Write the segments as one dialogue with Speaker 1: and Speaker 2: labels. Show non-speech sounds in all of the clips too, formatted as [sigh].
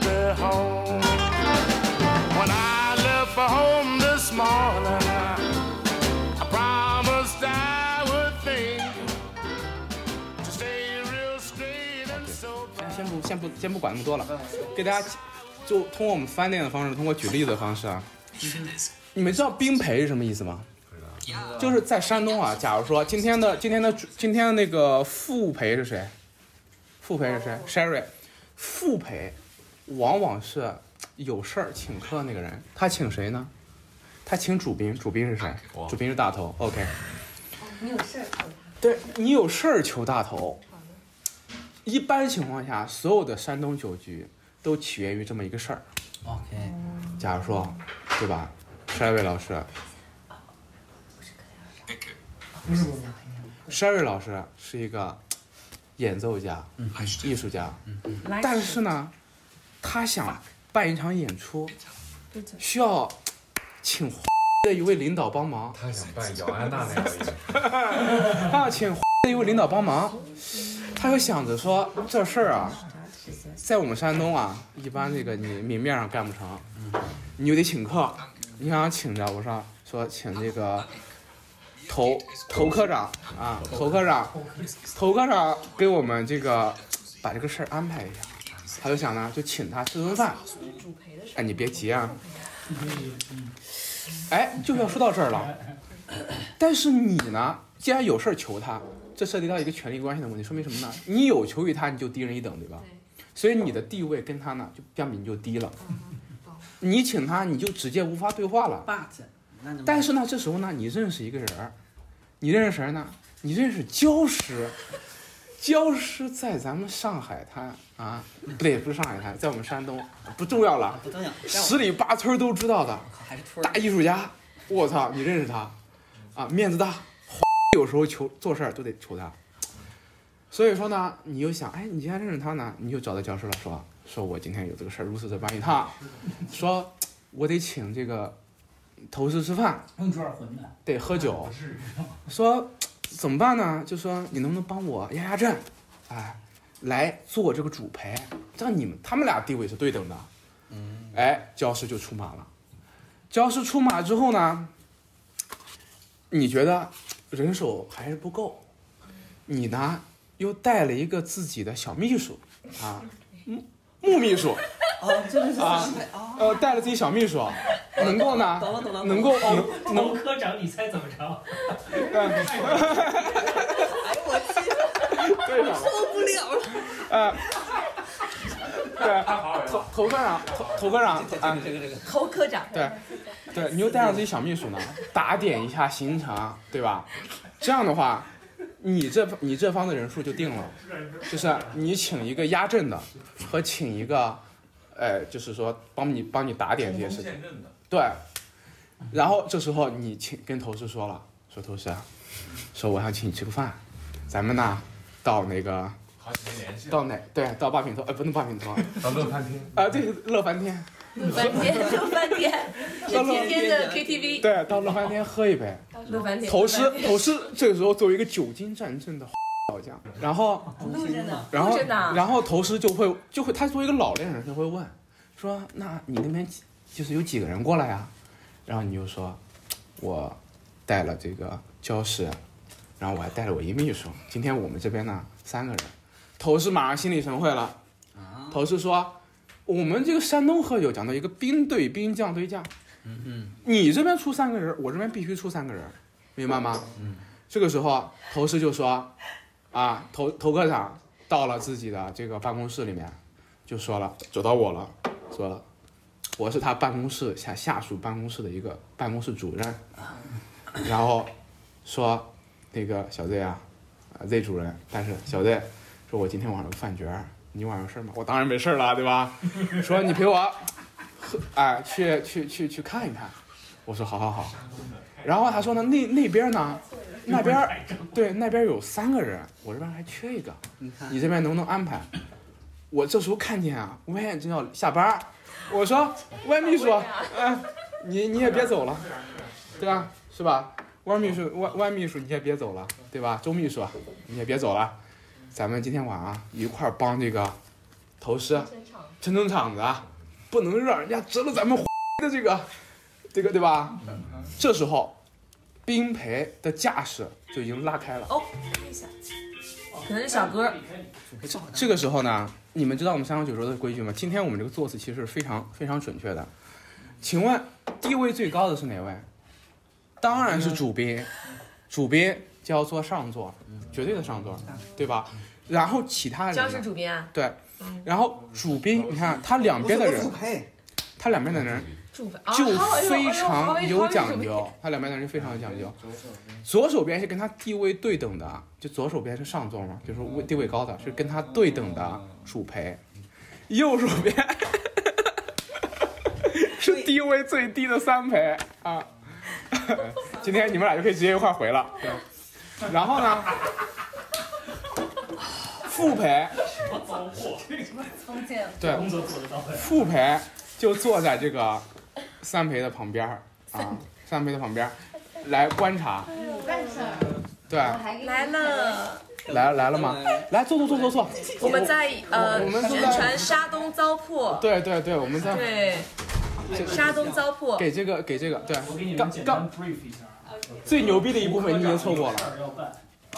Speaker 1: to home. When I left for home this morning, I promised I would think to stay real straight and sober.
Speaker 2: 先不先不先不管那么多了，给大家就通过我们翻练的方式，通过举例子的方式啊，你们知道冰陪是什么意思吗？就是在山东啊，假如说今天的今天的今天的那个副陪是谁？副陪是谁？Sherry，副陪往往是有事儿请客的那个人，他请谁呢？他请主宾，主宾是谁？主宾是大头。OK，
Speaker 3: 哦你有事儿找
Speaker 2: 对你有事儿求大头。一般情况下，所有的山东酒局都起源于这么一个事儿。
Speaker 4: OK，
Speaker 2: 假如说，对吧？山瑞老师山瑞老师是一个演奏家、艺术家，
Speaker 3: 他。
Speaker 2: 但是呢，他想办一场演出，需要请的一位领导帮忙，
Speaker 5: 他想办姚安娜那个演出，
Speaker 2: [laughs] 他要请的一位领导帮忙，他就想着说这事儿啊，在我们山东啊，一般这个你明面上干不成，
Speaker 5: 嗯
Speaker 2: 你就得请客。你想请着，我说说请这个头头科长啊，头科长，头科长给我们这个把这个事儿安排一下。他就想呢，就请他吃顿饭。哎，你别急啊。哎，就要说到这儿了。但是你呢，既然有事儿求他，这涉及到一个权力关系的问题，说明什么呢？你有求于他，你就低人一等，对吧？所以你的地位跟他呢，就相比你就低了。你请他，你就直接无法对话了。
Speaker 4: but 那就
Speaker 2: 但是呢，这时候呢，你认识一个人儿，你认识谁呢？你认识焦师，焦师在咱们上海滩啊，不对，不是上海滩，在我们山东，不重要了，
Speaker 4: 不重要，让我
Speaker 2: 十里八村都知道的
Speaker 4: 还是托
Speaker 2: 大艺术家。我操，你认识他啊？面子大， [laughs] 有时候求做事儿都得求他。所以说呢，你又想，哎，你既然认识他呢，你就找到教师了，说说我今天有这个事儿，如此这般一趟，说我得请这个头师吃饭，
Speaker 4: 弄出点混的，
Speaker 2: 得喝酒， [laughs] 说怎么办呢？就说你能不能帮我压压阵，哎，来做这个主陪，让你们他们俩地位是对等的。嗯，哎，焦师就出马了。焦师出马之后呢，你觉得人手还是不够，你呢又带了一个自己的小秘书啊，木木秘书。
Speaker 4: 哦，这就是
Speaker 2: 啊
Speaker 4: 上海哦，
Speaker 2: 呃，带了自己小秘书，能够呢
Speaker 4: 懂了懂了懂了，
Speaker 2: 能够
Speaker 4: [laughs]
Speaker 2: 能能
Speaker 6: 头科长，你猜怎么着？
Speaker 4: 哎呦我去，
Speaker 2: [laughs] 对上了。
Speaker 4: 受不了了，
Speaker 2: 哎，对，头头科长，头头科长，啊，
Speaker 4: 这个这个这
Speaker 3: 侯科长，
Speaker 2: 对，对，你又带上自己小秘书呢，打点一下行程，对吧？这样的话，你这你这方的人数就定了，就是你请一个压阵的和请一个，呃，就是说帮你帮你打点这些事情，对。然后这时候你请跟同事说了，说同事，啊，说我想请你吃个饭，咱们呢到那个
Speaker 5: 好几年联系，
Speaker 2: 到哪？对，到八品头，呃，不能八品头啊，
Speaker 5: 到乐翻天，
Speaker 2: 啊，对，乐翻天，
Speaker 3: 陆翻天，陆翻
Speaker 2: [laughs]
Speaker 3: 天，
Speaker 2: 到
Speaker 3: 今
Speaker 2: 乐，
Speaker 3: 天的 KTV，
Speaker 2: 对，到乐翻天喝一杯。
Speaker 3: 陆翻天，
Speaker 2: 头师，头师这个时候作为一个酒精战争的 [laughs] 老将，然后，
Speaker 4: 录着呢，
Speaker 2: 然后
Speaker 3: 真，的啊
Speaker 2: 然后头师就会就会，他作为一个老练人，他会问，说，那你那边几就是有几个人过来呀？然后你就说，我带了这个教师，然后我还带了我一秘书，今天我们这边呢三个人。头师马上心领神会了。
Speaker 4: 啊，
Speaker 2: 头是说，我们这个山东喝酒讲到一个兵对兵，将对将。嗯嗯，你这边出三个人，我这边必须出三个人，明白吗？嗯，这个时候头师就说，啊，头头科长到了自己的这个办公室里面，就说了，走到我了，说，我是他办公室下下属办公室的一个办公室主任，然后说，那个小 Z 啊，啊 Z 主任，但是小 Z 说我今天晚上有个饭局儿，你晚上有事儿吗？我当然没事儿了，对吧？ [laughs] 说你陪我喝，哎，去去去去看一看。我说好好好。然后他说呢，那那边呢，那边儿对那边有三个人，我这边还缺一个，
Speaker 4: 你看
Speaker 2: 你这边能不能安排？我这时候看见啊，吴彦正要下班儿，我说万秘书，嗯、你你也别走了，对吧？是吧？万秘书，万万秘书，你也别走了，对吧？周秘书，啊你也别走了，啊咱们今天晚上一块儿帮这个头师撑撑场子啊，不能让人家知道咱们 [laughs] 的这个这个对吧？这时候，冰培的架势就已经拉开了。
Speaker 6: 哦可能是小哥，
Speaker 2: 这这个时候呢，你们知道我们三幺九桌的规矩吗？今天我们这个座次其实是非常非常准确的。请问地位最高的是哪位？当然是主宾，主宾就要坐上座，绝对的上座，对吧？然后其他人
Speaker 6: 姜
Speaker 2: 呢
Speaker 6: 是主编啊，
Speaker 2: 对，然后主宾，你看他两边的人，他两边的人
Speaker 6: 主编啊
Speaker 2: 就
Speaker 6: 好哎呦
Speaker 2: 非
Speaker 6: 哎
Speaker 2: 常
Speaker 6: 呦
Speaker 2: 有
Speaker 6: 好哎呦好哎呦
Speaker 2: 讲究，他两边的人非常有讲究。左手边是跟他地位对等的，就左手边是上座嘛，就是位地位高的，是跟他对等的主陪；右手
Speaker 6: [laughs]
Speaker 2: 边是地位最低的三陪啊。 [laughs] 今天你们俩就可以直接换回了。 [laughs] 然后呢，副陪
Speaker 3: 封建
Speaker 2: 对，工作做得到位。副陪就坐在这个
Speaker 7: [laughs]
Speaker 2: 三陪的旁边儿啊，三陪的旁边儿来观察，
Speaker 7: 嗯
Speaker 3: 不干事儿，
Speaker 2: 对，
Speaker 3: 我还给你
Speaker 6: 来。了，
Speaker 2: 来来了吗？来坐坐坐坐坐。
Speaker 6: 我们在呃
Speaker 2: 我们都在
Speaker 6: 日传沙东糟粕，
Speaker 2: 对对对，我们在
Speaker 6: 对，沙东糟粕，
Speaker 2: 给这个给这个
Speaker 7: 我给你
Speaker 2: 对，
Speaker 7: 们
Speaker 2: 刚
Speaker 7: 简单
Speaker 2: 刚
Speaker 7: brief 一下啊，
Speaker 2: 最牛逼的一部分你已经错过
Speaker 7: 有
Speaker 2: 了
Speaker 7: 事儿要办，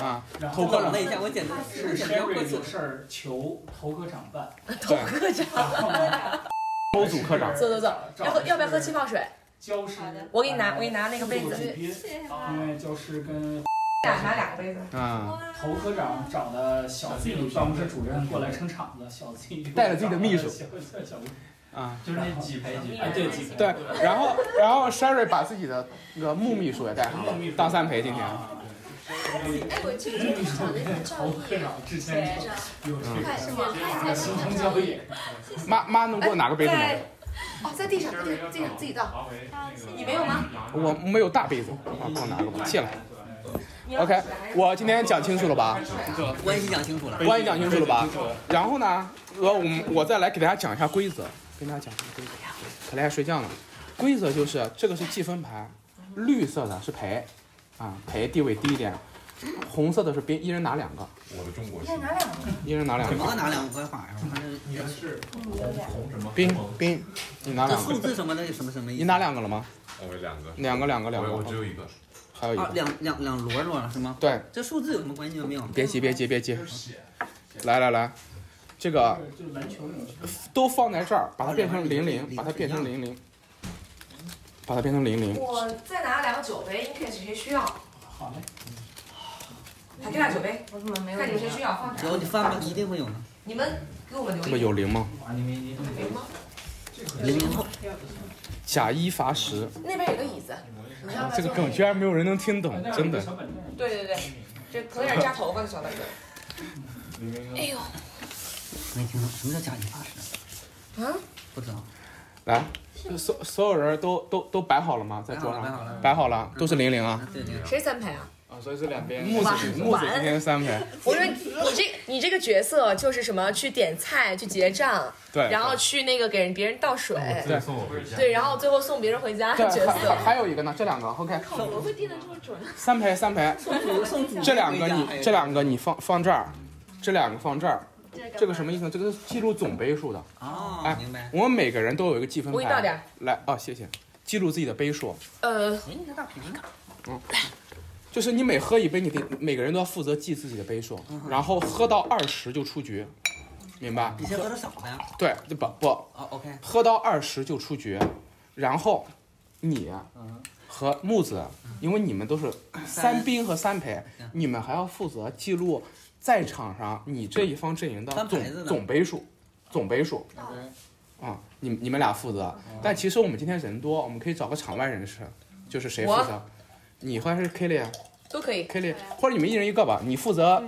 Speaker 2: 啊，
Speaker 7: 然后
Speaker 2: 头科
Speaker 4: 等
Speaker 2: 长
Speaker 4: 了一下，我简单是
Speaker 7: 是
Speaker 4: 简单
Speaker 7: Sherry
Speaker 4: 过去
Speaker 7: 有。事儿求头科长办，
Speaker 6: [laughs] 头科长，
Speaker 2: 某组科长，
Speaker 6: 走走走，要喝要不要喝气泡水？
Speaker 7: 教师，
Speaker 6: 我给你拿，我给你拿那个
Speaker 7: 这
Speaker 6: 杯子，
Speaker 7: 子，
Speaker 3: 谢谢啊
Speaker 7: 因为教师跟
Speaker 6: 俩拿两个杯子，
Speaker 7: 嗯
Speaker 2: 啊，
Speaker 7: 头科长找了小 Z 办公室主任过来撑场子，
Speaker 5: [laughs]
Speaker 7: 小 Z
Speaker 2: 带着自己的秘书
Speaker 7: 小小小
Speaker 2: 啊。
Speaker 7: 就是那几陪几哎对几陪
Speaker 2: 对，然后然后 Sherry 把自己的那个木秘书也带上了，当三陪今天。
Speaker 7: 啊
Speaker 3: 哎，我去这个厂那个照
Speaker 7: 头科
Speaker 3: 片，
Speaker 7: 长之前有这
Speaker 3: 看是
Speaker 7: 个
Speaker 3: 吗？看一下
Speaker 7: 形同交易，
Speaker 2: 妈妈能给我拿个杯子吗？
Speaker 6: 在
Speaker 3: 哦，在地上，地地上自己倒。你没有吗？
Speaker 2: 我没有大杯子，啊，给我拿个吧，借来。OK，我今天讲清楚了吧？
Speaker 4: 我也是讲清楚了。
Speaker 2: 关系讲清楚了吧？然后呢，呃，我们我再来给大家讲一下规则，跟大家讲一下规则。可怜还睡觉呢。规则就是这个是计分牌，绿色的是陪，啊，陪地位低一点，红色的是别一人拿两个，
Speaker 5: 我的中国
Speaker 3: 看
Speaker 5: 心，
Speaker 3: 哪两个？
Speaker 2: 一人拿两
Speaker 4: 什么
Speaker 2: 个。
Speaker 4: 拿两个法呀？我正
Speaker 5: 你是红什么？
Speaker 2: 冰冰，你拿
Speaker 4: 这
Speaker 2: 两个
Speaker 4: 数，字什么的什么什么意思？
Speaker 2: 你拿两个了吗？
Speaker 5: 我有呃两个，
Speaker 2: 两个，两个，两
Speaker 5: 我我只
Speaker 2: 个，
Speaker 5: 有一个，
Speaker 2: 还有一
Speaker 4: 啊
Speaker 2: 个。
Speaker 4: 两两两摞摞是吗？
Speaker 2: 对，
Speaker 4: 这数字有什么关系没有？
Speaker 2: 别急，别急，别急。来来来，这个
Speaker 7: 就是篮球那种。
Speaker 2: 都放在这儿，把它变成零零，把它变成零零，把它变成零零。
Speaker 6: 我再拿两个酒杯，你看谁需要，
Speaker 7: 好嘞，
Speaker 6: 还给俩酒杯，
Speaker 3: 我怎么没有？
Speaker 6: 看你们谁需要放这儿。
Speaker 4: 有你翻吧，一定会有的。
Speaker 6: 你们给我们
Speaker 2: 这
Speaker 6: 留
Speaker 2: 不
Speaker 6: 一
Speaker 2: 有零吗？
Speaker 7: 哇，你没你没
Speaker 6: 留吗？
Speaker 4: 零零后，
Speaker 2: 假一罚十，
Speaker 6: 那边有个椅子，你要不要
Speaker 2: 这个
Speaker 6: 坐
Speaker 2: 梗居然没有人能听懂，真的。
Speaker 7: 小本子
Speaker 6: 对对对，这可有点扎头发的小本子。哎呦，
Speaker 4: 没听懂什么叫假一八十？
Speaker 6: 啊？
Speaker 4: 不知道。
Speaker 2: 来，所所有人都都都摆好了吗？在桌
Speaker 4: 摆
Speaker 2: 上
Speaker 4: 好了
Speaker 2: 摆好了，都是零零啊。
Speaker 4: 啊，对对。
Speaker 6: 谁三陪啊？
Speaker 2: 啊，所以是两边木
Speaker 4: 木
Speaker 2: 子
Speaker 4: 子
Speaker 2: 木子今天三陪，
Speaker 6: 我说你这你这个角色就是什么去点菜、去结账，
Speaker 2: 对。
Speaker 6: 然
Speaker 2: [laughs]
Speaker 6: 后去那个给人别人倒水，
Speaker 5: 对，送我回家。
Speaker 6: 对，然后最后送别人回家
Speaker 2: 对
Speaker 6: 的角，
Speaker 2: 还 [laughs] 还
Speaker 6: 色。
Speaker 2: 还有一个呢，这两个 OK，
Speaker 3: 我们会定的这么准？
Speaker 2: 三陪三陪，
Speaker 4: 送主送主
Speaker 2: 这两个你
Speaker 8: 哎
Speaker 2: 这两个你放放这儿，这两个放这儿，这个什
Speaker 3: 么？
Speaker 2: 么意思呢？这个是记录总杯数的。
Speaker 4: 哦，明白。
Speaker 2: 我们每个人都有一个计分
Speaker 6: 我给你倒点
Speaker 2: 牌
Speaker 6: 儿，
Speaker 2: 来啊，谢谢，记录自己的杯数，
Speaker 6: 呃，
Speaker 4: 哎，你这大瓶子，
Speaker 2: 就是你每喝一杯，你得每个人都要负责记自己的杯数，然后喝到二十就出局，明白？
Speaker 4: 比谁喝的少呀？
Speaker 2: 对，不不，
Speaker 4: 哦，OK，
Speaker 2: 喝到二十就出局，然后你和木子，因为你们都是三兵和三陪，你们还要负责记录在场上你这一方阵营的
Speaker 4: 翻牌子
Speaker 2: 总
Speaker 4: 呢
Speaker 2: 总杯数，总杯数。啊，你你们俩负责，但其实我们今天人多，我们可以找个场外人士，就是谁负
Speaker 6: 我
Speaker 2: 责？你还是 Kelly 啊
Speaker 6: 都可以。
Speaker 2: ？Kelly，或者你们一人一个吧，你负责，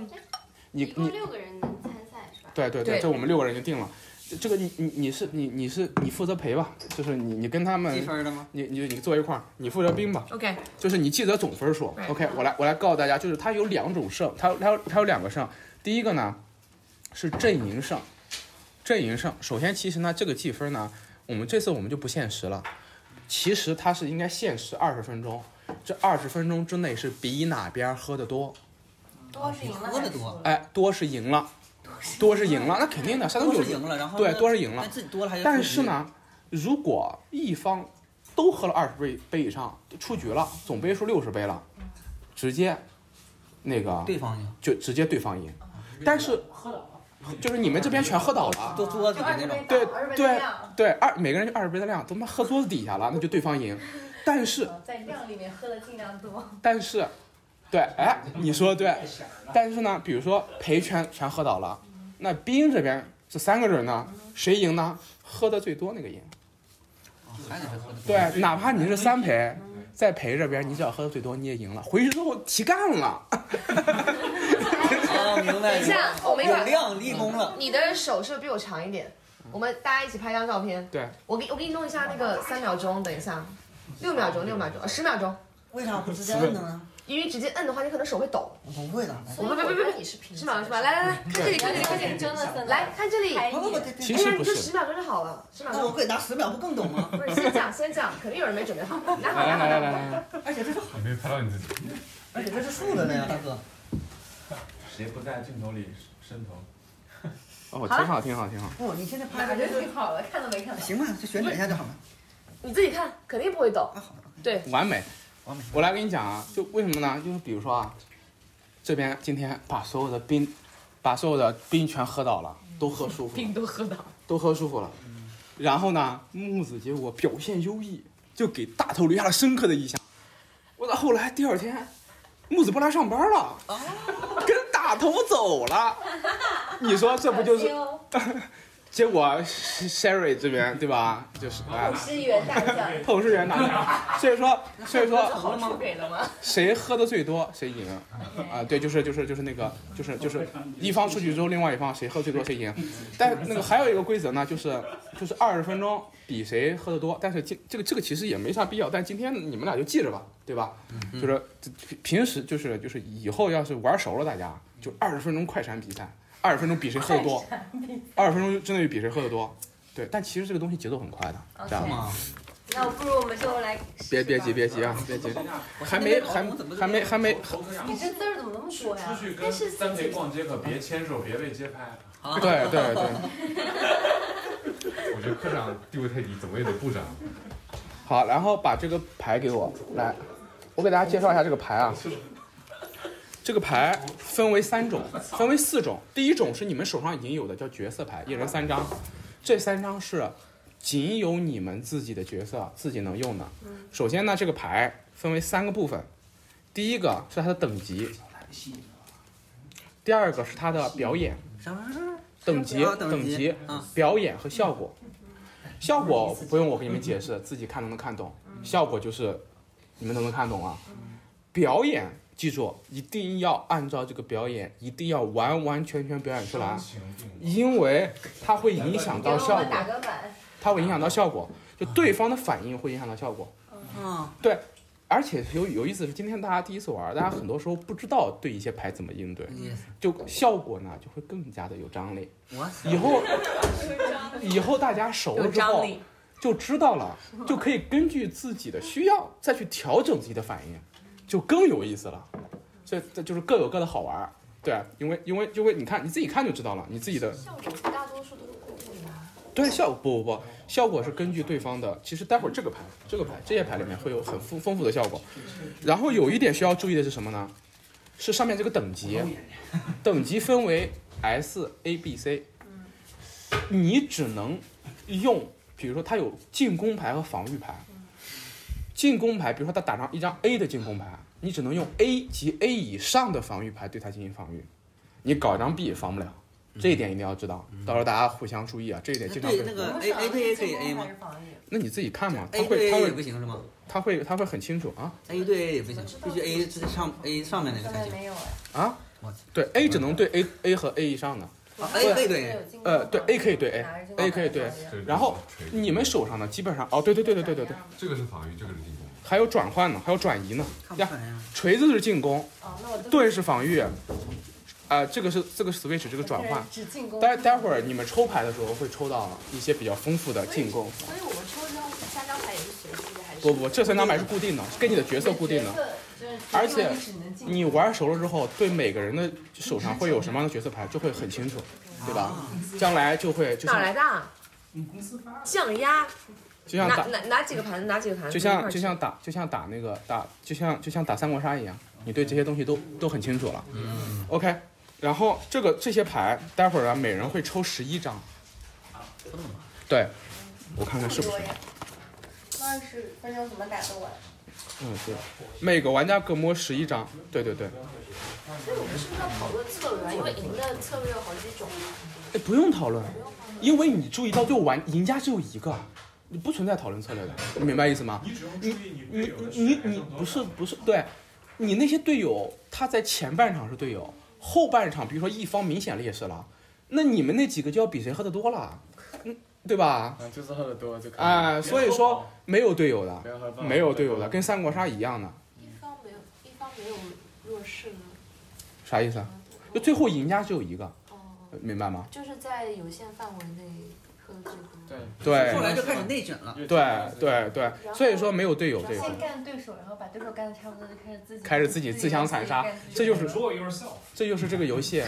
Speaker 3: 一
Speaker 2: 你
Speaker 3: 共
Speaker 2: 你
Speaker 3: 六个人能参赛是吧？
Speaker 2: 对对对，
Speaker 6: 对
Speaker 2: 这我们六个人就定了。这这个你你你是你你是你负责陪吧，就是你你跟他
Speaker 4: 积
Speaker 2: 们，
Speaker 4: 分的吗？
Speaker 2: 你你你坐一块儿，你负责兵吧，
Speaker 6: OK，
Speaker 2: 就是你记得总分数
Speaker 6: 对。
Speaker 2: OK，我来我来告诉大家，就是它有两种胜，它有它有它有两个胜。第一个呢是阵营胜，阵营胜。首先，其实呢这个计分呢，我们这次我们就不限时了，其实它是应该限时二十分钟，这二十分钟之内是比哪边喝的多，
Speaker 3: 多哦是赢了，
Speaker 4: 喝的多，
Speaker 2: 哎，多是赢了，多是赢了，那肯定的，山东
Speaker 4: 都
Speaker 2: 酒
Speaker 4: 是赢了，然后
Speaker 2: 对多是赢了
Speaker 7: 嗯
Speaker 4: 那。自己多了还
Speaker 2: 但是，呢，如果一方都喝了二十杯杯以上，出局了，总杯数六十杯了，直接那个
Speaker 4: 对方赢，
Speaker 2: 就直接对方赢。但是
Speaker 7: 嗯喝倒了，嗯
Speaker 2: 就是你们这边全喝倒了，
Speaker 4: 都桌子
Speaker 3: 就
Speaker 4: 里
Speaker 3: 二
Speaker 4: 那
Speaker 3: 十杯
Speaker 4: 种，
Speaker 2: 对
Speaker 3: 倒，二十杯
Speaker 2: 对
Speaker 3: 量，
Speaker 2: 对，二每个人就二十杯的量，他妈喝桌子底
Speaker 7: [laughs]
Speaker 2: 下了，那就对方赢。但是
Speaker 7: 嗯
Speaker 3: 啊在量里面喝的尽量多。
Speaker 2: 但是，对，哎，你说的对，
Speaker 7: 嗯太闪了。
Speaker 2: 但是呢，比如说陪全全喝倒了，那冰这边这三个人呢，
Speaker 7: 嗯
Speaker 2: 谁赢呢？喝的最多那个赢。
Speaker 4: 哦还得是喝的多。
Speaker 2: 对，哪怕你是三陪，在陪这边，你只要喝的最多，你也赢了。回去之后提干了，
Speaker 4: 哦，明白。
Speaker 6: 等
Speaker 3: [laughs]
Speaker 6: 一下我嗯们一会儿
Speaker 4: 有量立功了。
Speaker 6: 你的手是不是比我长一点？我们大家一起拍张照片。
Speaker 2: 对，
Speaker 6: 我给我给你弄一下那个三秒钟，等一下，六秒钟，六秒钟，呃十秒钟，
Speaker 8: 为啥不直接摁呢？
Speaker 6: 因为直接摁的话，你可能手会抖。
Speaker 8: 我不会的。
Speaker 3: 所以
Speaker 6: 不不不
Speaker 3: 我
Speaker 6: 不
Speaker 3: 看你是平
Speaker 6: 十秒钟是吧？来来来，看这里，看这里，看这里，
Speaker 3: 真的是
Speaker 6: 来看这里。哎
Speaker 3: 拍
Speaker 8: 不不不，
Speaker 3: 你。
Speaker 8: 这这
Speaker 2: 其
Speaker 6: 呀，
Speaker 2: 实不。
Speaker 6: 你就是十秒钟就好了，十秒
Speaker 8: 那我
Speaker 6: 钟。
Speaker 8: 可以拿十秒，不更懂
Speaker 6: [laughs]
Speaker 8: 吗？
Speaker 6: 不是，先讲先讲，肯定有人没准备好。拿好
Speaker 2: 来
Speaker 6: 拿
Speaker 2: 来来
Speaker 6: 好拿
Speaker 2: 来
Speaker 6: 好。
Speaker 2: 来来，
Speaker 8: 而且这是，
Speaker 5: 你没拍到你自己，
Speaker 8: 而且这是竖着的呀，大哥。
Speaker 5: 谁不在镜头里伸头？
Speaker 2: 哦，挺好，挺好，挺好。
Speaker 8: 不，你现在拍
Speaker 3: 哪
Speaker 8: 的
Speaker 3: 就
Speaker 8: 这
Speaker 3: 挺好了，看都没看
Speaker 8: 个
Speaker 3: 到。
Speaker 8: 行吧，就旋转一下就好了。
Speaker 6: 你自己看，肯定不会抖。
Speaker 8: 啊，好了，
Speaker 6: 对，
Speaker 2: 完美，
Speaker 8: 完美。
Speaker 2: 我来跟你讲啊，就为什么呢？就是比如说啊，这边今天把所有的冰，把所有的冰全喝倒了，都喝舒服了，
Speaker 6: 都喝到。
Speaker 2: 都喝舒服了。然后呢，木子结果表现优异，就给大头留下了深刻的印象。我到后来第二天，木子不来上班了，跟大头走了。你说这不就是？结果 Sherry 这边对吧？就是哎
Speaker 3: 五，
Speaker 2: [laughs]
Speaker 3: 十元大奖，
Speaker 2: 透视员拿。所以说，所以说
Speaker 6: 好处给了吗？
Speaker 2: 谁喝的最多谁赢啊、对，就是就是就是那个就是就是一方出局之后，另外一方谁喝最多谁赢。但那个还有一个规则呢，就是就是二十分钟比谁喝的多。但是今这个这个其实也没啥必要，但今天你们俩就记着吧，对吧？就是这平平时就是就是以后要是玩熟了，大家就二十分钟快闪比赛，二十分钟比谁喝的多，二十分钟之内比谁喝的多。对，但其实这个东西节奏很快的，知道哦吗？
Speaker 4: 啊，
Speaker 3: 那我不如我们就来。
Speaker 2: 别别急，别急啊，别
Speaker 3: 哎
Speaker 2: 急，还没还还没还没
Speaker 7: 哎
Speaker 3: 你这字儿怎么那么多呀？
Speaker 5: 出去
Speaker 3: 但
Speaker 5: 跟
Speaker 3: 是
Speaker 5: 三陪逛街可别牵手，别被街拍。
Speaker 4: 好，
Speaker 2: 对对对，
Speaker 5: 我觉得科长地位太低，怎么也得部长。
Speaker 2: 好，然后把这个牌给我来，我给大家介绍一下这个牌啊。这个牌分为三种，分为四种。第一种是你们手上已经有的，叫角色牌，一人三张。这三张是仅有你们自己的角色自己能用的。首先呢，这个牌分为三个部分，第一个是它的等级，第二个是它的表演，
Speaker 4: 啥玩意儿？
Speaker 2: 等级
Speaker 4: 啊等
Speaker 2: 等
Speaker 4: 级
Speaker 2: 级
Speaker 4: 啊
Speaker 2: 表演和效果，效果不用我给你们解释，自己看都能看懂。效果就是你们都能看懂啊。表演记住一定要按照这个表演，一定要完完全全表演出来，因为它会影响
Speaker 3: 给我
Speaker 2: 到效
Speaker 3: 们
Speaker 2: 果
Speaker 3: 打，个板，
Speaker 2: 它会影响到效果，就对方的反应会影响到效果。
Speaker 4: 啊，
Speaker 2: 而且有有意思是，今天大家第一次玩，大家很多时候不知道对一些牌怎么应对，
Speaker 4: 意思。
Speaker 2: 就效果呢就会更加的有张力。
Speaker 4: 我
Speaker 2: 以后以后大家熟了之后，就知道了，就可以根据自己的需要再去调整自己的反应，就更有意思了。这这就是各有各的好玩儿，对，啊因为因为因为你看你自己看就知道了，你自己的
Speaker 3: 效果绝大多数都是过分的。
Speaker 2: 对效不不不，效果是根据对方的。其实待会儿这个牌、这个牌、这些牌里面会有很丰丰富的效果。然后有一点需要注意的是什么呢？是上面这个等级，等级分为 S、A、B、C。你只能用，比如说它有进攻牌和防御牌。进攻牌，比如说他打上一张 A 的进攻牌，你只能用 A 及 A 以上的防御牌对它进行防御，你搞一张 B 防不了。这一点一定要知道，到时候大家互相注意啊！这一点经常
Speaker 4: 对
Speaker 2: 会
Speaker 4: 那个 A A 对 A 可以 A 吗
Speaker 2: 那你自己看嘛，他
Speaker 8: 哎
Speaker 4: ？A
Speaker 2: 会
Speaker 4: 对
Speaker 2: 他
Speaker 4: A 也不
Speaker 2: 会
Speaker 4: 行是吗
Speaker 2: 他会他会很清楚啊
Speaker 4: ？A 对 A 也不行，必须 A 这上 A 上面那个才行。
Speaker 3: 没有哎，
Speaker 2: 啊
Speaker 4: 我！
Speaker 2: 对 A 只能对 A A 和 A 以上的，
Speaker 3: 哎
Speaker 4: 啊，A 背对 A，
Speaker 3: 对
Speaker 2: 呃，对 A 可以对 A，A 可以对然后你们手上的基本上哦，对对对对对对对，
Speaker 5: 这个是防御，这个是进攻。
Speaker 2: 还有转换呢，还有转移呢，
Speaker 4: 看不
Speaker 2: 呀，
Speaker 4: 看呀？
Speaker 2: 锤子是进攻，
Speaker 3: 哦，那我就
Speaker 2: 盾是防御，啊、这个是这个是 switch 这个转换。
Speaker 3: 只进攻。
Speaker 2: 待待会儿你们抽牌的时候会抽到一些比较丰富的进攻，
Speaker 3: 所以我们抽张三张牌也是随机的，还是
Speaker 2: 不不，这三张牌是固定的，是跟你的角色固定的。，而且你玩熟了之后，对每个人的手上会有什么样的角色牌，就会很清楚，对吧？将来就会就
Speaker 6: 哪
Speaker 2: 像
Speaker 6: 来的啊？
Speaker 7: 你公司发的。
Speaker 6: 降压，
Speaker 2: 就像
Speaker 6: 拿
Speaker 2: 打
Speaker 6: 拿拿几个盘子，拿几个盘子，
Speaker 2: 就
Speaker 6: 一块
Speaker 2: 像
Speaker 6: 儿
Speaker 2: 就
Speaker 6: 吃
Speaker 2: 像打就像打那个打就像就像打三国杀一样，你对这些东西都都很清楚了。嗯，OK。然后这个这些牌，待会儿啊，每人会抽十一张。啊对，我看看是不是。
Speaker 3: 二十分钟怎么打
Speaker 9: 啊
Speaker 3: 斗完？
Speaker 2: 嗯，对，每个玩家各摸十一张。对对对，
Speaker 9: 所以我们是不是要讨论策略啊？因为赢的策略有好几种，啊
Speaker 2: 哎，不用讨论，因为你注意到就玩赢家只有一个，你不存在讨论策略的，你明白意思吗？
Speaker 5: 你只用注意你队
Speaker 2: 你
Speaker 5: 友的
Speaker 2: 你
Speaker 5: 血
Speaker 2: 你你
Speaker 5: 量多
Speaker 2: 不是
Speaker 5: 少
Speaker 2: 不是对，你那些队友他在前半场是队友，后半场比如说一方明显劣势了，那你们那几个就要比谁喝的多了，嗯，对吧？
Speaker 10: 嗯，就是喝的多就可以。
Speaker 2: 哎、所以说没有队友的
Speaker 10: 不，要喝
Speaker 2: 没有队友的，跟三国杀一样的，
Speaker 9: 一方没有，一方没有弱势呢。嗯
Speaker 2: 啥意思啊？就最后赢家只有一个，
Speaker 9: 哦，
Speaker 2: 明白吗？
Speaker 9: 就是在有限范围内喝的最多。
Speaker 10: 对
Speaker 2: 对
Speaker 8: 后来就开始内卷了。
Speaker 2: 对对对，所以说没有队友这一说
Speaker 9: 先，干对手，然后把对手干的差不多，就开始自己
Speaker 2: 开始自己自相残杀，这就是
Speaker 7: Draw yourself。
Speaker 2: 这就是这个游戏，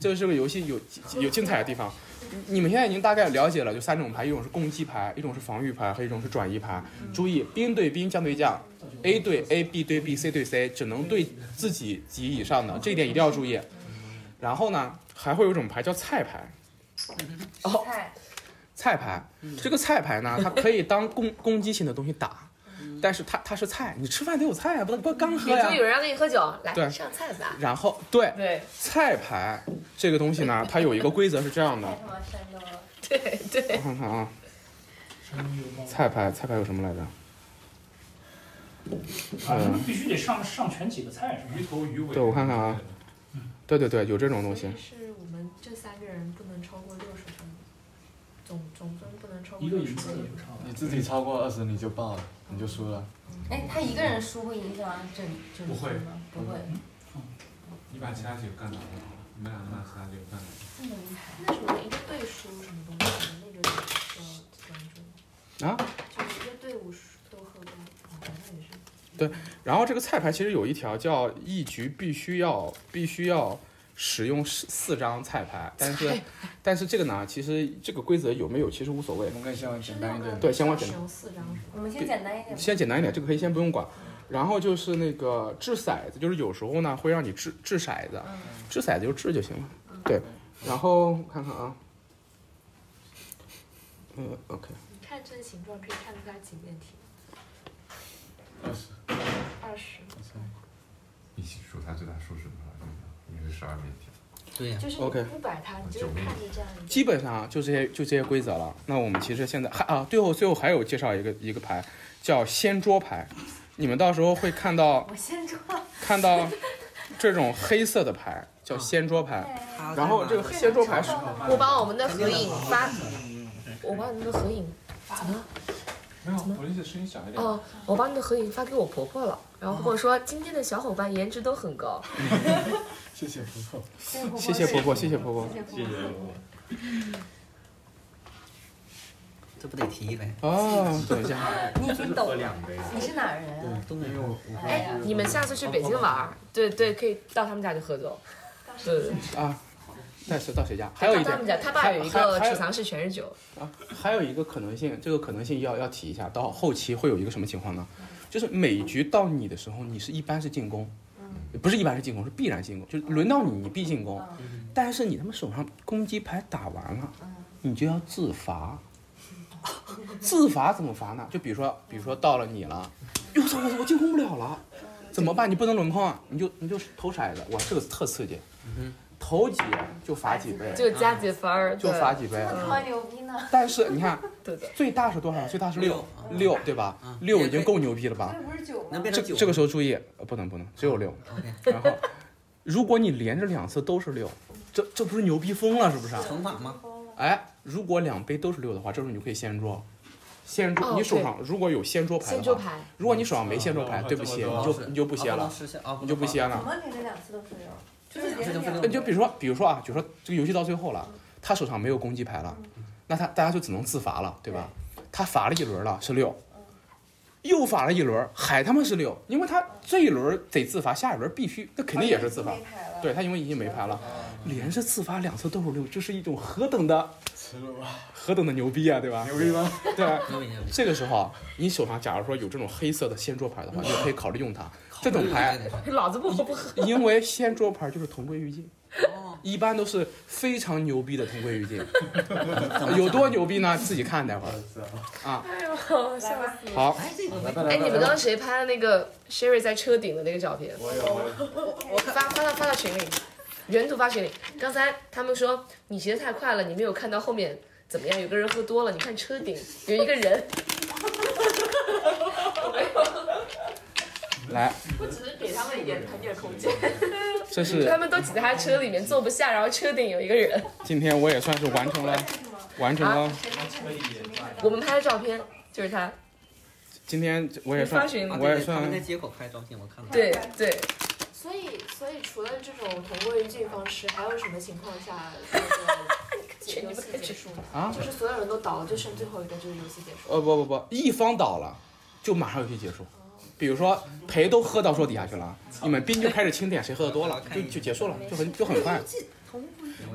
Speaker 2: 这就是这个游戏有有精彩的地方。你们现在已经大概了解了，就三种牌，一种是攻击牌，一种是防御牌，和一种是转移牌。注意，兵对兵，将对将，A 对 A，B 对 B，C 对 C，只能对自己及以上的，这一点一定要注意。然后呢，还会有一种牌叫菜牌，哦，
Speaker 6: 菜
Speaker 2: 菜牌，这个菜牌呢，它可以当攻攻击性的东西打，但是它它是菜，你吃饭得有菜啊，不不干喝
Speaker 6: 嗯也
Speaker 2: 呀
Speaker 6: 就。有人要跟你喝酒，来
Speaker 2: 对
Speaker 6: 上菜吧。
Speaker 2: 然后对，
Speaker 6: 对
Speaker 2: 菜牌这个东西 [laughs] 呢，它有一个规则是这样的， [laughs]
Speaker 9: 他妈山东了。
Speaker 6: 对对
Speaker 2: 我，看看啊，菜牌菜牌有什么来着？
Speaker 7: 啊，是不是必须得上上全几个菜是吧？
Speaker 5: 鱼头鱼尾。
Speaker 2: 对我看看啊，对对对，有这种东西。
Speaker 9: 是我们这三个人不能超过六十分，总总分不能超过
Speaker 7: 一个
Speaker 9: 六十
Speaker 7: 影子也
Speaker 9: 分。
Speaker 7: 不超
Speaker 10: 你自己超过二十你就爆了，你就输了。
Speaker 3: 哎，他一个人输会影响整整
Speaker 5: 不会
Speaker 3: 局吗？不会。
Speaker 5: 你把其他几个干倒就好了，你们俩能把其他几个干倒。
Speaker 9: 嗯那什么一个队输什么东西，那个呃要关注，
Speaker 2: 啊，
Speaker 9: 就是一个队伍输都喝光，哦那也是。
Speaker 2: 然后这个菜牌其实有一条叫一局必须要必须要使用四四张菜牌，但是但是这个呢，其实这个规则有没有其实无所谓
Speaker 10: 我，们更希望
Speaker 9: 是
Speaker 10: 简
Speaker 9: 六
Speaker 10: 单一
Speaker 9: 个
Speaker 10: 点。
Speaker 2: 对先往
Speaker 9: 使
Speaker 2: 简
Speaker 9: 用四张是吧？
Speaker 3: 我们先简单一点吧。
Speaker 2: 先简单一点，这个可以先不用管。然后就是那个掷骰子，就是有时候呢会让你掷掷骰子，掷骰子就掷就行了。对，然后我看看啊，呃，OK，
Speaker 9: 你看这个形状可以看出它几面体，
Speaker 10: 二十，
Speaker 9: 二十，
Speaker 5: 一起数它最大数是多少？应该是十二面体。
Speaker 4: 对呀、
Speaker 9: 就是你
Speaker 2: OK
Speaker 9: 不摆它，你就是看着这样一个。
Speaker 2: 基本上就这些就这些规则了。那我们其实现在还啊，最后最后还有介绍一个一个牌叫掀桌牌，你们到时候会看到
Speaker 3: 我先说，
Speaker 2: 看到这种黑色的牌叫掀桌牌，
Speaker 8: 哦
Speaker 2: 然后这个
Speaker 3: 非常
Speaker 2: 掀桌牌是
Speaker 3: 常用的
Speaker 6: 我把我们的合影发，我把你们的合影怎么了？
Speaker 5: 没有，我的意思声音小一点。
Speaker 6: 哦，我把你的合影发给我婆婆了，然后婆婆说今天的小伙伴颜值都很高。
Speaker 10: 谢谢不错。
Speaker 2: 谢谢婆婆，谢谢婆婆。
Speaker 10: 谢谢我。
Speaker 4: 这不得提呗？
Speaker 2: 哦，等一下。
Speaker 3: 你已经懂了。你是哪人啊？
Speaker 4: 对，东北
Speaker 10: 因为我我
Speaker 3: 哎呀，
Speaker 6: 你们下次去北京玩儿，对对，可以到他们家去喝酒。对对，对
Speaker 2: 啊，那是到谁家？还有一
Speaker 6: 到他
Speaker 2: 点
Speaker 6: 们家，他爸有一
Speaker 2: 还有
Speaker 6: 个
Speaker 2: 还有
Speaker 6: 储藏室全是酒。
Speaker 2: 啊，还有一个可能性，这个可能性要要提一下，到后期会有一个什么情况呢？就是每局到你的时候，你是一般是进攻，不是一般是进攻，是必然进攻，就是轮到你，你必进攻。但是你他妈手上攻击牌打完了，你就要自罚。自罚怎么罚呢？就比如说，比如说到了你了，哟我操我操我进攻不了了，怎么办？你不能轮空啊，你就你就投骰子，哇，这个特刺激，投几就罚几倍，
Speaker 6: 就加几分儿，
Speaker 2: 就
Speaker 6: 对
Speaker 2: 罚几啊倍。
Speaker 3: 好牛逼呢！
Speaker 2: 但是你看，
Speaker 6: 对的。
Speaker 2: 最大是多少？最大是六六，对吧
Speaker 4: 嗯？
Speaker 2: 六已经够牛逼了吧
Speaker 3: 这？不是酒
Speaker 4: 能
Speaker 3: 吗？
Speaker 4: 变
Speaker 2: 这
Speaker 4: 成九？
Speaker 2: 这个时候注意，呃不能不能，只有六。
Speaker 4: OK
Speaker 2: 然后，如果你连着两次都是六，这这不是牛逼疯了是不
Speaker 9: 哦
Speaker 2: 是啊？
Speaker 4: 惩罚吗？
Speaker 2: 哎，如果两杯都是六的话，这时候你就可以掀桌。掀桌，
Speaker 6: 哦
Speaker 2: 你手上如果有掀桌牌
Speaker 6: 先
Speaker 2: 的
Speaker 6: 桌
Speaker 2: 话，
Speaker 6: 牌， [laughs]
Speaker 2: 如果你手上没掀桌牌，
Speaker 10: 嗯
Speaker 2: 对不起，
Speaker 10: 这么
Speaker 2: 你
Speaker 10: 多
Speaker 2: 就你就不歇
Speaker 4: 啊
Speaker 2: 了，
Speaker 4: 能失效啊，
Speaker 2: 你就不歇
Speaker 3: 怎
Speaker 2: 了。
Speaker 3: 么连着两次都是有？就是连着
Speaker 4: 这就
Speaker 3: 两
Speaker 4: 是
Speaker 2: 那
Speaker 3: 次
Speaker 2: 你就比如说，比如说啊，比如说这个游戏到最后了，他手上没有攻击牌了，那他大家就只能自罚了，嗯对吧？嗯他罚了一轮了，是六，又罚了一轮，还他妈是六，因为他这一轮得自罚，下一轮必须，那肯定也是自罚嗯
Speaker 3: 没。牌了。
Speaker 2: 对他因为已经没牌了，连着自罚两次豆腐六，这是一种何等的
Speaker 10: 吃了吧，
Speaker 2: 何等的牛逼啊，对吧？
Speaker 10: 牛逼吗？
Speaker 2: 对吧？
Speaker 4: 牛逼牛逼，
Speaker 2: 这个时候啊，你手上假如说有这种黑色的掀桌牌的话，你就可以考虑用它。这种牌，
Speaker 6: 老子不喝不喝。
Speaker 2: [laughs] 因为掀桌牌就是同归于尽，
Speaker 8: 哦，
Speaker 2: 一般都是非常牛逼的同归于尽。
Speaker 4: 怎么
Speaker 2: 有多牛逼呢？自己看待会儿
Speaker 10: 是啊，
Speaker 2: 啊。
Speaker 6: 哎呦，笑死！
Speaker 2: 好，
Speaker 8: 哎，这个
Speaker 10: 来吧
Speaker 6: 哎，
Speaker 2: [laughs]
Speaker 10: 来吧
Speaker 6: 你们
Speaker 10: 来
Speaker 6: 刚
Speaker 10: 吧，
Speaker 6: 刚谁拍的那个 Sherry 在车顶的那个照片？
Speaker 10: 我有我有，
Speaker 6: 我发发到发到群里，原图发群里。刚才他们说你骑得太快了，你没有看到后面怎么样？有个人喝多了，你看车顶有一个人。
Speaker 2: 来，
Speaker 9: 不只是给他们一点腾点空间，
Speaker 2: 这
Speaker 6: 他
Speaker 2: 是
Speaker 6: 们都挤在他车里面坐不下，然后车顶有一个人。
Speaker 2: 今天我也算是完成了，完成了。
Speaker 6: 我们拍的照片就是他。
Speaker 2: 今天我也
Speaker 6: 你
Speaker 2: 算
Speaker 6: 发群，
Speaker 2: 我也
Speaker 4: 他们在
Speaker 2: 算
Speaker 4: 街口拍照片，我看到。
Speaker 6: 对对，
Speaker 9: [laughs] 所以所以除了这种同归于尽方式，还有什么情况下这个解游戏结束 [laughs] 呢？
Speaker 2: 啊，
Speaker 9: 就是所有人都倒了，就剩最后一个，就是游戏结束。
Speaker 2: 呃不不不，一方倒了，就马上游戏结束。比如说陪都喝到桌底下去了，你们冰就开始清点，谁喝的多了就就结束了，就很就很快。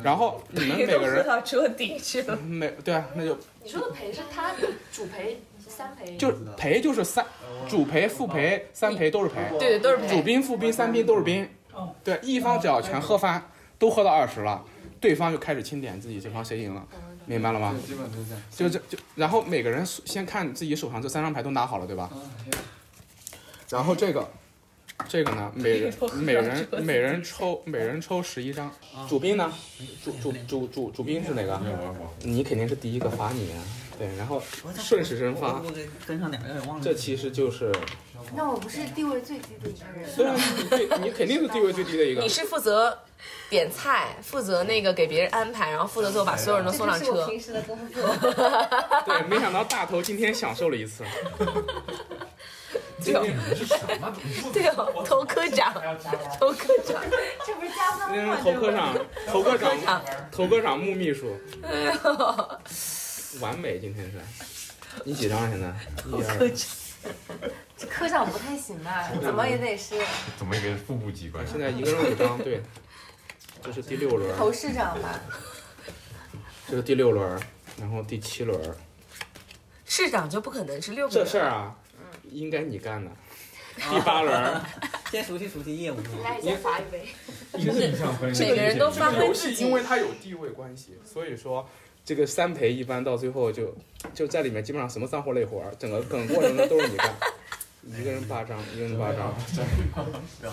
Speaker 2: 然后你们每
Speaker 6: [laughs] 都
Speaker 2: 个
Speaker 6: 喝
Speaker 2: 人
Speaker 6: 到车顶去了。
Speaker 2: 每对啊，那就
Speaker 9: 你说的陪是他的主陪三陪，
Speaker 2: 就是陪就是三主陪、副陪、三陪都是陪，
Speaker 6: 对对，都是
Speaker 2: 主
Speaker 6: 陪。
Speaker 2: 宾、副宾、三宾都是宾。
Speaker 6: 哦
Speaker 2: 对，一方只要全喝翻，都喝到二十了，对方就开始清点自己这方谁赢了，明白了吗
Speaker 4: 嗯
Speaker 10: 对，？基本都是这样。
Speaker 2: 就这就，然后每个人先看自己手上这三张牌都拿好了，对吧？
Speaker 6: 嗯
Speaker 10: 啊，
Speaker 2: 然后这个，这个呢，每人
Speaker 6: [laughs] 都喝
Speaker 2: 每
Speaker 6: 了
Speaker 2: 人
Speaker 6: 这个哦
Speaker 2: 每人抽每人抽十一张。主宾呢？主主主主主宾是哪个？你肯定是第一个罚你啊。对，然后顺时针
Speaker 4: 我
Speaker 2: 发，
Speaker 4: 我给跟上点儿，有点忘了。
Speaker 2: 这其实就是，
Speaker 9: 那我不是地位最低的一个人，
Speaker 2: 对啊，你对你肯定是地位最低的一个
Speaker 6: 你。是负责点菜，负责那个给别人安排，然后负责最后把所有人都送上
Speaker 8: 这就是我
Speaker 6: 车。
Speaker 8: 平时的工作。
Speaker 2: [laughs] 对，没想到大头今天享受了一
Speaker 6: [laughs]
Speaker 2: 次。
Speaker 6: 对哦，
Speaker 5: 是什么东西？
Speaker 6: [laughs] 对哦，头科长，头科长，
Speaker 9: 这不是加分
Speaker 2: 嗯
Speaker 9: 吗？，
Speaker 2: 头科长，头科
Speaker 6: 科
Speaker 2: 长，
Speaker 9: 啊
Speaker 6: 长，
Speaker 2: 头科长穆秘书，
Speaker 6: 哎呦，
Speaker 2: 完美，今天是。你几张啊现在？
Speaker 6: 头
Speaker 2: 一
Speaker 6: 科
Speaker 2: 二，
Speaker 6: 长，
Speaker 9: 这科长不太行吧？怎么也得是
Speaker 5: 怎么也给副部级官？
Speaker 2: 现在一个人五张，对。这是第六轮，
Speaker 9: 侯市长吧？
Speaker 2: 这是第六轮，然后第七轮。
Speaker 6: 市长就不可能是六个
Speaker 2: 这
Speaker 6: 人。
Speaker 2: 事儿啊，应该你干的。第八轮，
Speaker 4: 先熟悉熟悉业务。
Speaker 9: 来，先罚一杯。
Speaker 6: 每个人都发挥
Speaker 2: 游
Speaker 6: 自
Speaker 2: 戏
Speaker 6: 己
Speaker 2: 因为它有地位关系，所以说这个三陪一般到最后就就在里面基本上什么脏活累活儿，整个梗过程中都是
Speaker 6: [laughs]
Speaker 2: 你干。一个人八张，一个人八张。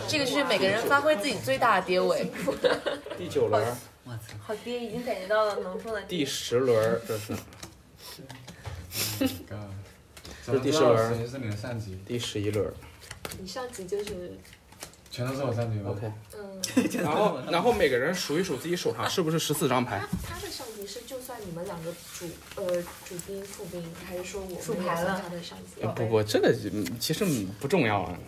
Speaker 6: 这个就是每个人发挥自己最大的跌位。
Speaker 2: 第九轮，
Speaker 4: 我操，
Speaker 9: 好爹已经感觉到了浓重的
Speaker 2: 第十轮，嗯这是
Speaker 10: 这是
Speaker 2: 第十轮
Speaker 10: 谁是你的上级？
Speaker 2: 第十一轮。
Speaker 9: 你上级就是
Speaker 10: 全都是我上级吗
Speaker 2: OK，
Speaker 9: 嗯，
Speaker 2: 然后然后每个人数一数自己手上是不是十四张牌
Speaker 9: 他。他的上级是就算你们两个主呃主兵副兵，还是说我
Speaker 6: 主
Speaker 9: 们也
Speaker 6: 牌了
Speaker 9: 算他的上级？
Speaker 2: 呃，不不，这个嗯其实不重要啊。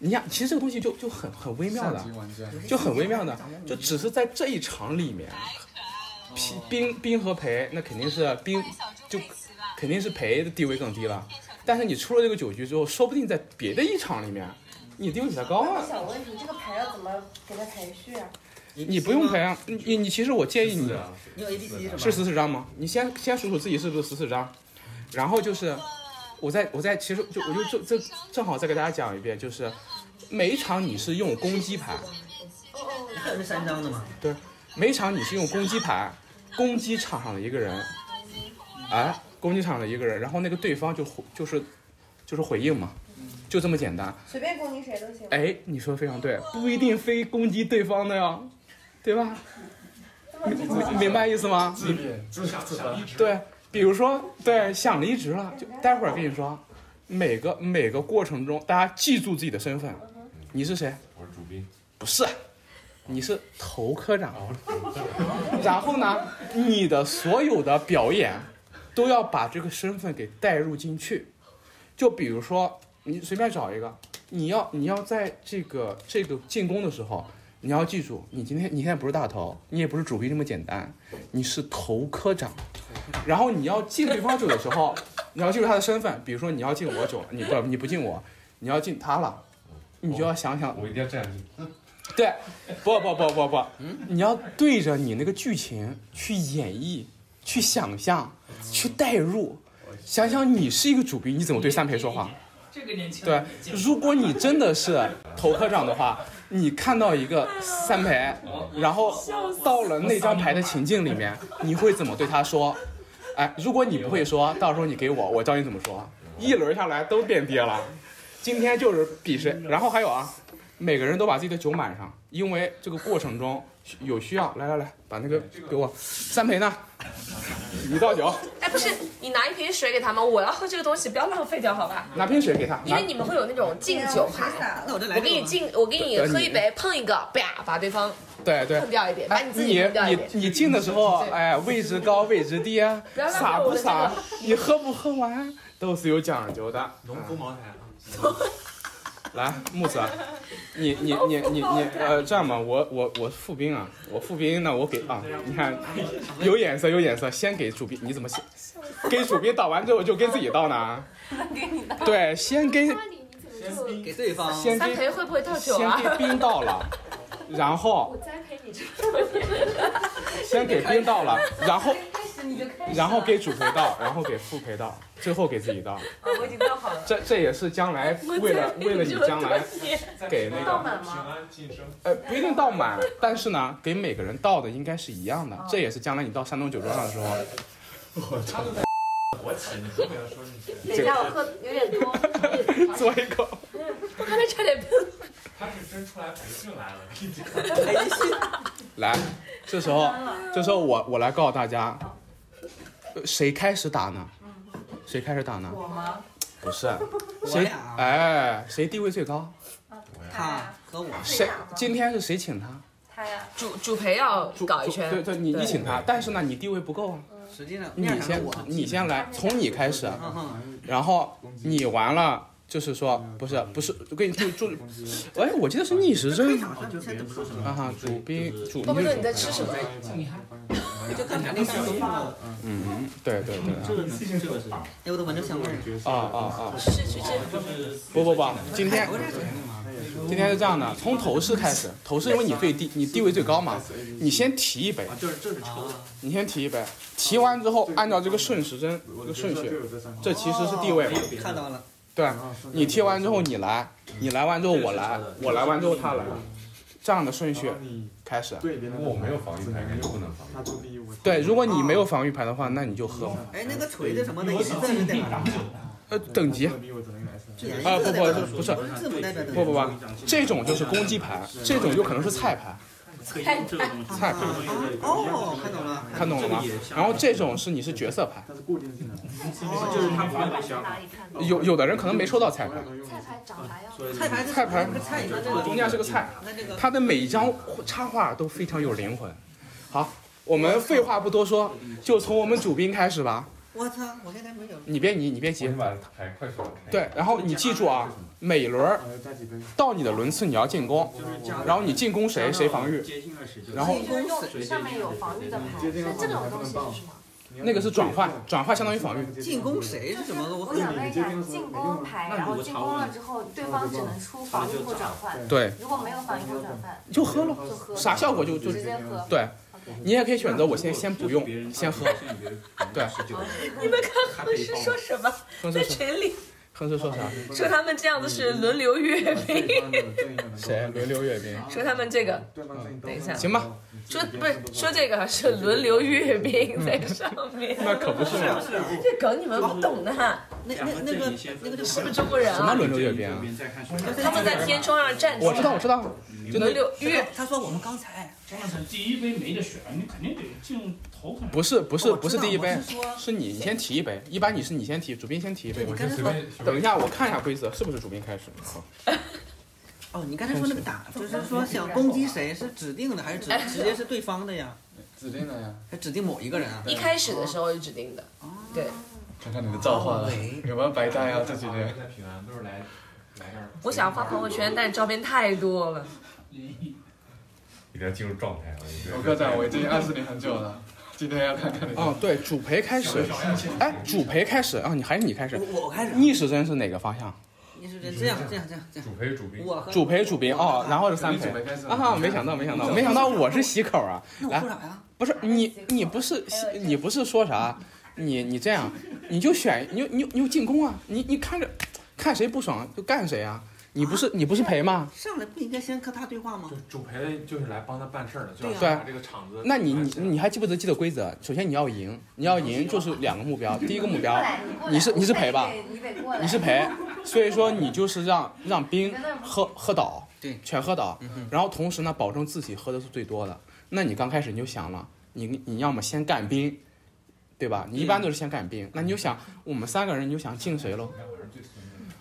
Speaker 2: 你呀，其实这个东西就就很很微妙的
Speaker 10: 上级，玩家，
Speaker 2: 就很微妙的，就只是在这一场里面，平兵兵和陪那肯定是兵就肯定是陪的地位更低了。但是你出了这个酒局之后，说不定在别的一场里面，你地位比他高啊，
Speaker 9: 想问你这个牌要怎么给他排序啊？
Speaker 2: 你不用陪啊。你你你其实我建议你
Speaker 4: 你有 A B C 是吧？
Speaker 2: 是十四张吗？你先先数数自己是不是十四张，然后就是，我再我再其实就我就这这正好再给大家讲一遍，就是每一场你是用攻击牌，
Speaker 4: 还有这三张的嘛？
Speaker 2: 每一场你是用攻击牌攻击场上的一个人，哎，攻击场上的一个人，然后那个对方就回就是就是回应嘛，就这么简单。
Speaker 9: 随便攻击谁都行。
Speaker 2: 哎，你说的非常对，不一定非攻击对方的呀，对吧？明明白意思吗？
Speaker 10: 自恋，自想自想
Speaker 2: 对，比如说，对，想离职了，就待会儿跟你说，每个每个过程中，大家记住自己的身份，你是谁？
Speaker 5: 我是主宾，
Speaker 2: 不是，你是头科长。然后呢，你的所有的表演都要把这个身份给带入进去。就比如说，你随便找一个，你要你要在这个这个进攻的时候，你要记住，你今天你现在不是大头，你也不是主力那么简单，你是头科长。然后你要进对方酒的时候， [laughs] 你要记住他的身份，比如说你要进我酒，你不你不进我，你要进他了，你就要想想
Speaker 5: 我一定要站
Speaker 2: 对，不不不不不，你要对着你那个剧情去演绎、去想象、去代入，想想你是一个主 B，你怎么对三陪说话？
Speaker 7: 这个年轻
Speaker 2: 对
Speaker 7: 人，
Speaker 2: 如果你真的是头科长的话，你看到一个三陪，然后到了那张牌的情境里面，你会怎么对他说？哎，如果你不会说，到时候你给我，我教你怎么说。一轮下来都变跌了，今天就是比谁。然后还有啊，每个人都把自己的酒满上，因为这个过程中有需要。来来来，把那个给我。三陪呢？一倒酒，
Speaker 6: 哎，不是，你拿一瓶水给他们，我要喝这个东西，不要浪费掉，好吧？
Speaker 2: 拿瓶水给他。
Speaker 6: 因为
Speaker 2: 拿
Speaker 6: 你们会有那种敬酒牌，
Speaker 4: 那我就来
Speaker 6: 我
Speaker 4: 这
Speaker 6: 给
Speaker 4: 个
Speaker 6: 你
Speaker 4: 吧。
Speaker 6: 敬，我给你喝一杯，碰一个，啪，把对方
Speaker 2: 对对
Speaker 6: 碰，掉一点，把
Speaker 2: 哎，
Speaker 6: 你自己
Speaker 2: 你
Speaker 6: 碰掉一点。
Speaker 2: 你你进的时候，哎，位置高位置低啊，
Speaker 6: 不要浪费
Speaker 2: 洒
Speaker 6: 我
Speaker 2: 不
Speaker 6: 的这
Speaker 2: 洒
Speaker 6: 个，
Speaker 2: 你喝不喝完啊都是有讲究的。
Speaker 10: 农夫茅台啊，
Speaker 2: 来，木子，你你你
Speaker 6: [laughs]
Speaker 2: 你你呃，这样吧，我我我复兵啊，我复兵，那我给啊，你看有眼色有眼色，先给主兵，你怎么
Speaker 6: [laughs]
Speaker 2: 先给主兵倒完之后就跟自己倒呢？啊对，先给
Speaker 9: 那你你怎么就
Speaker 4: 给对方，
Speaker 2: 先
Speaker 6: 三
Speaker 2: 给
Speaker 6: 陪会不会倒酒
Speaker 2: 先
Speaker 6: 啊？
Speaker 2: 给兵倒
Speaker 6: [laughs]
Speaker 2: 了，然后
Speaker 9: 我栽培你这个？
Speaker 2: 先给兵倒了，然后然后给主陪倒，然后给副陪倒，最后给自己倒。
Speaker 6: 我已经倒好了。
Speaker 2: 这这也是将来 [laughs] 为了为了你将来给那
Speaker 9: 倒
Speaker 2: 个
Speaker 9: 满
Speaker 2: [laughs]
Speaker 10: 平
Speaker 9: 吗？
Speaker 10: 安晋升。
Speaker 2: 呃不一定倒满，但是呢，给每个人倒的应该是一样
Speaker 6: 哦
Speaker 2: 的。这也是将来你到山东酒桌上的时候，
Speaker 10: 我请你，不要说你这
Speaker 9: 等一下，我喝有点多。
Speaker 2: 做一口。
Speaker 6: 我刚才差点喷。
Speaker 10: 他是真出来培训来了，跟你讲。
Speaker 2: 来，这时候这时候我我来告诉大家，呃谁开始打呢？谁开始打呢？
Speaker 9: 我吗？
Speaker 2: 不是，
Speaker 4: 我
Speaker 2: 谁
Speaker 4: 俩啊
Speaker 2: 哎谁地位最高？
Speaker 4: 他和我，
Speaker 2: 谁今天是谁请他？
Speaker 9: 他呀，
Speaker 6: 主啊主陪要
Speaker 2: 主
Speaker 6: 搞一
Speaker 2: 主
Speaker 6: 圈，
Speaker 2: 对对，你你
Speaker 6: 对
Speaker 2: 请他，但是呢你地位不够啊，
Speaker 4: 实际上
Speaker 2: 你
Speaker 4: 面上
Speaker 2: 先
Speaker 4: 是我，
Speaker 2: 你先来，从你开始。啊
Speaker 4: 嗯哼，
Speaker 2: 然后你完了，就是说不是不是，我给你注注，哎，我记得是逆时针
Speaker 8: 好像你现在怎么说什么？
Speaker 2: 啊哈，主宾主
Speaker 6: 波波
Speaker 2: 宾
Speaker 6: 哥，你在吃什么？
Speaker 4: 就刚才那个东西，
Speaker 2: 嗯，对对对，
Speaker 4: 哎，我都闻着香味儿。
Speaker 2: 啊啊啊，
Speaker 6: 吃吃吃，
Speaker 2: 不不不，今天
Speaker 4: 哎我这是吗？
Speaker 2: 今天是这样的，从头饰开始，头饰因为你最低，你地位最高嘛，你先啊提一杯，你先提一杯，提完之后按照这个顺时针这个顺序，这其实是地位嘛，
Speaker 4: 看到了，
Speaker 2: 对你提完之后你来，你来完之后我来，我来完之后他来，这样的顺序开始。
Speaker 10: 对，别
Speaker 5: 如果我没有防御牌，感觉不能防御。
Speaker 10: 作弊，我
Speaker 2: 对，如果你没有防御牌的话，那你就喝嘛。
Speaker 4: 哎，那个锤子什么的颜色是代表什么？
Speaker 2: 呃，等级
Speaker 10: 作弊，我只能来三。
Speaker 4: 颜
Speaker 2: 啊
Speaker 4: 色代表
Speaker 2: 不不不是
Speaker 4: 是字母代表的。
Speaker 2: 不不不，这种就是攻击牌，这种有可能是菜牌，菜牌
Speaker 4: 哦，看懂了，
Speaker 2: 啊看懂了吗？然后这种是你是角色牌，哦
Speaker 4: 就是他
Speaker 9: 在哪里看的？
Speaker 2: 有有的人可能没抽到菜牌，
Speaker 9: 菜牌长啥样？
Speaker 4: 菜牌，
Speaker 2: 菜牌
Speaker 4: 这菜，你看这个
Speaker 2: 中间是个菜，
Speaker 4: 你看这个，
Speaker 2: 它的每一张插画都非常有灵魂。好，我们废话不多说，就从我们主宾开始吧。
Speaker 4: 我操，我现在没有。
Speaker 2: 你别急，你别
Speaker 5: 我
Speaker 2: 急
Speaker 5: 先。把牌快速打开。
Speaker 2: 对，然后你记住啊，每轮儿到你的轮次你要进攻，然后你进攻谁谁防御，然后
Speaker 9: 就是用上面有防御的牌，那这种东西是什么？
Speaker 2: 那个是转换，转换相当于防御。
Speaker 4: 进攻谁是什啊么？我
Speaker 9: 我想问一下，进攻牌，然后进攻了之后，对方只能出防御或转换，
Speaker 2: 对，
Speaker 9: 如果没有防御或转换，
Speaker 2: 就喝了，
Speaker 9: 就喝，
Speaker 2: 啥效果就就
Speaker 9: 直接喝。
Speaker 2: 对。
Speaker 9: OK
Speaker 2: 你也可以选择我先先不用，先喝。对，
Speaker 6: 你们看何师说什么？
Speaker 2: 亨
Speaker 6: 在
Speaker 2: 氏说，
Speaker 6: 群里
Speaker 2: 亨氏说啥？
Speaker 6: 说他们这样子是轮流阅
Speaker 2: 嗯
Speaker 6: 兵，
Speaker 2: 谁轮流阅兵？
Speaker 6: 说他们这个
Speaker 2: 嗯
Speaker 6: 等一下
Speaker 2: 行吧，
Speaker 6: 说不是说这个是轮流阅兵在上面，
Speaker 2: 嗯那可不是嘛。
Speaker 4: 啊
Speaker 6: 这梗你们不懂的，
Speaker 4: 那那那个那个就是
Speaker 6: 不是中国人
Speaker 2: 什么
Speaker 6: 啊？
Speaker 2: 轮流阅兵啊？
Speaker 6: 他们在天窗上站着，
Speaker 2: 我知道，我知道，就那
Speaker 6: 轮流阅，
Speaker 4: 他说我们刚才这样，
Speaker 7: 第一杯没得选，你肯定得进入头肯。
Speaker 2: 不是不是不是第一杯
Speaker 4: 我，知道我是说
Speaker 2: 是你你先提一杯，一般你是你先提，主宾先提一杯。
Speaker 4: 你
Speaker 2: 我
Speaker 4: 刚才
Speaker 2: 先
Speaker 5: 随
Speaker 4: 说
Speaker 5: 便随便
Speaker 2: 等一下，我看一下规则是不是主宾开始。好
Speaker 4: 哦，你刚才说那个打，就是说想攻击谁是指定的还 [laughs] 是直直接是对方的呀？
Speaker 10: 指定的呀，
Speaker 4: 还指定某一个人啊？
Speaker 6: 一开始的时候就指定的，
Speaker 3: 哦
Speaker 6: 对
Speaker 10: 看看你的造化了，有没有白搭呀？这几年
Speaker 5: 在平安，都是来来这儿。
Speaker 6: 我想发朋友圈，但照片太多了。
Speaker 5: 一定要进入状态啊！
Speaker 10: 我哥在，我已经暗示你很久了，今天要看看你。
Speaker 2: 哦，对，主陪开始。哎，主陪开始啊，你还是你开始
Speaker 4: 我。我开始，
Speaker 2: 逆时针是哪个方向？
Speaker 4: 你是这这样这样这样这样，
Speaker 5: 主陪主宾，
Speaker 4: 我和
Speaker 2: 主陪主宾哦，然后是三
Speaker 10: 你
Speaker 2: 陪
Speaker 10: 准备开始了
Speaker 2: 啊，没想到没想到没想到我是喜口啊，
Speaker 4: 那我
Speaker 2: 来
Speaker 4: 说啥呀？
Speaker 2: 不是你你不是你不是说啥，你你这样你就选你就你就你就进攻啊，你你看着看谁不爽就干谁啊，你不是你不是陪吗？
Speaker 4: 上来不应该先和他对话吗
Speaker 5: 就？主陪就是来帮他办事儿的，就要
Speaker 2: 对啊
Speaker 5: 把这个场子。
Speaker 2: 那你你你还记不记得规则？首先你要赢，你要赢就是两个目标，第一个目标你是你是陪吧？
Speaker 3: 你得过来，
Speaker 2: 你是陪，所以说你就是让让兵
Speaker 3: 在那儿
Speaker 2: 喝喝倒，
Speaker 4: 对
Speaker 2: 全喝倒，然后同时呢，保证自己喝的是最多的。那你刚开始你就想了，你你要么先干兵，对吧？你一般都是先干兵，那你就想我们三个人你就想敬谁喽？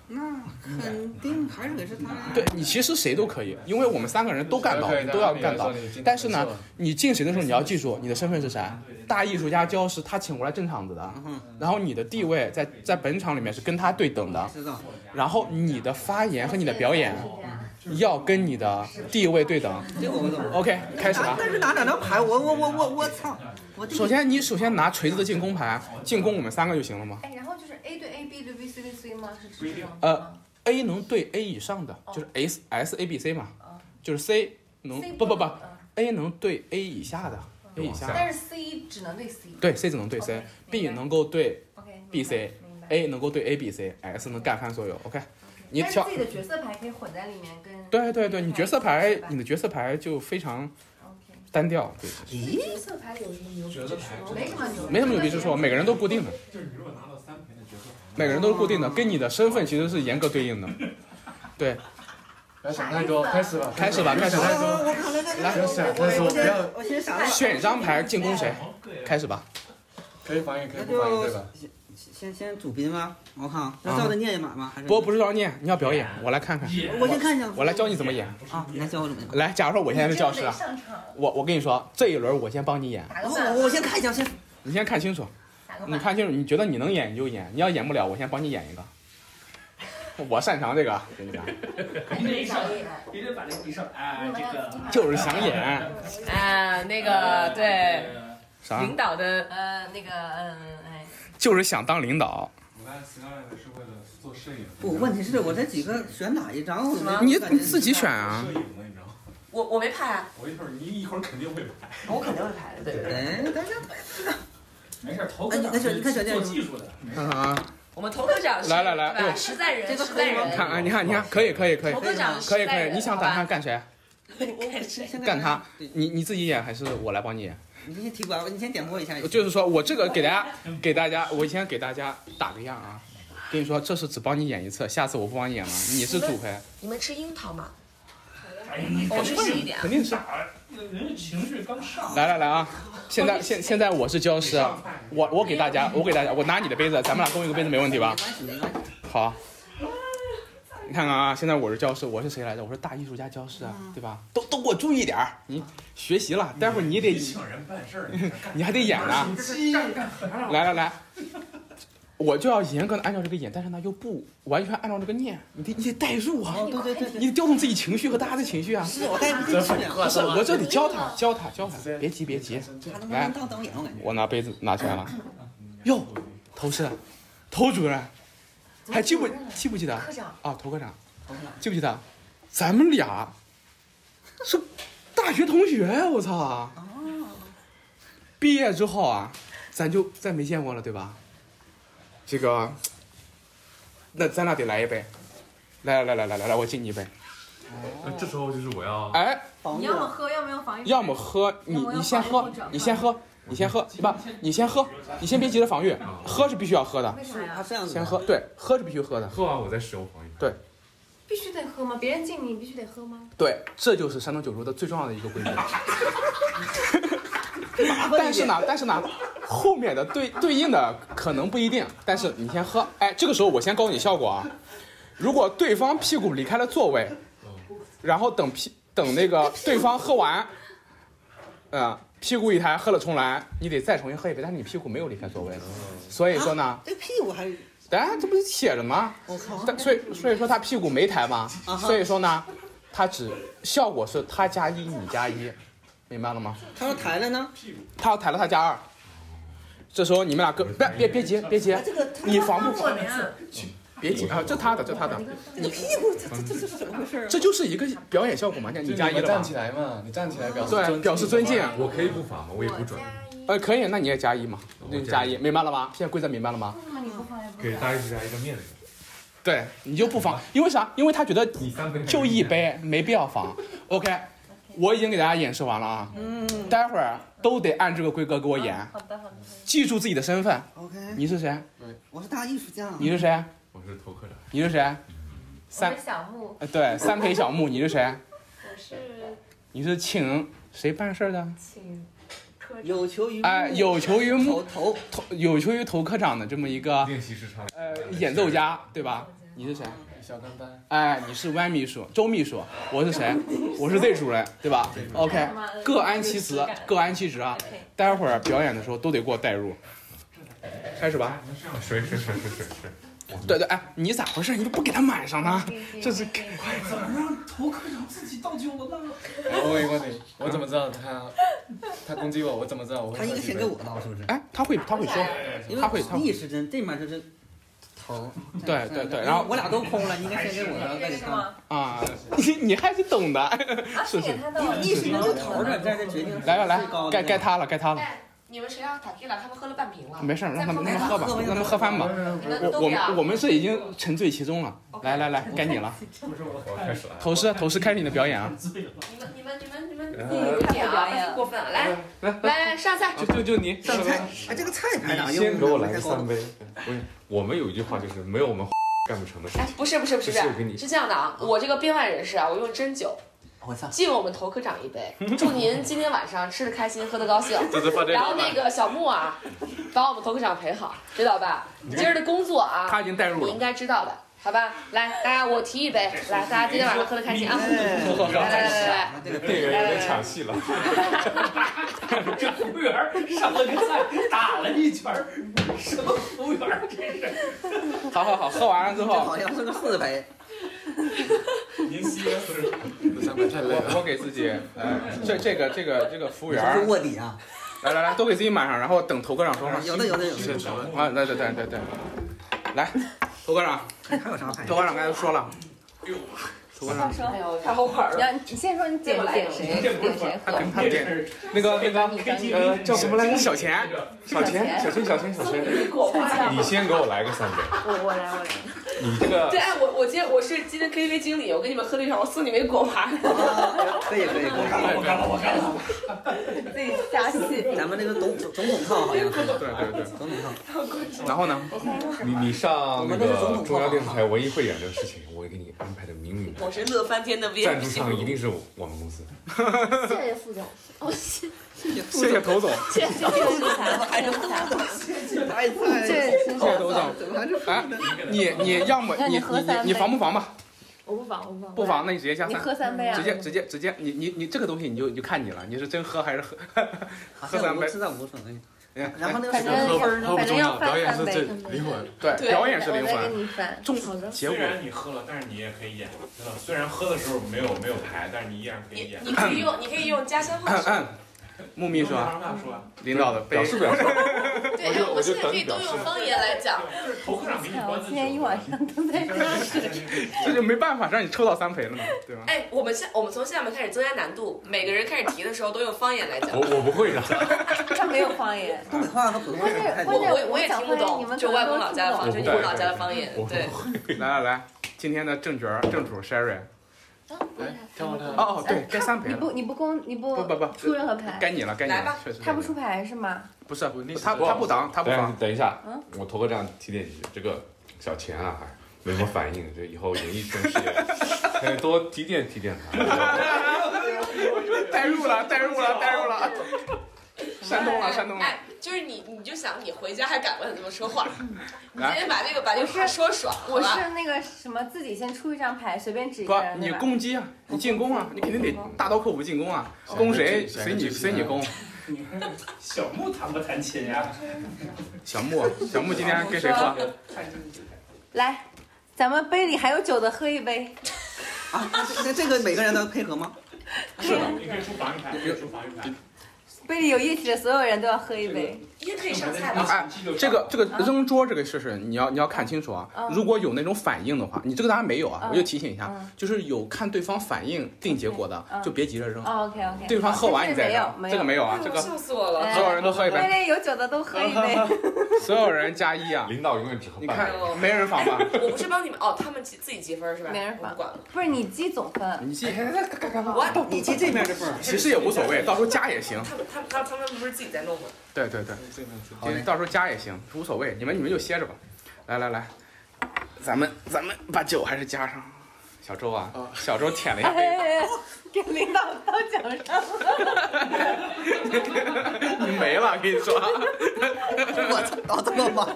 Speaker 4: 那肯定还是得是他呀。
Speaker 2: 对你其实谁都可以，因为我们三个人都干倒，
Speaker 10: 可以
Speaker 2: 你都要
Speaker 10: 可以
Speaker 2: 干倒
Speaker 10: 可以。可以
Speaker 2: 但是呢，你敬谁的时候你要记住你的身份是谁，大艺术家焦师他请过来正场子的，
Speaker 4: 嗯
Speaker 2: 然后你的地位在在本场里面是跟他对等的，
Speaker 4: 知道，
Speaker 2: 然后你的发啊言和你的表演。要跟你的地位对等。
Speaker 4: 这我不懂。
Speaker 2: OK，开始吧。
Speaker 4: 但是拿两张牌，我我我我我操！我这个
Speaker 2: 首先，你首先拿锤子的进攻牌进攻我们三个就行了吗
Speaker 3: 哎，然后就是 A 对 A，B 对 B，C 对 C 吗？是这样
Speaker 2: 呃？A 能对 A 以上的就是 S S A B C 嘛，就是 C 能嗯不不不，A 能对 A 以下的 A 以下的，
Speaker 3: 嗯但是 C 只能对 C。
Speaker 2: 对 C 只能对 C，B 能够对
Speaker 3: OK。明白。
Speaker 2: A 能够对 A B C，S 能干翻所有。OK，你
Speaker 3: 但是
Speaker 2: 挑
Speaker 3: 自己的角色牌可以混在里面跟。
Speaker 2: 对对对，你角色牌你的角色牌就非常
Speaker 3: OK。
Speaker 2: 单调，对，
Speaker 6: 角色牌有什么牛逼之处？
Speaker 3: 没什么牛。
Speaker 2: 没什么牛逼之处，每个人都固定的，
Speaker 5: 就是你如果拿到三陪的角色牌，
Speaker 2: 每个人都是固定的，跟你的身份其实是严格对应的。
Speaker 10: 不要想太多，开始吧，
Speaker 2: 开始吧，开始吧。
Speaker 4: 我我靠，来来来，
Speaker 10: 不要
Speaker 4: 我
Speaker 10: 想太多，不要
Speaker 4: 先我先啥了？
Speaker 2: 选一张牌进攻谁？开始吧。
Speaker 10: 可以防御，可以
Speaker 4: 那
Speaker 10: 不防御，
Speaker 4: 就
Speaker 10: 对吧？
Speaker 4: 先先先主宾吗？我靠，要照着念一码吗？还是
Speaker 2: 不，不是照念，你要表演，我来看看，
Speaker 4: 我先看一下。
Speaker 2: 我来教你怎么演。
Speaker 4: 啊，你来教我怎么演。
Speaker 2: 来，假如说我现在是教师啊，
Speaker 3: 上场
Speaker 2: 我我跟你说，这一轮我先帮你演，
Speaker 3: 打
Speaker 4: 然
Speaker 3: 个
Speaker 4: 后
Speaker 3: 板。
Speaker 4: 哦我我先看一下，先
Speaker 2: 你先看清楚，
Speaker 3: 打个
Speaker 2: 你
Speaker 3: 板。
Speaker 2: 看清楚，你觉得你能演你就演，你要演不了，我先帮你演一个。我擅长这个，跟你讲，
Speaker 7: 没事儿别人把那一上，哎，这个
Speaker 2: 就是想演
Speaker 6: 啊，那个对，
Speaker 2: 啥，
Speaker 6: 领导的
Speaker 3: 呃，那个，嗯，哎，
Speaker 2: 就是想当领导。
Speaker 5: 我刚才 Skyline 是为了做摄影，
Speaker 4: 不，问题是我这几个选哪一张？我
Speaker 6: 么
Speaker 2: 你你自己选啊
Speaker 5: 摄，影了，你知道吗？
Speaker 6: 我我没派啊，
Speaker 5: 我一会儿你一会儿肯定会拍，
Speaker 6: 我肯定会派的，对。
Speaker 4: 哎，大家
Speaker 7: 没事儿，头跟脑
Speaker 4: 哎没事你看小
Speaker 7: 是
Speaker 4: 健
Speaker 7: 做技术的，
Speaker 2: 看看啊，
Speaker 6: 我们头科长是
Speaker 2: 来来来
Speaker 6: 对吧
Speaker 2: 哎呦
Speaker 6: 实在人，
Speaker 4: 这个
Speaker 6: 实
Speaker 4: 可
Speaker 6: 在
Speaker 4: 以吗
Speaker 6: 人，
Speaker 2: 看啊，你看你看，可以可以可以
Speaker 6: 头科长
Speaker 2: 可以
Speaker 6: 实在
Speaker 2: 可以，
Speaker 6: 人
Speaker 2: 你想
Speaker 6: [laughs]
Speaker 2: 打算？干谁？
Speaker 4: 先
Speaker 2: 干他
Speaker 4: 对
Speaker 2: 你你自己演还是我来帮你演？
Speaker 4: 你先提拔，你先点拨一下。
Speaker 2: 就是说我这个给大家给大家，我先给大家打个样啊，跟你说，这是只帮你演一次，下次我不帮你演了，你是主陪，
Speaker 6: 你们吃樱桃吗？
Speaker 7: 哎呀，你
Speaker 6: 我吃细一点啊。
Speaker 2: 肯定是。
Speaker 7: 人家情绪刚上，
Speaker 2: 来来来啊，现在现现在我是教师啊，我我给大家，我给大家，我拿你的杯子，咱们俩共用一个杯子没问题吧？好啊，你看看啊，现在我是教师，我是谁来着？我是大艺术家教师啊，对吧？都都给我注意点儿，你学习了，待会儿你也得
Speaker 5: 你请人办事儿，你
Speaker 2: 你还得演啊呢。 [laughs] 来来来，我就要严格的按照这个演，但是呢又不完全按照这个念，你得你得代入啊，
Speaker 4: 哦，对对对对，
Speaker 2: 你得调动自己情绪和大家的情绪啊。
Speaker 4: 是我带不进去啊，
Speaker 2: 不是，我这得教他教他教他，别急别急。
Speaker 4: 他他妈能当导演，我感觉。
Speaker 2: 我拿杯子拿起来了，哟，头是，头主任，还记不记不记得
Speaker 3: 科长，
Speaker 2: 啊？头科长，记不记得？咱们俩是大学同学呀！我操！毕业之后啊，咱就再没见过了，对吧？这个，那咱俩得来一杯。来来来来来来，我敬你一杯。
Speaker 5: 这时候就是我要
Speaker 2: 哎，
Speaker 4: 保啊
Speaker 3: 你要么喝，要么用防御。
Speaker 2: 要么喝，你你先喝，你先喝，你先喝，不，你先喝，你先别急着防御，喝是必须要喝的。
Speaker 3: 为啥
Speaker 4: 他
Speaker 3: 呀？
Speaker 4: 这样子
Speaker 2: 先喝，对，喝是必须喝的。
Speaker 5: 喝完我再使用防御牌。
Speaker 2: 对
Speaker 3: 必须得喝吗？别人敬你，你必须得喝吗？
Speaker 2: 对，这就是山东酒桌的最重要的一个规
Speaker 4: [laughs]
Speaker 2: 则。
Speaker 4: 麻烦
Speaker 2: 但
Speaker 4: 一
Speaker 2: 是
Speaker 4: 点，
Speaker 2: 呢，但是呢，后面的对对应的可能不一定。但是你先喝，哎，这个时候我先告诉你效果啊。如果对方屁股离开了座位，然后等屁等那个对方喝完，嗯、屁股一抬喝了重来，你得再重新喝一杯，但是你屁股没有离开座位，所以说呢，
Speaker 4: 这屁股还是
Speaker 2: 哎，这不是写着吗？
Speaker 4: 我靠，
Speaker 2: 但所以所以说他屁股没抬嘛，
Speaker 4: 啊哈
Speaker 2: 所以说呢，他只效果是他加一你加一，明白了吗？
Speaker 4: 他要抬了呢，
Speaker 2: 他要抬了他加
Speaker 10: 嗯
Speaker 2: 二，这时候你们俩各别别别急别急
Speaker 4: 啊，这个他
Speaker 2: 你防不
Speaker 3: 我们啊，
Speaker 2: 别紧啊，这他的，这他的，
Speaker 6: 你
Speaker 2: 屁股这这这是怎么回
Speaker 4: 啊
Speaker 2: 事？这就是一个表演效果嘛，你
Speaker 10: 就
Speaker 2: 你
Speaker 10: 你
Speaker 2: 加一
Speaker 10: 们
Speaker 2: 了
Speaker 10: 站
Speaker 2: 吧？
Speaker 10: 起来嘛，你站起来表示
Speaker 2: 对，表示尊敬。
Speaker 5: 我可以不发吗？我也不转，
Speaker 2: 呃，可以，那你也加一嘛，那
Speaker 5: 我
Speaker 2: 你加一，明白了吗？现在规则明白了吗？
Speaker 3: 为什么你不发也不
Speaker 5: 给大家一家一个面子。
Speaker 2: 对，你就不防，因为啥？因为他觉得
Speaker 5: 你三分
Speaker 2: 就一，杯，没必要防。OK，我已经给大家演示完了啊，
Speaker 8: 嗯
Speaker 2: 待会儿都得按这个规格给我演，
Speaker 3: 啊好的好的。
Speaker 2: 记住自己的身份，
Speaker 8: ，OK，
Speaker 2: 你是谁？
Speaker 8: 我是大艺术家。啊
Speaker 2: 你是谁？
Speaker 5: 我是头科长。
Speaker 2: 你是谁？
Speaker 3: 我
Speaker 2: 三
Speaker 3: 是小木，
Speaker 2: 呃对，三陪小木，你是谁？
Speaker 9: 我是
Speaker 2: 你是请谁办事儿的？
Speaker 9: 请科长。
Speaker 8: 有求于
Speaker 2: 哎，
Speaker 8: 木
Speaker 2: 有求于木
Speaker 8: 头头，
Speaker 2: 头，有求于头科长的这么一个
Speaker 5: 练习时长。
Speaker 2: 呃演奏家，对吧？你是谁？
Speaker 10: 小跟班，
Speaker 2: 哎，你是 Y 秘书，周秘书，我是谁？我是 Z 主任，对吧？OK，各哎安其职，各安其职啊！待会儿表演的时候都得给我带入，开始
Speaker 5: 哎
Speaker 2: 吧。
Speaker 5: 水水水水水水。
Speaker 2: 对对，哎，你咋回事？你都不给他满上呢？这是
Speaker 7: 怎么让头科长自己倒酒了呢？
Speaker 10: 我问一个问题，我怎么知道他他攻击我？我怎么知道我会
Speaker 8: 他
Speaker 10: 喝
Speaker 8: 应该
Speaker 10: 几
Speaker 8: 先
Speaker 10: 杯
Speaker 8: 给？我倒，是不是？
Speaker 2: 哎，他会他会说，
Speaker 8: 因
Speaker 2: 他会
Speaker 8: 为
Speaker 2: 他
Speaker 8: 你
Speaker 2: 会
Speaker 8: 也是真，这面就是头。哎
Speaker 2: 对对对然后
Speaker 8: 我俩都空了，你应该先给我，然后再给
Speaker 3: 是
Speaker 8: 他。
Speaker 3: 吗？
Speaker 2: 啊，你 [laughs] 你还是懂的。哎
Speaker 3: 啊，
Speaker 2: 是
Speaker 3: 给
Speaker 2: 是
Speaker 3: 他到了。
Speaker 8: 艺术家就头着，再再决定
Speaker 2: 来来
Speaker 8: 谁最
Speaker 5: 哦
Speaker 2: 来，
Speaker 8: 高
Speaker 2: 该
Speaker 8: 的
Speaker 2: 该他了，该他了。
Speaker 9: 哎，你们谁让塔 Q 了？他们喝了半瓶了。
Speaker 2: 啊没事儿，让他们让他们喝吧
Speaker 8: 喝吧，
Speaker 2: 让他们喝翻吧。
Speaker 9: 你们
Speaker 2: 我
Speaker 9: 都
Speaker 2: 我
Speaker 9: 不要
Speaker 8: 啊
Speaker 2: 们我们是已经沉醉其中了。来来来，该你了，
Speaker 7: 不是我
Speaker 5: 我开始了。
Speaker 2: 头师头师开始你的表
Speaker 8: [laughs]
Speaker 2: 演啊！
Speaker 7: 醉了。
Speaker 9: 你们你们你们你们自己有点啊，太过分了！来来来，上菜。
Speaker 2: 就就就你，
Speaker 8: 上菜，哎，这个菜牌哪
Speaker 5: 你
Speaker 8: 用？
Speaker 5: 先给我来个
Speaker 8: 太高了
Speaker 5: 三杯。不是，我们有一句话就是没有我们干不成的事
Speaker 6: 哎
Speaker 5: 情。，
Speaker 6: 不是不是不是
Speaker 5: 不是我给你
Speaker 6: 是这样的啊，我这个编外人士啊，我用真酒
Speaker 8: 我操！
Speaker 6: 敬我们头科长一杯，祝您今天晚上吃的开心，喝的高兴。
Speaker 10: 这是犯罪
Speaker 6: 然后
Speaker 10: 老
Speaker 6: 那
Speaker 10: 板。
Speaker 6: 个小木啊，把我们头科长陪好，知道吧？今儿的工作啊，
Speaker 2: 他已经带入
Speaker 6: 你
Speaker 2: 了
Speaker 6: 应。该知道的，好吧？来，大家我提一杯，来，大家今天晚上喝的开心啊！
Speaker 8: 哎，
Speaker 2: 喝喝喝
Speaker 6: 来来来来来，
Speaker 8: 这个
Speaker 5: 店员有点抢戏了。
Speaker 7: 这服务员上了个菜，打了一圈儿，什么服务员儿这是？
Speaker 2: [laughs] 好好好，喝完了之
Speaker 8: 这好
Speaker 2: 后，
Speaker 8: 像是个四杯，
Speaker 5: 您歇会儿。
Speaker 10: 这三杯太累
Speaker 2: 我
Speaker 10: 了。
Speaker 2: 我给自己，哎，这这个这个这个服务员
Speaker 8: 这是 [laughs]
Speaker 2: 儿，
Speaker 8: 卧底啊！
Speaker 2: 来来来，都给自己满上，然后等头科长说话。
Speaker 8: 有的有的有的，
Speaker 2: 啊，对对对对对，来，头科长，
Speaker 8: 还还有啥牌？
Speaker 2: 头科长刚才说了，头科长
Speaker 6: 哎呦，太后悔了。
Speaker 3: 要你先说你点点谁点谁
Speaker 2: 他
Speaker 3: 喝，
Speaker 2: 跟他点
Speaker 7: 是
Speaker 2: 那个那个
Speaker 3: 你当你
Speaker 2: 呃叫什么来着？小钱，
Speaker 5: 小钱，小钱，小钱，小钱，
Speaker 6: 果然
Speaker 5: 你先给我来个三杯。
Speaker 3: 我我来我来。
Speaker 5: 你这个
Speaker 6: [laughs] 对，哎，我我今天我是今天 KTV 经理，我给你们喝了一场，我送你们一果盘。
Speaker 8: 啊可以可以可以，
Speaker 7: 我干了，我干了。
Speaker 3: [laughs] 自己加戏。
Speaker 8: 咱们那个总总统套好像是
Speaker 2: 对对对，
Speaker 8: 总统套，
Speaker 2: 然后呢？
Speaker 5: 你你
Speaker 8: 我
Speaker 5: 上那
Speaker 8: 们都是总
Speaker 5: 个
Speaker 8: 统
Speaker 5: 中央电视
Speaker 8: 套
Speaker 5: 台文艺汇演这个事情，我给你安排的明明白
Speaker 6: [laughs] 我
Speaker 5: 白。
Speaker 6: 是乐翻天的
Speaker 5: 赞助商
Speaker 6: VIP，
Speaker 5: 一定是我们公司。
Speaker 9: 谢谢副
Speaker 3: [laughs]
Speaker 9: 总，哦谢
Speaker 2: 谢谢头总，
Speaker 9: 谢谢副总，
Speaker 8: 还是副
Speaker 6: [laughs]
Speaker 8: 总，太菜，
Speaker 2: 谢谢头总。
Speaker 8: 怎么还是
Speaker 2: 哎，你你要么
Speaker 3: 让
Speaker 2: 你
Speaker 3: 你
Speaker 2: 你
Speaker 3: 喝
Speaker 2: 你
Speaker 3: 三
Speaker 2: 你
Speaker 3: 杯
Speaker 2: 防不防吧？
Speaker 9: 我不防我不防
Speaker 2: 不防，那你直接加
Speaker 3: 你
Speaker 2: 三。
Speaker 3: 喝三杯啊
Speaker 2: 直！接直接直接，你你你这个东西你就你就看你了，你是真喝还是喝？哎
Speaker 8: 喝三杯，吃三无所谓。然后那个
Speaker 3: 反
Speaker 8: 什
Speaker 3: 正喝
Speaker 8: 么分呢？
Speaker 3: 反正要翻
Speaker 10: 表演
Speaker 3: 三
Speaker 10: 是
Speaker 3: 杯
Speaker 10: 这灵魂，
Speaker 2: 对，
Speaker 6: 对
Speaker 2: 表演是灵
Speaker 3: 我再给
Speaker 2: 魂，
Speaker 3: 你
Speaker 9: 啊
Speaker 3: 翻。
Speaker 2: 重
Speaker 3: 好的。
Speaker 2: 结果
Speaker 11: 虽然你喝了，但是你也可以演，真的。虽然喝的时候没有没有牌，但是你依然可以
Speaker 6: 你
Speaker 11: 演。
Speaker 6: 你可以用你可以用家乡
Speaker 5: [laughs]
Speaker 6: 话说，
Speaker 2: 嗯木秘
Speaker 11: 你
Speaker 2: 书
Speaker 11: 有
Speaker 2: 啊，
Speaker 11: 啥话说啊？
Speaker 2: 领导的
Speaker 5: 表
Speaker 2: 杯，
Speaker 5: 示表示，
Speaker 6: 对，哎我们现在可以都用方言来讲。
Speaker 11: 对，就是头科长给你端
Speaker 3: 我
Speaker 11: 的
Speaker 3: 今天一晚上都在
Speaker 2: 这就没办法让你抽到三陪了嘛，对吧？
Speaker 6: 哎，我们现我们从下面开始增加难度，每个人开始提的时候都用方言来讲
Speaker 5: 我。我不会的。
Speaker 3: 他没有方言。
Speaker 8: 东北话和普通话
Speaker 3: 关
Speaker 8: 不
Speaker 3: 键
Speaker 8: 太
Speaker 6: 我
Speaker 3: 关键
Speaker 8: 多。
Speaker 6: 我我也
Speaker 3: 讲
Speaker 6: 听
Speaker 3: 话
Speaker 6: 不
Speaker 3: 你们
Speaker 6: 懂，就外公老家的
Speaker 3: 话
Speaker 6: 方，
Speaker 5: 我不
Speaker 6: 就你
Speaker 5: 懂
Speaker 6: 们老家的方言
Speaker 5: 我。不
Speaker 6: 对，
Speaker 2: 来来来，今天的正角儿正主 Sherry，
Speaker 10: 来，跳跳跳，
Speaker 2: 哦对，该三陪
Speaker 3: 哎你
Speaker 2: 了，
Speaker 3: 不你不公你不
Speaker 2: 不不不
Speaker 3: 出任何牌，
Speaker 2: 该你了，该你
Speaker 6: 来吧
Speaker 2: 了，确实该你了。
Speaker 3: 他不出牌是吗？
Speaker 2: 不是
Speaker 10: 历史
Speaker 2: 他
Speaker 10: 多
Speaker 2: 他不挡，他不
Speaker 5: 等一下
Speaker 2: 防。
Speaker 5: 等一下
Speaker 3: 嗯，
Speaker 5: 我头科长提点几句，这个小钱啊，还没什么反应，这以后演艺圈事业， [laughs] 可以多提点提点他。
Speaker 2: 代入了，代入了，代入
Speaker 3: [laughs]
Speaker 2: 了，山东了，山东了。
Speaker 6: 哎，就是你，你就想你回家还敢问他怎么说话？你
Speaker 2: 来
Speaker 6: 今天把这个把这个话说爽，好
Speaker 3: 我
Speaker 6: 吧？
Speaker 3: 是那个什么自己先出一张牌，随便指一
Speaker 2: 不
Speaker 3: 个，人，
Speaker 2: 你
Speaker 3: 对吧？
Speaker 2: 攻击啊，你进攻啊，你肯定得大刀阔斧进攻啊，攻谁谁你谁你攻。
Speaker 7: 你看小木弹不弹琴呀？
Speaker 2: 小木，啊小木今天跟谁喝？
Speaker 7: 弹琴就弹
Speaker 3: 来，咱们杯里还有酒的喝一杯，
Speaker 8: 啊，这这个每个人都要配合吗？
Speaker 11: 你可以出防御牌，你可以出防御牌。
Speaker 12: 杯里有液体的所有人都要喝一杯，
Speaker 6: 也可以上菜
Speaker 2: 啊哎
Speaker 6: 吧？，
Speaker 2: 这个这个
Speaker 3: 嗯
Speaker 2: 扔桌这个事实，你要你要看清楚啊
Speaker 12: 嗯。
Speaker 2: 如果有那种反应的话，你这个当然没有啊，
Speaker 12: 嗯
Speaker 2: 我就提醒一下
Speaker 12: 嗯，
Speaker 2: 就是有看对方反应定结果的
Speaker 12: 嗯，
Speaker 2: 就别急着扔。
Speaker 12: OK OK，
Speaker 2: 对方喝完你再扔这个没有 [laughs] 啊这个
Speaker 6: 笑死我 [laughs] 了！
Speaker 2: 所有人都喝一杯
Speaker 12: 杯里有酒的都喝一
Speaker 2: [laughs]
Speaker 12: 杯。
Speaker 2: 所有人加一啊！
Speaker 5: 领导永远只喝
Speaker 2: 你看
Speaker 6: 半杯
Speaker 2: 没人仿吧？
Speaker 6: 我不是帮你们哦，他们自己积分是吧？没人管，
Speaker 12: 不是你记总分，
Speaker 2: 你记，
Speaker 6: 我
Speaker 8: 你记这边的份儿
Speaker 2: 其实也无所谓，到时候加也行。
Speaker 6: 他们他们他们他们不是自己在弄吗？
Speaker 2: 对对对，好嘞，到时候加也行，无所谓。你们你们就歇着吧。来来来，咱们咱们把酒还是加上。小周啊，小周舔了一
Speaker 12: 哎
Speaker 2: 杯，
Speaker 12: 哎哎给领导当奖上了。
Speaker 2: [laughs] 你没了，跟你说。
Speaker 8: 我操，搞这么忙，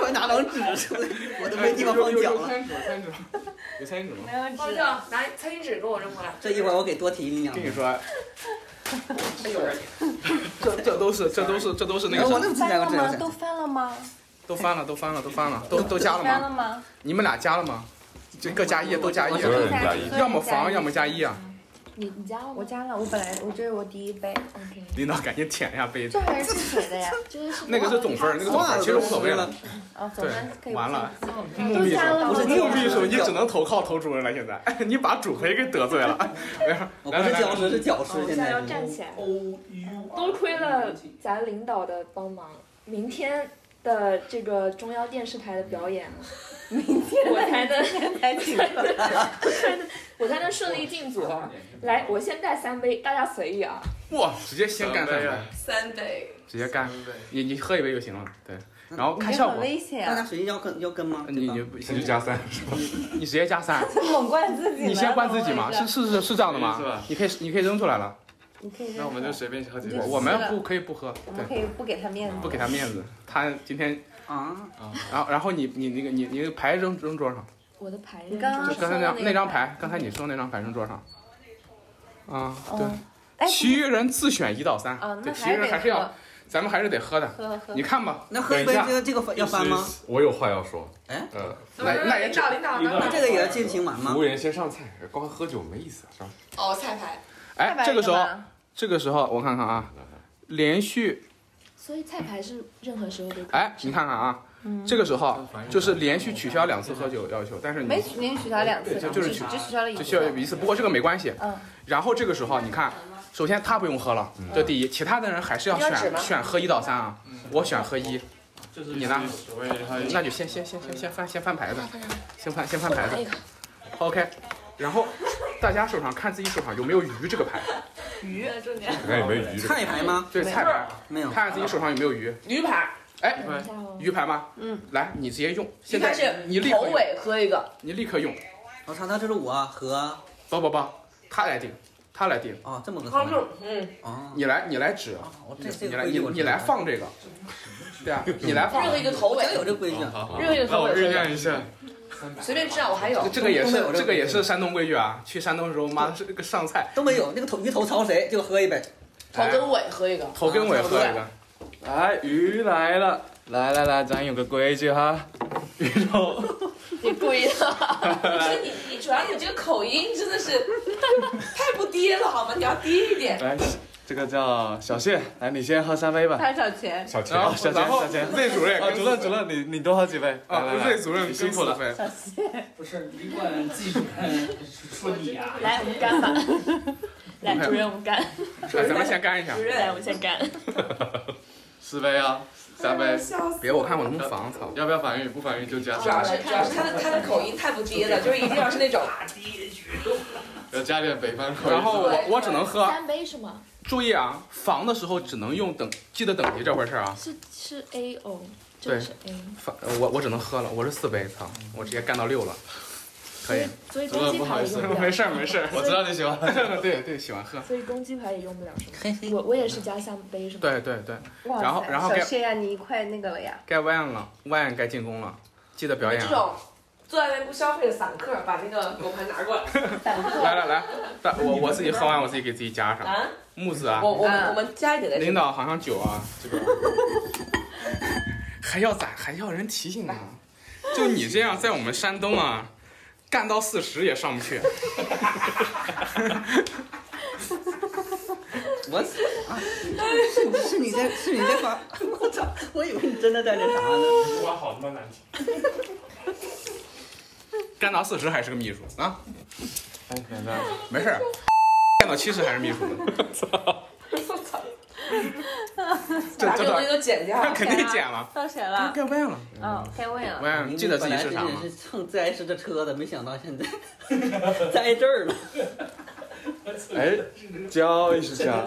Speaker 8: 快拿张纸出来，我都没地方放脚了。
Speaker 2: 餐纸，有餐巾纸吗？
Speaker 12: 没有纸，
Speaker 6: 包正拿餐巾纸给我扔过来。
Speaker 8: 这一会儿我给多提你两。
Speaker 2: 跟你说，
Speaker 6: 哎呦，
Speaker 2: 这这都是这都是这都是那个
Speaker 8: 哎
Speaker 2: 啥
Speaker 8: 我那么
Speaker 12: 翻
Speaker 8: 来
Speaker 12: 了
Speaker 8: 过这
Speaker 12: 吗？
Speaker 8: 个
Speaker 12: 都翻了吗？
Speaker 2: 都翻了，都翻了，都翻了，都都加了
Speaker 12: 翻了
Speaker 2: 吗？
Speaker 12: 吗？
Speaker 2: 你们俩加了吗？这各加一，都加一，
Speaker 12: 所有人加一
Speaker 2: 要么防，要么加一啊！
Speaker 12: 你你加了，我加了，我本来我这是我第一杯，OK，
Speaker 2: 领导赶紧舔一下杯子
Speaker 12: 这，还是水的呀，这是
Speaker 2: 那个是总分儿，那个总分儿其实无所谓了。
Speaker 12: 啊，总
Speaker 2: 对
Speaker 12: 分可，以
Speaker 2: 完了，
Speaker 12: [laughs] 都
Speaker 2: 穆秘
Speaker 12: 加了
Speaker 2: 书，
Speaker 12: 吗
Speaker 2: 不是穆秘书，你只能投靠投主任了。现在你把主陪给得罪了，没事，来
Speaker 8: 不是
Speaker 2: 来
Speaker 8: 教师是教
Speaker 2: 来
Speaker 8: 师，现在。
Speaker 9: 站起来。多亏了咱领导的帮忙，明天的这个中央电视台的表演， [laughs] 明天嗯我才能才请，
Speaker 2: [laughs]
Speaker 9: 我才能顺利进组。啊来，我先带三杯，大家随意啊。
Speaker 2: 哇，直接先干三杯，
Speaker 6: 三杯，
Speaker 2: 直接干，你你喝一杯就行了，对，然后看效果，
Speaker 12: 险啊
Speaker 8: 大家谁要跟要跟吗？
Speaker 2: 你你你就加
Speaker 5: 三，
Speaker 2: [laughs] 你直接加三，
Speaker 12: 猛灌自己，
Speaker 2: 你先灌自己嘛，是是是是这样的
Speaker 10: 是
Speaker 2: 吗
Speaker 10: 吧？
Speaker 2: 你可以你可以扔出来了，
Speaker 12: 你可以，
Speaker 10: 那我们就随便喝几杯
Speaker 2: 我。我们不可以不喝，
Speaker 12: 我
Speaker 2: 对
Speaker 12: 们可。以不给他面子，
Speaker 2: 不给他面子，他今天
Speaker 8: 啊，
Speaker 2: 然后然后你你那个你你那个牌扔扔桌上，
Speaker 9: 我的牌，
Speaker 12: 你刚刚
Speaker 2: 就
Speaker 12: 说
Speaker 2: 刚才
Speaker 12: 的
Speaker 2: 那张那张
Speaker 12: 牌，
Speaker 2: 牌，刚才你说那张牌扔桌上，啊
Speaker 12: 哦
Speaker 2: 对，其余人自选一到三
Speaker 12: 啊，
Speaker 2: 对，
Speaker 12: 那
Speaker 2: 其余人还
Speaker 12: 还
Speaker 2: 是
Speaker 12: 是得
Speaker 2: 要，咱们还是得喝的，
Speaker 12: 喝喝
Speaker 2: 你看吧，
Speaker 8: 那喝一杯
Speaker 2: 等一下
Speaker 8: 这个这个要翻吗？
Speaker 5: 我有话要说。
Speaker 8: 哎，
Speaker 5: 呃，
Speaker 2: 那那也
Speaker 6: 领导领导领导
Speaker 8: 这个也要尽情玩吗
Speaker 5: 服务？员先上菜，光喝酒没意思啊，是吧？
Speaker 6: 哦，菜牌，
Speaker 2: 哎，这个时候这个时候我看看啊，连续
Speaker 9: 所以菜牌是任何时候都可以。
Speaker 2: 哎，你看看啊，
Speaker 12: 嗯
Speaker 2: 这个时候就是连续取消两次喝酒要求，但是你
Speaker 12: 没取您取消两次，
Speaker 2: 就就是
Speaker 12: 只
Speaker 2: 取
Speaker 12: 只取消了一
Speaker 2: 就
Speaker 12: 次，
Speaker 2: 需要有一次，不过这个没关系，
Speaker 12: 嗯，
Speaker 2: 然后这个时候你看，首先他不用喝了，这第一，其他的人还是要
Speaker 6: 你要指
Speaker 2: 选
Speaker 6: 吗
Speaker 2: 选喝一到三啊，我选喝一，你呢？那就先先先先先翻先翻牌子，先翻先翻牌
Speaker 9: 哎
Speaker 2: 子，OK，然后大家手上看自己手上有没有鱼这个牌，
Speaker 12: 鱼在中间 [laughs]
Speaker 5: 看有没有鱼。
Speaker 8: 菜牌吗？
Speaker 2: 对菜牌，啊
Speaker 8: 没有。
Speaker 2: 看看自己手上有没有鱼，
Speaker 6: 驴牌，
Speaker 2: 哎，
Speaker 9: 哦
Speaker 2: 鱼牌吗？
Speaker 6: 嗯，
Speaker 2: 来，你直接用，
Speaker 6: 驴
Speaker 2: 现在
Speaker 6: 牌是
Speaker 2: 你立刻
Speaker 6: 头
Speaker 2: 用，
Speaker 6: 尾喝一个，
Speaker 2: 你立刻用，
Speaker 8: 我查到这是我和
Speaker 2: 不不不，他来定，他来定，
Speaker 8: 哦这么个
Speaker 6: 他
Speaker 8: 头。
Speaker 6: 们嗯，
Speaker 8: 哦，
Speaker 2: 你来你来指，啊
Speaker 8: 我这这
Speaker 2: 你
Speaker 8: 个
Speaker 2: 来
Speaker 8: 规
Speaker 2: 你
Speaker 8: 矩我
Speaker 2: 你来放这个，对
Speaker 8: [laughs]
Speaker 2: 啊，你来放
Speaker 6: 任。何一个头尾
Speaker 8: 真，有这规矩。啊
Speaker 6: 任何一个
Speaker 10: 那
Speaker 6: 头
Speaker 10: 我
Speaker 6: 尾
Speaker 10: 酝
Speaker 6: 喝一
Speaker 10: 酿一下。
Speaker 6: 个，随便吃啊，我还有
Speaker 2: 这个也
Speaker 8: 东北有
Speaker 2: 是
Speaker 8: 这个
Speaker 2: 这个也是山东规矩啊！去山东的时候，妈是个上菜，
Speaker 8: 东北有那个头鱼头朝谁就喝一杯，
Speaker 6: 头跟尾喝一个，
Speaker 2: 头跟尾喝一个。
Speaker 10: 来，鱼来了，来来来，咱有个规矩哈，鱼头。
Speaker 6: 你故意的。不是你，你主要你这个口音真的是太不低了好吗？你要低一点。
Speaker 10: 来，这个叫小谢，来你先喝三杯吧。
Speaker 12: 他找 [laughs] 钱，
Speaker 5: 小钱
Speaker 2: 然，后
Speaker 10: 小钱
Speaker 2: 然后
Speaker 10: 小钱
Speaker 2: 魏主任
Speaker 10: 啊，
Speaker 2: 跟
Speaker 10: 主任主任，你你多喝几杯。来
Speaker 2: 啊，
Speaker 10: 来来
Speaker 2: 魏主任
Speaker 10: 你辛
Speaker 2: 跟
Speaker 10: 苦
Speaker 2: 四
Speaker 10: 了。
Speaker 2: 飞，
Speaker 12: 小谢，
Speaker 7: 不是，你管技术说你啊，
Speaker 12: [laughs] 来我们干 [laughs] 吧，来主任我们干，
Speaker 2: 哎咱们先干一下
Speaker 12: 主，任来我们先干，
Speaker 10: 四杯啊，三杯，
Speaker 2: 别我看我能不能防，操！
Speaker 10: 要不要反应？不反应就加
Speaker 6: 主要
Speaker 10: 加，
Speaker 6: 是主要是他的他的口音太不低了，就是一定要是那
Speaker 2: [laughs]
Speaker 6: 种
Speaker 2: 哎
Speaker 10: 要加点北方口音。
Speaker 2: 然后我
Speaker 6: 对
Speaker 2: 我只能喝，
Speaker 9: 三杯是吗？
Speaker 2: 注意啊，防的时候只能用等，记得等级这回事啊。
Speaker 9: 是是 A O，
Speaker 2: 对
Speaker 9: 这是 A，
Speaker 2: 反呃我我只能喝了，我是四杯，操，我直接干到六了，可以，
Speaker 9: 所以
Speaker 10: 主
Speaker 9: 攻
Speaker 10: 任
Speaker 9: 击
Speaker 10: 不好
Speaker 9: 牌
Speaker 10: 意
Speaker 9: 也
Speaker 10: 思
Speaker 9: 用不，了，
Speaker 10: 没事儿没事儿，我知道你喜欢。
Speaker 2: 对对，喜欢喝，
Speaker 9: 所以攻击牌也用不了是吗？
Speaker 8: 嘿嘿，
Speaker 9: 我我也是加三杯是吗？
Speaker 2: 对对对，
Speaker 12: [laughs] 哇
Speaker 2: 然后
Speaker 12: 塞
Speaker 2: 然后
Speaker 12: 小
Speaker 2: 该
Speaker 12: 谢呀，你快那个了呀，
Speaker 2: 该 one 了，one 该进攻了，记得表演
Speaker 6: 这
Speaker 2: 啊。
Speaker 6: 种坐在那边不消费的散客，把那 [laughs] 个狗盘拿过来。
Speaker 2: 来来来，但我我自己喝完，我自己给自己加上。
Speaker 6: 啊，
Speaker 2: 木子啊，
Speaker 6: 我我
Speaker 12: 啊
Speaker 6: 我们加一点在这
Speaker 2: 领
Speaker 6: 里。
Speaker 2: 导好像酒啊，这个 [laughs] 还要攒，还要人提
Speaker 6: [laughs]
Speaker 2: 醒呢。就你这样，在我们山东啊，干到四十也上不去。
Speaker 8: 我啊，是是你在是你在发， [laughs] 我操！我以为你真的在那啥呢。
Speaker 11: 我好他妈难听。
Speaker 2: 干到四十还是个秘书啊？
Speaker 5: 哎，难道
Speaker 2: 没事儿，干到七十还是秘
Speaker 6: [laughs]
Speaker 2: 书呢。
Speaker 13: 我操！
Speaker 2: 这
Speaker 13: 把这个
Speaker 2: 这段
Speaker 13: 东西都剪掉，
Speaker 2: 他肯定剪了
Speaker 13: 到谁了？
Speaker 2: 该问了。
Speaker 12: 哦
Speaker 13: 嗯，该问了。
Speaker 2: 问哎记得自己是啥吗
Speaker 8: 你本来是蹭自来是这车的，没想到现在 [laughs] 栽这儿了。
Speaker 10: 哎，教一下，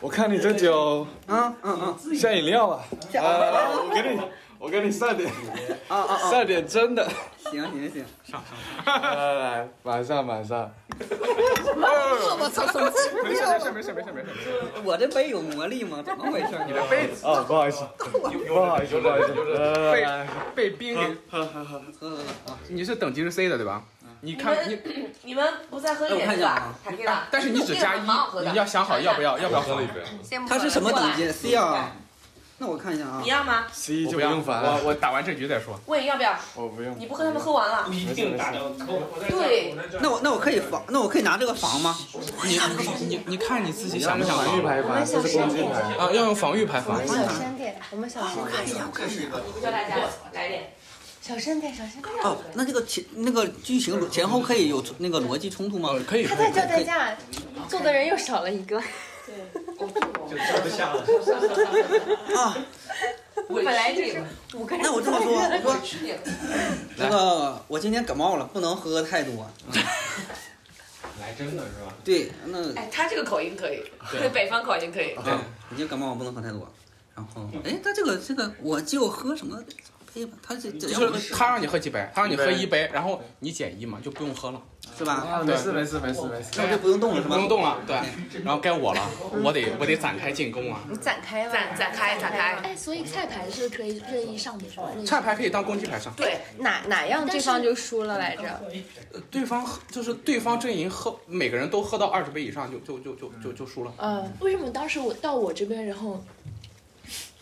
Speaker 10: 我看你这酒，
Speaker 2: 啊
Speaker 8: 嗯嗯
Speaker 10: 嗯，下饮料吧。
Speaker 8: 下
Speaker 10: 啊，我给你，我给你上点，
Speaker 8: 啊啊啊！
Speaker 10: 上点真的。
Speaker 8: [laughs] 行行行，
Speaker 10: 上上，来来来，马上马上。
Speaker 8: 我操！
Speaker 2: 没事没事没事没事没事。
Speaker 8: 我这杯有魔力吗？怎么回事？
Speaker 2: 你的杯子
Speaker 10: 哦，不好意思，不好意思，不好意思，
Speaker 2: 被
Speaker 6: 啊
Speaker 10: 来
Speaker 2: 被冰给，
Speaker 10: 喝喝喝，
Speaker 2: 你是等级是 C 的对吧？你看你，
Speaker 6: 们你们不再喝
Speaker 2: 哎我
Speaker 6: 点
Speaker 2: 看
Speaker 6: 是
Speaker 2: 一下
Speaker 6: 吧
Speaker 2: 啊？
Speaker 6: 塔 Q 了。
Speaker 2: 但是你只加
Speaker 6: 这个蛮好喝
Speaker 2: 一，
Speaker 6: 的
Speaker 2: 你要想好要不要要不要喝了一杯。
Speaker 6: 先不喝了
Speaker 8: 它是什么等级
Speaker 6: 过来
Speaker 8: ？C 啊？那我看一下啊
Speaker 6: 你。要吗？
Speaker 10: C
Speaker 2: 就不用烦了，我我打完这局再说。
Speaker 6: 问要不要？
Speaker 10: 我不用
Speaker 6: 你不喝，他们喝完了。
Speaker 10: 一定打掉。
Speaker 6: 对，
Speaker 8: 那我那我可以防，那我可以拿这个防吗？
Speaker 2: 你你你你看你自己想
Speaker 10: 想
Speaker 2: 不想
Speaker 10: 不想防御牌防这是攻击牌
Speaker 2: 啊？要用防御牌防。
Speaker 13: 声点，我们小声点，
Speaker 6: 你不叫大家来点。
Speaker 13: 小声点，小声点。
Speaker 8: 哦，那这个前那个剧情前后可以有那个逻辑冲突吗？
Speaker 2: 可以
Speaker 13: 他在叫代驾，坐的人又少了一个。
Speaker 7: 坐不下了。
Speaker 6: [laughs]
Speaker 8: 啊，
Speaker 13: 本来就是五个人。
Speaker 8: 那我这么
Speaker 6: [laughs]
Speaker 8: 说我说
Speaker 13: 说，
Speaker 8: 那个我今天感冒了，不能喝太多。
Speaker 7: 来真的是吧？
Speaker 8: 对，
Speaker 2: 嗯
Speaker 8: 那
Speaker 6: 哎，他这个口音可以，
Speaker 8: 对
Speaker 6: 对北方口音可
Speaker 2: 啊
Speaker 6: 以。
Speaker 8: 对，我今天感冒，我不能喝太多。然后，哎，他这个这个我就喝什么配吧，他这这
Speaker 2: 就是他让你喝几杯，他让你喝一杯，然后你减一嘛，就不用喝了，
Speaker 8: 是吧
Speaker 10: 啊，没事没事没事没事。
Speaker 8: 那我就不用动了是吧
Speaker 2: 不用动了，对。然后该我了，我得我得展开进攻啊！
Speaker 12: [laughs]
Speaker 13: 你展开吧，
Speaker 6: 展展开展开
Speaker 13: 哎，所以菜牌是可以任意上的，是吧？任意
Speaker 2: 菜牌可以当攻击牌上，
Speaker 6: 对，
Speaker 13: 哪哪样对方就输了
Speaker 7: 嗯
Speaker 13: 来着？
Speaker 2: 呃对方喝就是对方阵营喝，每个人都喝到二十杯以上就就就就就就输了。
Speaker 13: 嗯，为什么当时我到我这边，然后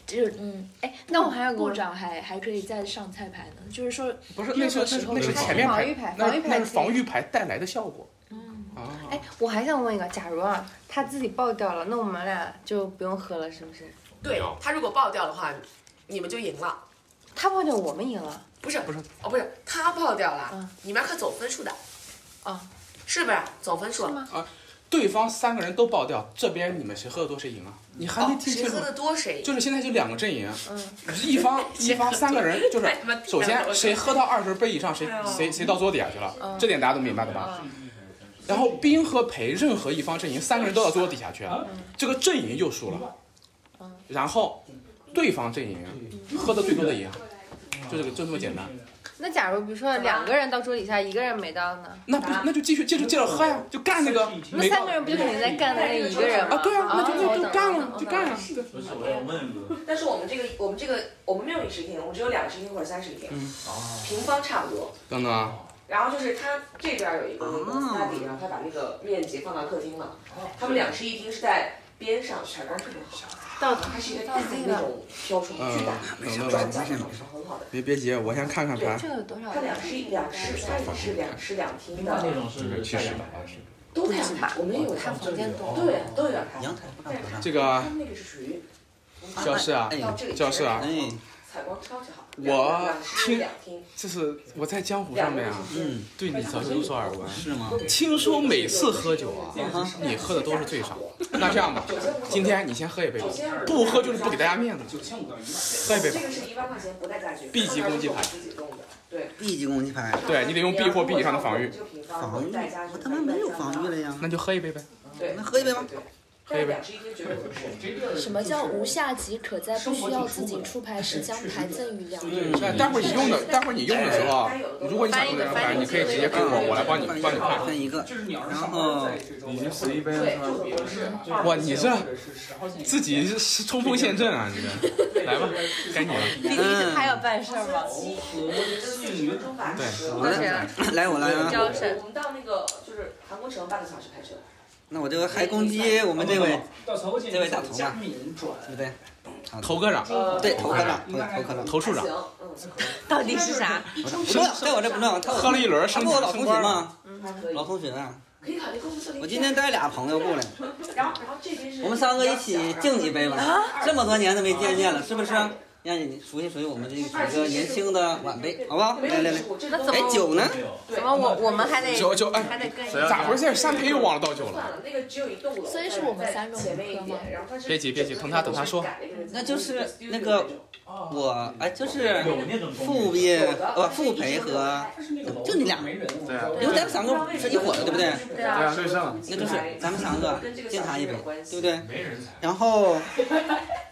Speaker 13: 就是嗯，哎，那我还有部长还还可以再上菜牌呢，就是说
Speaker 2: 不是，那是
Speaker 13: 个
Speaker 2: 那
Speaker 13: 时
Speaker 2: 是
Speaker 13: 候
Speaker 2: 那是前面
Speaker 13: 防御牌，
Speaker 2: 那
Speaker 13: 防御牌
Speaker 2: 那是防御牌带来的效果。啊
Speaker 12: 哎，我还想问一个，假如啊他自己爆掉了，那我们俩就不用喝了，是不是？
Speaker 6: 对他如果爆掉的话，你们就赢了。
Speaker 12: 他爆掉，我们赢了。
Speaker 6: 不是不是哦，不是他爆掉
Speaker 8: 嗯
Speaker 6: 了，你们可走分数的。
Speaker 8: 哦
Speaker 12: 啊，
Speaker 6: 是不是走分数？哦
Speaker 2: 啊，对方三个人都爆掉，这边你们谁喝的多谁赢啊？你还没
Speaker 6: 哦
Speaker 2: 听
Speaker 6: 谁
Speaker 2: 清楚
Speaker 6: 喝？的多谁赢。
Speaker 2: 就是现在就两个阵营，啊
Speaker 12: 嗯，
Speaker 2: 一方一方三个人，
Speaker 6: [laughs]
Speaker 2: 就是
Speaker 6: 哎
Speaker 2: 首先谁喝到二十杯以上，谁
Speaker 6: 哎呦
Speaker 2: 谁谁到桌底下去了
Speaker 6: 嗯，
Speaker 2: 这点大家都明白的吧？
Speaker 7: 嗯
Speaker 2: 然后兵和裴任何一方阵营三个人都到桌底下去，啊这个阵营就输了。然后对方阵营喝的最多的赢，啊就这个就这么简单。
Speaker 12: 那假如比如说两个人到桌底下，一个人没到呢？
Speaker 2: 那不那就继续接着接着喝呀，就干那个。
Speaker 12: 那
Speaker 2: 没到
Speaker 12: 三个人哦不就肯定在干那一个人吗？
Speaker 2: 啊对啊那就就就干了
Speaker 12: 就干了。
Speaker 7: 不是，我要问一个。
Speaker 6: 但是我们这个我们这个我们没有饮食厅，我们只有两个食厅或者三食厅，
Speaker 2: 嗯哦
Speaker 6: 平方差不多。
Speaker 2: 等等啊，
Speaker 6: 然后就是他这边有一个那个斯大底，然后他把那个面积放到客厅了。他们两室一厅是在边上，采光特别好。
Speaker 12: 到
Speaker 6: 它是一个大的那种飘窗，
Speaker 2: 嗯
Speaker 6: 巨大，
Speaker 2: 没事
Speaker 6: 转角是很好的。
Speaker 2: 别别急，我先看看牌。
Speaker 12: 有多少
Speaker 6: 它两室两室，它也是两室两厅的，
Speaker 2: 是七十吧，
Speaker 6: 都在阳台，我们也有
Speaker 12: 他房间多
Speaker 6: 对，都有阳台。
Speaker 8: 阳台不敢合上。
Speaker 2: 这个
Speaker 6: 他们那个是属于
Speaker 2: 教室啊
Speaker 6: 到这，里
Speaker 2: 教室啊，
Speaker 8: 哎，
Speaker 6: 采光超级好。
Speaker 2: 我
Speaker 6: 两室
Speaker 2: 听
Speaker 6: 两厅，
Speaker 2: 这是我在江湖上面啊，
Speaker 8: 嗯，
Speaker 2: 对你早就有所耳闻。
Speaker 8: 是吗？
Speaker 2: 听说每次喝酒啊，你喝的都是最少。 [laughs] 那这样吧，今天你先喝一杯吧，不喝就是不给大家面子。喝一杯吧
Speaker 6: 这，个是一万块钱不带价值。
Speaker 2: B 级攻击牌
Speaker 6: 自己用的，对。
Speaker 8: B 级攻击牌，
Speaker 2: 对你得用 B 或 B 以上的防御，
Speaker 8: 防御，我他妈没有防御了呀。
Speaker 2: 那就喝一杯呗。
Speaker 6: 对，那
Speaker 8: 喝一杯吧。
Speaker 2: 喝一杯。
Speaker 13: 什么叫无下级可在不需要自己出牌时将牌赠予两人？
Speaker 2: 那哎待会儿你用的，待会儿你用的时候 [laughs] 啊，如果你想用这张牌，你可以直接给嗯我，我来帮你帮你看。
Speaker 8: 嗯分一个，然后
Speaker 10: 已经十一杯了是吧？
Speaker 2: 哇，你这自己是冲锋陷阵啊！你这，来吧，该你了。
Speaker 13: 弟弟是他要办事儿吗？
Speaker 2: 对，
Speaker 8: 我来，来我来啊。
Speaker 6: 我们到那个就是韩国城半个小时开车。
Speaker 8: 那我这个还攻击我们这位
Speaker 7: 到头去，
Speaker 8: 这位大头
Speaker 7: 加
Speaker 8: 嘛，
Speaker 7: 敏转。
Speaker 8: 对不对？
Speaker 2: 头科长，
Speaker 6: 呃
Speaker 8: 对，头科长，对，头科长，
Speaker 2: 头处长，
Speaker 12: 啊
Speaker 6: 嗯
Speaker 13: 到底是啥？
Speaker 8: 不重要，在我这不重要。他
Speaker 2: 喝了一轮，
Speaker 8: 他
Speaker 2: 升
Speaker 8: 不我老
Speaker 2: 升
Speaker 8: 同
Speaker 2: 官
Speaker 8: 学
Speaker 2: 了。
Speaker 8: 吗？老同学啊，
Speaker 6: 可以考虑公司设立。
Speaker 8: 我今天带俩朋友过来，
Speaker 6: 然后然后这边是
Speaker 8: 我们三个一起敬几杯吧。这么多年都没见面了，是不是？啊让你熟悉熟悉我们这几个年轻的晚辈，好不好？来来来，
Speaker 12: 那怎么
Speaker 8: 哎，酒呢？
Speaker 12: 怎么我我们还得
Speaker 2: 酒酒哎
Speaker 12: 还得跟一
Speaker 2: 咋回事？山田又忘了倒酒了。
Speaker 6: 了，那个只有一栋楼，
Speaker 12: 所以是我们三个
Speaker 6: 前面一点，然后它是
Speaker 2: 别急别急，等他等他说。
Speaker 8: 那就是那个我哎，就是傅斌呃不傅培和就你俩，
Speaker 10: 对啊
Speaker 8: 因为咱们三个是一伙的，对不对？
Speaker 10: 对啊对上
Speaker 8: 那就是咱们三个敬他一杯，对不对？然后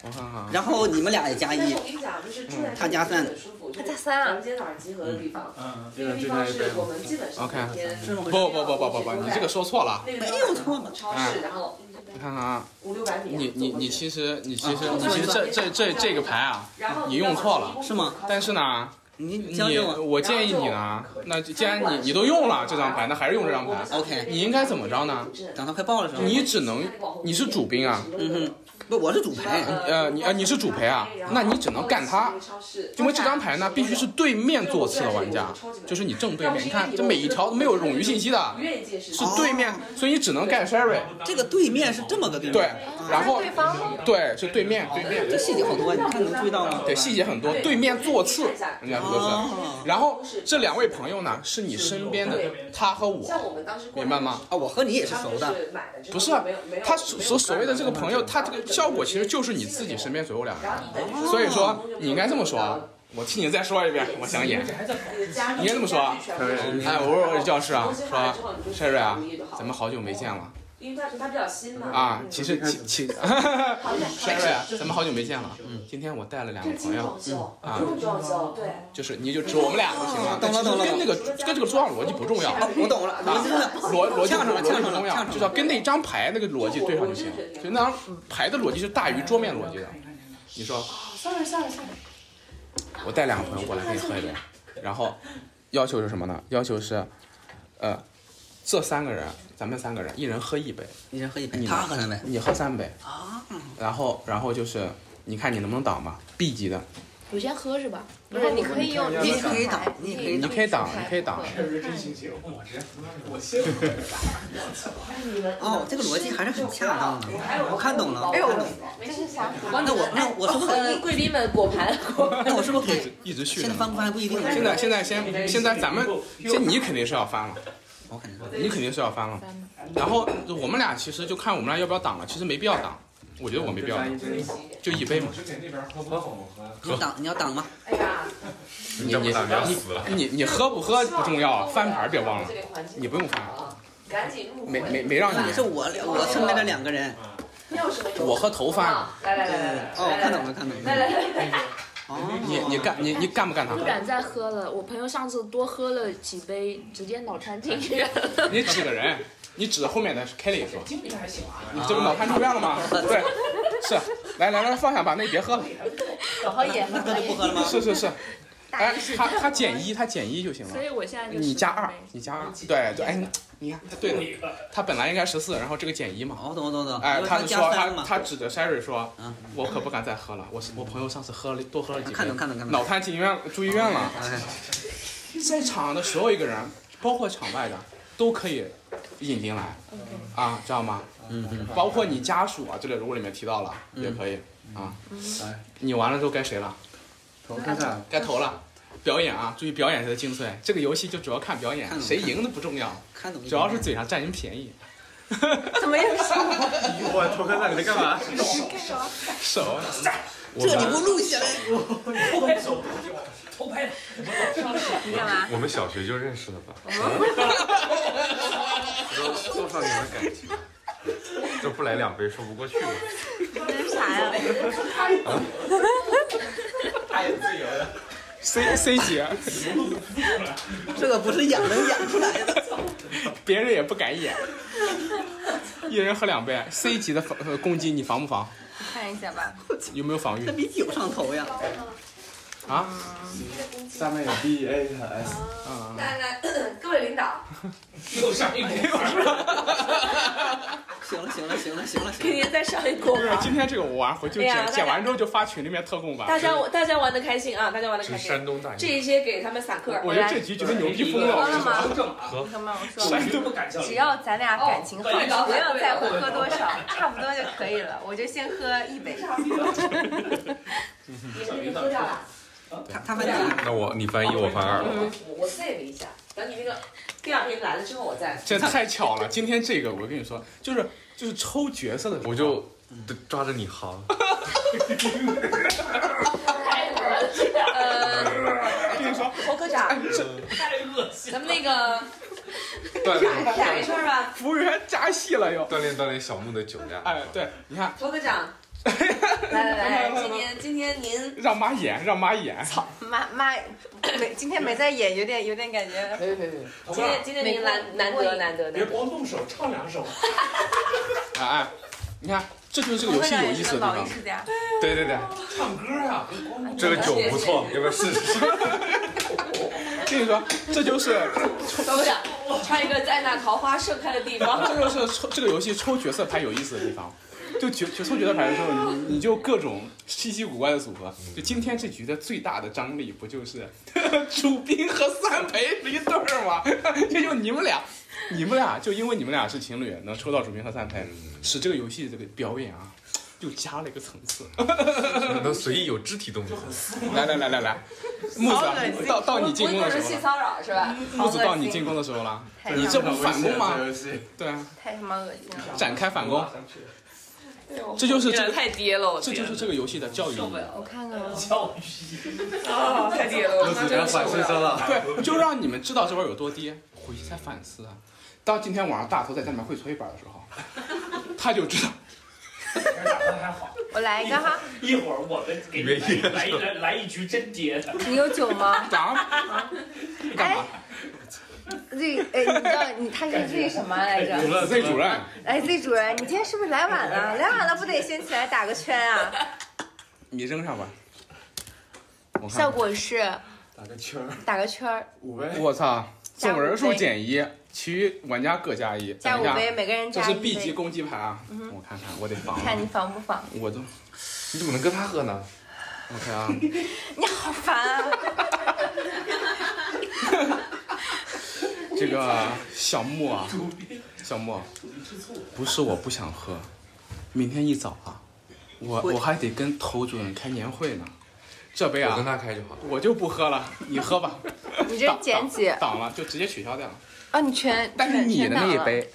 Speaker 2: 我看啊看，
Speaker 8: 然后你们俩也加
Speaker 6: 但
Speaker 8: 一
Speaker 6: 是我，跟你讲，就是住
Speaker 8: 嗯
Speaker 6: 在
Speaker 8: 他加三
Speaker 6: 他加三啊，咱们今天早上集合的地方，
Speaker 2: 嗯，
Speaker 6: 这个地方是我们基本上
Speaker 2: OK
Speaker 6: 每天。
Speaker 2: 不不不不不不，你这个说错了。啊
Speaker 6: 没有错嘛，超市，然后
Speaker 2: 你看看啊，
Speaker 6: 五六百米啊，
Speaker 2: 你你你其实你其实
Speaker 6: 啊
Speaker 2: 你其实这这这这个牌啊
Speaker 6: 然后，
Speaker 2: 你用错了
Speaker 6: 是吗？
Speaker 2: 但是呢，
Speaker 8: 你
Speaker 2: 啊你
Speaker 8: 教教我
Speaker 2: 我建议你呢，那既然你你都用了这张牌，那还是用这张牌。
Speaker 8: OK
Speaker 2: 你应该怎么着呢？
Speaker 8: 等他快爆了是吧？
Speaker 2: 你只能你是主兵啊，
Speaker 8: 嗯哼，不我是主陪，
Speaker 2: 呃你呃你是主陪啊，那你只能干他。
Speaker 6: 超市，
Speaker 2: 因为这张牌呢，必须是对面座次的玩家，就是你正对面。你看，这每一条都没有冗余信息的，
Speaker 6: 愿意解释
Speaker 2: 是对面，所以你只能盖 Sherry。
Speaker 8: 这个对面是这么个对
Speaker 2: 哦
Speaker 8: 啊
Speaker 2: 对，然后
Speaker 6: 对方吗
Speaker 2: 对是对面，对面
Speaker 8: 这细节好多，你看能注意到吗？
Speaker 2: 对细节很多，对面座次人家都
Speaker 8: 哦
Speaker 2: 是。然后这两位朋友呢，是你身边的他和我，
Speaker 6: 像我们当时过
Speaker 2: 明白吗？
Speaker 8: 啊，我和你也是熟的。
Speaker 2: 不是啊，他所所所谓的这个朋友，他这个效果其实就是你自己身边左右两人，所以说你应该这么说啊。我替你再说一遍，我想演。你应该这么说啊，哎，我问我教室啊，说 Sherry 啊，咱们好久没见了
Speaker 6: 因为他他比较新嘛，
Speaker 2: 啊，其实其其 Sherry 啊，咱们好久没见了。嗯今天我带了两
Speaker 6: 这
Speaker 2: 个
Speaker 6: 是
Speaker 2: 朋
Speaker 6: 精
Speaker 2: 友
Speaker 6: 装修，
Speaker 2: 啊
Speaker 6: 不，用装修，对，
Speaker 2: 就是你就指我们俩就行了。
Speaker 8: 懂了懂了
Speaker 2: 跟那个跟这个桌上逻辑不重要。
Speaker 8: 哦我懂了
Speaker 2: 啊
Speaker 8: 逻辑真的
Speaker 2: 逻逻辑
Speaker 8: 呛上了
Speaker 2: 逻辑
Speaker 8: 呛
Speaker 2: 不重
Speaker 8: 上了呛
Speaker 2: 要
Speaker 8: 上，了
Speaker 2: 就是要跟那张牌那个逻辑对上就行。就那张牌的逻辑是大于桌面逻辑的。你说
Speaker 6: 算了算了算了，
Speaker 2: 我带两个朋友过来可以喝一杯，然后要求是什么呢？要求是，呃，这三个人，咱们三个人，一人喝一杯，
Speaker 8: 一人喝一杯，
Speaker 2: 你呢啊
Speaker 8: 他喝三杯，
Speaker 2: 你喝三杯，然后然后就是你看你能不能挡吧，B 级的，
Speaker 13: 我先喝是吧？
Speaker 6: 不是你可以用
Speaker 13: 你
Speaker 6: 你可以挡
Speaker 8: 你
Speaker 13: 可
Speaker 2: 你可以挡，你可以挡。
Speaker 11: 真心情，我直接我先
Speaker 6: 你们
Speaker 8: 哦，这个逻辑还是很恰当的，我看懂了，我
Speaker 6: 哎呦
Speaker 8: 看懂了。
Speaker 6: 没事想法
Speaker 8: 那我那
Speaker 2: 哎
Speaker 8: 我是不是可以
Speaker 6: 贵宾们果盘，
Speaker 8: 那我是不是可以
Speaker 2: 一直续
Speaker 8: 现
Speaker 2: 着
Speaker 8: 在翻
Speaker 2: 呢。
Speaker 8: 不翻不一定了。
Speaker 2: 现在现在先现在咱们，这你肯定是要翻了，你肯定是要翻了。然后我们俩其实就看我们俩要不要挡了，其实没必要挡，我觉得我没必要挡，就一杯嘛。
Speaker 11: 之前那边喝不喝我喝，
Speaker 8: 你挡你要挡吗？
Speaker 2: 你你你你你喝不喝不重要，翻牌别忘了，你不用翻，
Speaker 6: 赶紧入
Speaker 2: 没没没让你
Speaker 8: 也是我我身边的两个人。
Speaker 6: 没有什么
Speaker 2: 我喝头翻，
Speaker 6: 来来来来来，
Speaker 8: 哦，看懂了看懂了。
Speaker 6: 来来来来，
Speaker 2: 你你干你你干不干他
Speaker 13: 不？敢再喝了，我朋友上次多喝了几杯，直接脑瘫进去。
Speaker 2: 你指个人，你指后面的 Kelly 说，
Speaker 7: 经理还行啊，
Speaker 2: 你这不脑瘫出院了吗？对，是，来来来放下吧，那别喝了，
Speaker 13: 搞好演了，
Speaker 8: 那就不喝了吗？
Speaker 2: 是是是，哎，他他减一，他减一就行了
Speaker 13: 所。以我现在就
Speaker 2: 你加二，你加二，对对，哎，你看他对了，他本来应该十四，然后这个减一嘛。
Speaker 8: 哦，懂了懂了懂了。
Speaker 2: 哎，他
Speaker 8: 加
Speaker 2: 说
Speaker 8: 三
Speaker 2: 他
Speaker 8: 嘛。嗯
Speaker 2: 他指着 Sherry 说，我可不敢再喝了，我是我朋友上次喝了多喝了几杯，
Speaker 8: 看懂看懂哦哎看懂
Speaker 2: 脑瘫进医院住医院了。在场的所有一个人，包括场外的，都可以引进来啊，知道吗？
Speaker 8: 嗯嗯。
Speaker 2: 包括你家属啊，这里如果里面提到了也可以啊。你完了之后该谁了？
Speaker 10: 头看看，
Speaker 2: 该投了。表演啊，注意表演才是精髓。这个游戏就主要看表演
Speaker 8: 看，懂
Speaker 2: 谁赢的不重要，
Speaker 8: 看懂。
Speaker 2: 主要是嘴上占人便宜。
Speaker 12: 怎么又是我？
Speaker 10: 我头看看 [laughs] 你在干嘛？
Speaker 2: 手，啊
Speaker 8: 这你不录下来？
Speaker 7: 偷拍手，偷拍，
Speaker 12: 你干嘛？
Speaker 5: 我们小学就认识了吧？多少年的感情，这不来两杯说不过去吧？
Speaker 12: 那啥呀？
Speaker 11: 太自由了，
Speaker 2: C C 姐，
Speaker 8: 这个不是演能演出来的。
Speaker 2: 别人也不敢演，一人喝两杯。C 级的防呃攻击你防不防？
Speaker 12: 看一下吧。
Speaker 2: 有没有防御
Speaker 8: 这比酒上头呀。
Speaker 2: 啊？
Speaker 10: 下面有 B A 和 S，
Speaker 2: 嗯，
Speaker 6: 啊来来，各位领导，
Speaker 7: 又上一股，
Speaker 8: 行了，行了，行了，行了，
Speaker 6: 给
Speaker 8: 行
Speaker 6: 你
Speaker 8: 了。
Speaker 6: 再上一锅
Speaker 2: 不是
Speaker 6: 吧。
Speaker 2: 今天这个我玩回去
Speaker 6: 哎呀
Speaker 2: 剪，
Speaker 6: 大家
Speaker 2: 剪完之后就发群里面特供版。
Speaker 6: 大家大家玩的开心啊！大家玩的开
Speaker 2: 是
Speaker 6: 心。
Speaker 2: 山东大爷
Speaker 6: 这一些给他们散客。
Speaker 2: 我觉得这集绝对牛逼疯
Speaker 7: 哎
Speaker 2: 了，
Speaker 12: 完了吗
Speaker 2: 我跟你说
Speaker 12: 你看嘛，我说
Speaker 2: 山东
Speaker 12: 只要咱俩感情好，
Speaker 6: 哦
Speaker 12: 不要在乎喝多少，差不多就可以了。我就先喝一杯。
Speaker 6: 你喝掉了。
Speaker 8: 他他
Speaker 6: 翻译，
Speaker 5: 那我你翻一，我翻二了。
Speaker 6: 嗯我我 save 一下，等你那个第二天来了之后我再。
Speaker 2: 这太巧了，今天这个我跟你说，就是就是抽角色的时候，我
Speaker 5: 就抓着你薅。
Speaker 6: 太恶心了。呃，
Speaker 2: 跟你说，
Speaker 6: 侯科长，太恶心。咱们那个
Speaker 5: 锻炼
Speaker 6: 打一圈吧，
Speaker 2: 服务员加戏了又。
Speaker 5: 锻炼锻炼小木的酒量。
Speaker 2: 哎，对，你看，
Speaker 6: 侯科长。来来来，今天今天您
Speaker 2: 让妈演，让妈演。操！
Speaker 12: 妈妈，没今天没在演，有点有点感觉。
Speaker 2: 没没没，
Speaker 6: 今天今天您难难得难得难得。
Speaker 7: 动手，唱两首。
Speaker 2: 哎哎，你看，这就是这个游戏有意思的地
Speaker 12: 老
Speaker 2: 方
Speaker 12: 艺。术家，
Speaker 5: 对对对，
Speaker 7: 唱歌啊，
Speaker 5: 这个酒不错，要不要试试？
Speaker 2: 跟你说，这就是
Speaker 6: 侯科长，穿一个在那桃花盛开的地方。
Speaker 2: 这就是抽这个游戏抽角色牌有意思的地方。就角角抽角色牌的时候，你你就各种稀奇古怪的组合。就今天这局的最大的张力，不就是 [laughs] 主宾和三陪是一对儿吗？这就你们俩，你们俩就因为你们俩是情侣，能抽到主宾和三陪，
Speaker 5: 嗯
Speaker 2: 使这个游戏这个表演啊，又加了一个层次。
Speaker 5: [laughs] 能随意有肢体动作。
Speaker 2: 来来来来来，木子啊
Speaker 6: 好恶心
Speaker 2: 到到你进攻的时
Speaker 6: 不会就是性
Speaker 2: 候了，
Speaker 6: 骚扰是吧？
Speaker 12: 嗯
Speaker 2: 木子到你进攻的时候了，
Speaker 12: 太
Speaker 2: 你这不反攻吗
Speaker 7: 这？游戏
Speaker 2: 对啊，
Speaker 12: 太他妈恶心了。
Speaker 2: 展开反攻，
Speaker 6: 好恶心，
Speaker 2: 这就是这个
Speaker 6: 有点太跌了，我
Speaker 2: 这
Speaker 6: 天
Speaker 2: 就是这个游戏的教育意义。
Speaker 12: 我看看，
Speaker 7: 教育
Speaker 6: 啊，太跌了，我他妈真的受不了。
Speaker 7: 了
Speaker 2: 对，就让你们知道这玩意儿有多低，回去再反思啊。当今天晚上大头在家里面会搓衣板的时候，他就知道
Speaker 12: 我来一个哈。
Speaker 7: 一会儿我们给你来一来来一局真跌的，
Speaker 12: 你有酒吗？
Speaker 2: 啊，干嘛？
Speaker 12: Z，哎，你知道你他是 Z 什么来
Speaker 2: 主
Speaker 12: 着？
Speaker 2: 任 Z 主任，
Speaker 12: 哎，Z 主任，你今天是不是来晚了？来晚了不得先起来打个圈啊？
Speaker 2: 你扔上吧。我
Speaker 12: 效
Speaker 2: 看，
Speaker 12: 果是
Speaker 7: 打个圈儿，
Speaker 12: 打个圈儿，
Speaker 7: 五位
Speaker 2: 我操，
Speaker 12: 加
Speaker 2: 总人
Speaker 12: 五
Speaker 2: 数
Speaker 12: 杯
Speaker 2: 减一，其余玩家各加一。
Speaker 12: 加
Speaker 2: 等
Speaker 12: 五
Speaker 2: 一下
Speaker 12: 杯，每个人
Speaker 2: 这
Speaker 12: 加
Speaker 2: 是
Speaker 12: 一
Speaker 2: B 级
Speaker 12: 杯。
Speaker 2: 攻击牌啊！
Speaker 12: 嗯哼
Speaker 2: 我看看，我得防。啊
Speaker 12: 看你防不防？
Speaker 2: 我都，
Speaker 5: 你怎么能跟他喝
Speaker 12: [laughs]
Speaker 5: 呢？
Speaker 2: 我看啊，
Speaker 12: 你好烦啊！
Speaker 2: 这个小莫啊，小莫，不是我不想喝，明天一早啊，我我还得跟头主任开年会呢。这杯啊，
Speaker 5: 我跟他开就好。
Speaker 2: 我就不喝了，你喝吧。
Speaker 12: 你这减几
Speaker 2: 挡了就直接取消掉了。
Speaker 12: 啊？你全
Speaker 2: 但是
Speaker 12: 全
Speaker 2: 你
Speaker 12: 全
Speaker 2: 的
Speaker 12: 挡
Speaker 2: 那一
Speaker 12: 了
Speaker 2: 杯，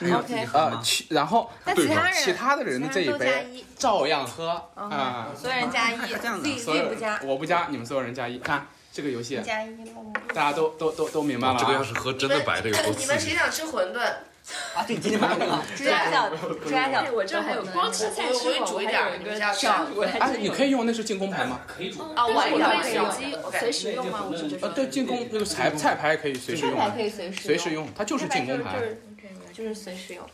Speaker 2: 你
Speaker 12: OK
Speaker 2: 呃，其然后
Speaker 12: 那
Speaker 2: 对
Speaker 12: 其他
Speaker 2: 吧
Speaker 12: 人
Speaker 2: 其他的人的这
Speaker 12: 其他人都加
Speaker 2: 杯
Speaker 12: 一
Speaker 2: 照样喝啊
Speaker 12: 啊，。所有人加一，Z
Speaker 2: 所有
Speaker 12: Z 不加，
Speaker 2: 我不加，你们所有人加一。看这个游戏，
Speaker 12: 加一了。
Speaker 2: 大家都都都都明白了啊。
Speaker 5: 这个要是喝真的白的有多
Speaker 6: 你
Speaker 5: 刺
Speaker 6: 们
Speaker 5: 激。
Speaker 6: 谁想吃馄饨？
Speaker 8: 啊，对，今天晚上
Speaker 12: 朱家小，朱家小，
Speaker 6: 我这还有光吃菜吃我煮一点儿，你们家吃。
Speaker 2: 哎，你可以用那是进攻牌吗？
Speaker 7: 可以煮。
Speaker 6: 啊，我也
Speaker 12: 可以
Speaker 6: 有
Speaker 12: 随机
Speaker 6: 随时用吗？我是
Speaker 2: 呃，对，进攻那个菜菜牌也可以随时用
Speaker 12: 菜
Speaker 2: 啊
Speaker 12: 牌，可以随时
Speaker 2: 随时用，它就是进攻牌
Speaker 12: 就。是就是随时用。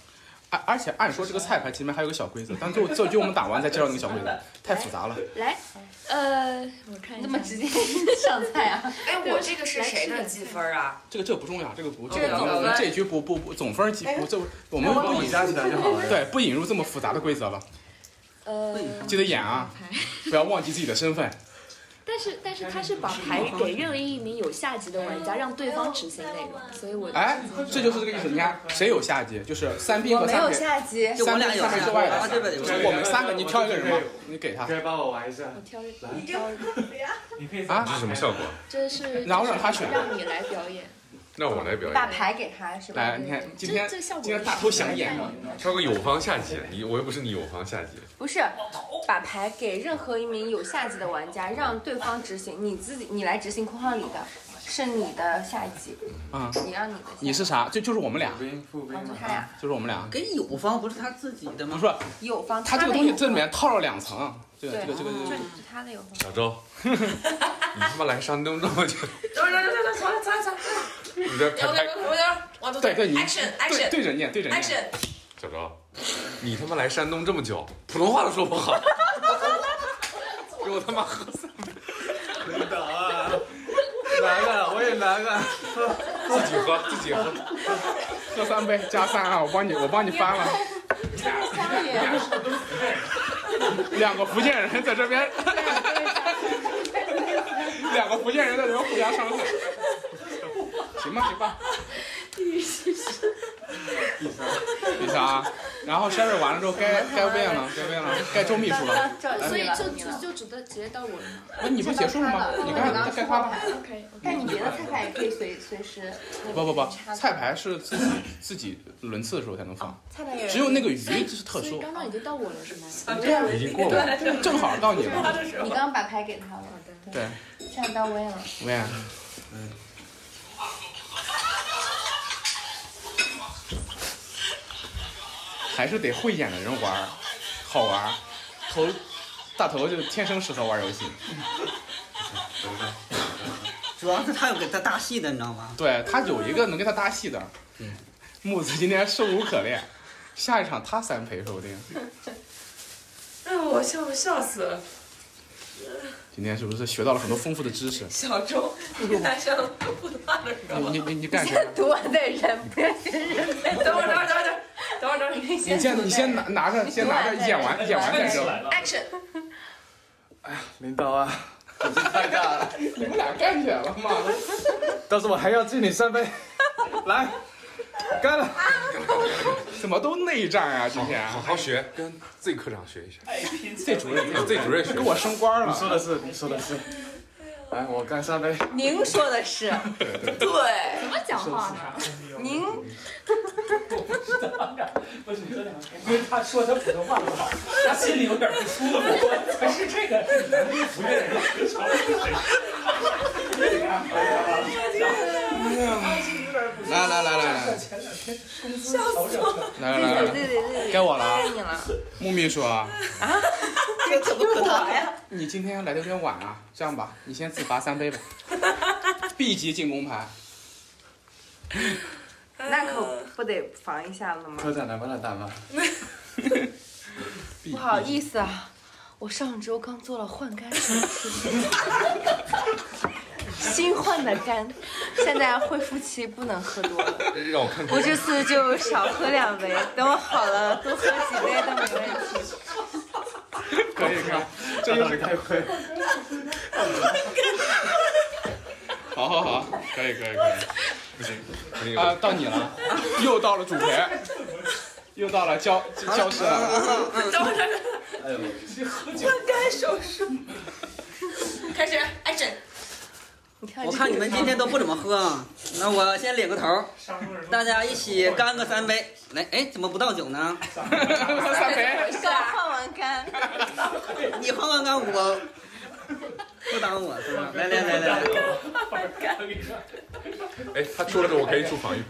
Speaker 2: 而而且按说这个菜牌前面还有个小规则，但最后最后就我们打完再介绍那个小规则，太复杂了。
Speaker 12: 来，
Speaker 13: 呃，我看一下，
Speaker 12: 这么直接上菜啊？
Speaker 6: 哎，我这个是谁的积分啊？
Speaker 2: 这个这个不重要，这个不，这
Speaker 6: 这个
Speaker 2: 个
Speaker 6: 总
Speaker 2: 我们
Speaker 6: 分
Speaker 2: 这一局不不不总分几不这我们
Speaker 7: 哎我
Speaker 2: 不引
Speaker 7: 加起来就好了
Speaker 2: 对，不引入这么复杂的规则了，
Speaker 13: 呃，
Speaker 2: 记得演啊，不要忘记自己的身份。
Speaker 13: 但是但是他是把牌给任意一名有下级的玩家，让对方执行那个，所以我
Speaker 2: 哎，这就是这个意思。你看谁有下级，就是三兵
Speaker 12: 我
Speaker 2: 和
Speaker 12: 没
Speaker 2: 三
Speaker 12: 有
Speaker 2: 陪，
Speaker 12: 下级，
Speaker 8: 就我
Speaker 2: 三兵
Speaker 8: 俩有
Speaker 2: 三陪
Speaker 8: 下
Speaker 2: 之外
Speaker 8: 啊，对吧？
Speaker 2: 的，
Speaker 8: 对
Speaker 2: 就
Speaker 8: 吧
Speaker 2: 是我们三个，你挑一个人吧，你给他，
Speaker 7: 该帮我玩一下，
Speaker 13: 我挑一个，
Speaker 7: 来
Speaker 13: 挑一个，
Speaker 7: 你可以
Speaker 2: 啊
Speaker 5: 这是什么效果？
Speaker 13: 这是
Speaker 2: 然后让他选
Speaker 13: 让你来表演。
Speaker 5: 让我来表
Speaker 12: 把
Speaker 5: 演，
Speaker 12: 牌给他是吧？
Speaker 2: 来，你看今天
Speaker 13: 这这效
Speaker 2: 今
Speaker 13: 果
Speaker 2: 天大头想演吗？
Speaker 5: 挑个有方下级，你我又不是你有方下级，
Speaker 12: 不是，把牌给任何一名有下级的玩家，让对方执行，你自己你来执行空旷里的，是你的下级，
Speaker 2: 啊，
Speaker 12: 你让你的下级。
Speaker 2: 你是啥？就就是我们俩，
Speaker 7: 副兵
Speaker 12: 哦就
Speaker 7: 嘛
Speaker 12: 他俩
Speaker 2: 就是我们俩，
Speaker 8: 给友方不是他自己的吗
Speaker 2: 不？是
Speaker 12: 有方，
Speaker 2: 他这个东西这里面套了两层，这个这个这个
Speaker 12: 就
Speaker 2: 这个
Speaker 12: 是他的有方。
Speaker 5: 小周， [laughs] 你他妈来山东这么久，
Speaker 6: 走走走走，走走走。
Speaker 5: 你在
Speaker 6: 我
Speaker 5: 拍拍
Speaker 6: 跟我跟我跟，
Speaker 2: 对对你
Speaker 6: action
Speaker 2: 对
Speaker 6: action
Speaker 2: 对着念对着念，
Speaker 6: action，
Speaker 5: 小周，你他妈来山东这么久，普通话都说不好， [laughs] 给我他妈喝死，
Speaker 7: 等等啊，来
Speaker 2: 啊
Speaker 7: 个，我也来个，
Speaker 5: 自己喝自己喝，
Speaker 2: 喝三杯加三啊，我帮你我帮你翻了，
Speaker 3: 家里
Speaker 5: 俩是
Speaker 3: 都福建人，
Speaker 2: 两个福建人在这边，两个福建人在这边互相伤害，行吧行吧，李啥？啊然后 Sherry 完了之后该该问了，该问了，该周秘书了。
Speaker 13: 所以
Speaker 2: 来
Speaker 13: 就就就只到直接到我了吗？
Speaker 2: 不是你不结束了吗？你刚才该他了。
Speaker 13: OK，
Speaker 12: 但你别的菜菜也可以随随时。
Speaker 2: 不不不，菜牌是自己自己轮次的时候才能放，
Speaker 13: 哦菜牌也
Speaker 2: 只有那个鱼就是特
Speaker 13: 所以
Speaker 2: 殊。
Speaker 13: 刚刚已经到我了是吗？
Speaker 2: 对啊已经过了对正好到
Speaker 13: [laughs]
Speaker 2: 你了
Speaker 12: 你刚刚把牌给他了。好的。
Speaker 2: 对，
Speaker 12: 现在到位了。 [laughs]
Speaker 2: 喂，还是得会演的人玩儿，好玩儿。头大头就天生适合玩游戏，
Speaker 8: 主要是他有跟他搭戏的，你知道吗？
Speaker 2: 对他有一个能跟他搭戏的。木子今天生无可恋，下一场他三陪说不定。
Speaker 6: 哎，我笑笑死了。
Speaker 2: 今天是不是学到了很多丰富的知识？
Speaker 6: 小周，
Speaker 2: 哎
Speaker 6: 你带上不断的知道吗
Speaker 2: 你你你干什么？
Speaker 12: 读完再人，不要人再
Speaker 6: 哎等会儿，等会儿，等会儿，等会儿，等会儿，你
Speaker 2: 你先你先拿拿着，先拿着演完演完再扔。
Speaker 6: Action！
Speaker 10: 领导啊，我真太尬了，
Speaker 2: 你们俩干起来 [laughs] 了吗？
Speaker 10: 到时候我还要敬你三杯，来，干了！
Speaker 2: [laughs] 怎么都内战啊？今天
Speaker 5: 好好学，跟 Z 科长学一学。
Speaker 2: 这主任
Speaker 5: 这主任学
Speaker 2: 给我升官了。
Speaker 10: 你说的是，你说的是。来，我干三杯。
Speaker 12: 您说的是，对，啊
Speaker 9: 怎么讲话呢？
Speaker 12: 您
Speaker 7: 不是你说两个，因为他说他普通话不好，他心里有点不舒服。可是这个咱们不认识，少了一
Speaker 2: 来来来来来，
Speaker 7: 前两天工资
Speaker 12: 笑死我了
Speaker 2: 来来来来
Speaker 12: 对对对对，
Speaker 2: 该我了啊
Speaker 12: 该你了
Speaker 2: 穆秘书啊，
Speaker 12: 啊！这怎么可能呀？
Speaker 2: [laughs] 你今天来的有点晚啊。这样吧，你先自罚三杯吧。B 级进攻牌，
Speaker 12: 那可不得防一下了吗？
Speaker 10: 科长来帮他打
Speaker 12: [laughs]
Speaker 10: 吗？
Speaker 12: 不好意思啊，我上周刚做了换肝手术，新换的肝，现在恢复期不能喝多了。
Speaker 5: 让我看看。
Speaker 12: 我这次就少喝两杯，等我好了多喝几杯都没问题。
Speaker 2: 可以可以，这又是啊开会。好好好，可以可以可以，
Speaker 5: 不行，不行
Speaker 2: 啊，到你了，又到了主陪，又到了教教室了。
Speaker 6: 等会儿，
Speaker 10: 哎呦，
Speaker 6: 灌肝手术。开始，Action！
Speaker 8: 我看你们今天都不怎么喝啊，那我先领个头儿，大家一起干个三杯。来，哎，怎么不倒酒呢？
Speaker 2: 三杯
Speaker 12: 刚换完肝，
Speaker 8: 你换换看我，不耽误我是吧？来来来来来，
Speaker 5: 哎，他说了这，我可以住防御。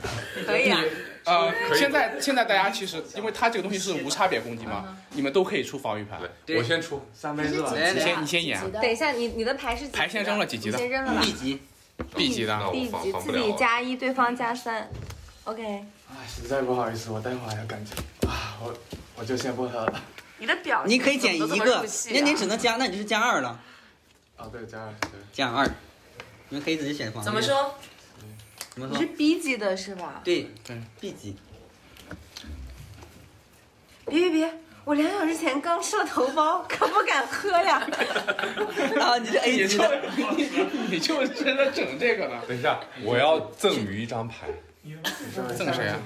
Speaker 12: 可以啊。
Speaker 5: [laughs]
Speaker 2: 呃
Speaker 5: 可，以
Speaker 2: 现在现在大家其实，因为它这个东西是无差别攻击嘛，你们都可以出防御牌。
Speaker 5: 我先出
Speaker 10: 三
Speaker 2: 杯
Speaker 10: 是吧
Speaker 2: 你先你先演啊，
Speaker 12: 等一下，你你的牌是几级的
Speaker 2: 牌先扔了几级的
Speaker 12: 你先扔了吧。
Speaker 8: 级
Speaker 2: ，B 级的，
Speaker 12: B 级自己加一，对方加三。OK，
Speaker 10: 哎，实在不好意思，我待会儿还要赶集啊，我我就先不喝了。
Speaker 12: 你的表
Speaker 8: 你可以减一个，
Speaker 6: 啊
Speaker 8: 那你只能加，那你就是加二了，
Speaker 10: 啊，对，加二，对，
Speaker 8: 加二。你们可以直接选房。
Speaker 12: 怎么说？
Speaker 8: 怎么
Speaker 12: 你是
Speaker 8: 说？
Speaker 12: B 级的是吧？
Speaker 8: 对，B 级。
Speaker 12: 别别别，我两小时前刚吃了头孢，可不敢喝呀。
Speaker 8: 啊，你是 A
Speaker 2: 级的，你就真的整这个呢？
Speaker 5: 等一下，我要赠予一张牌。
Speaker 2: 赠谁啊？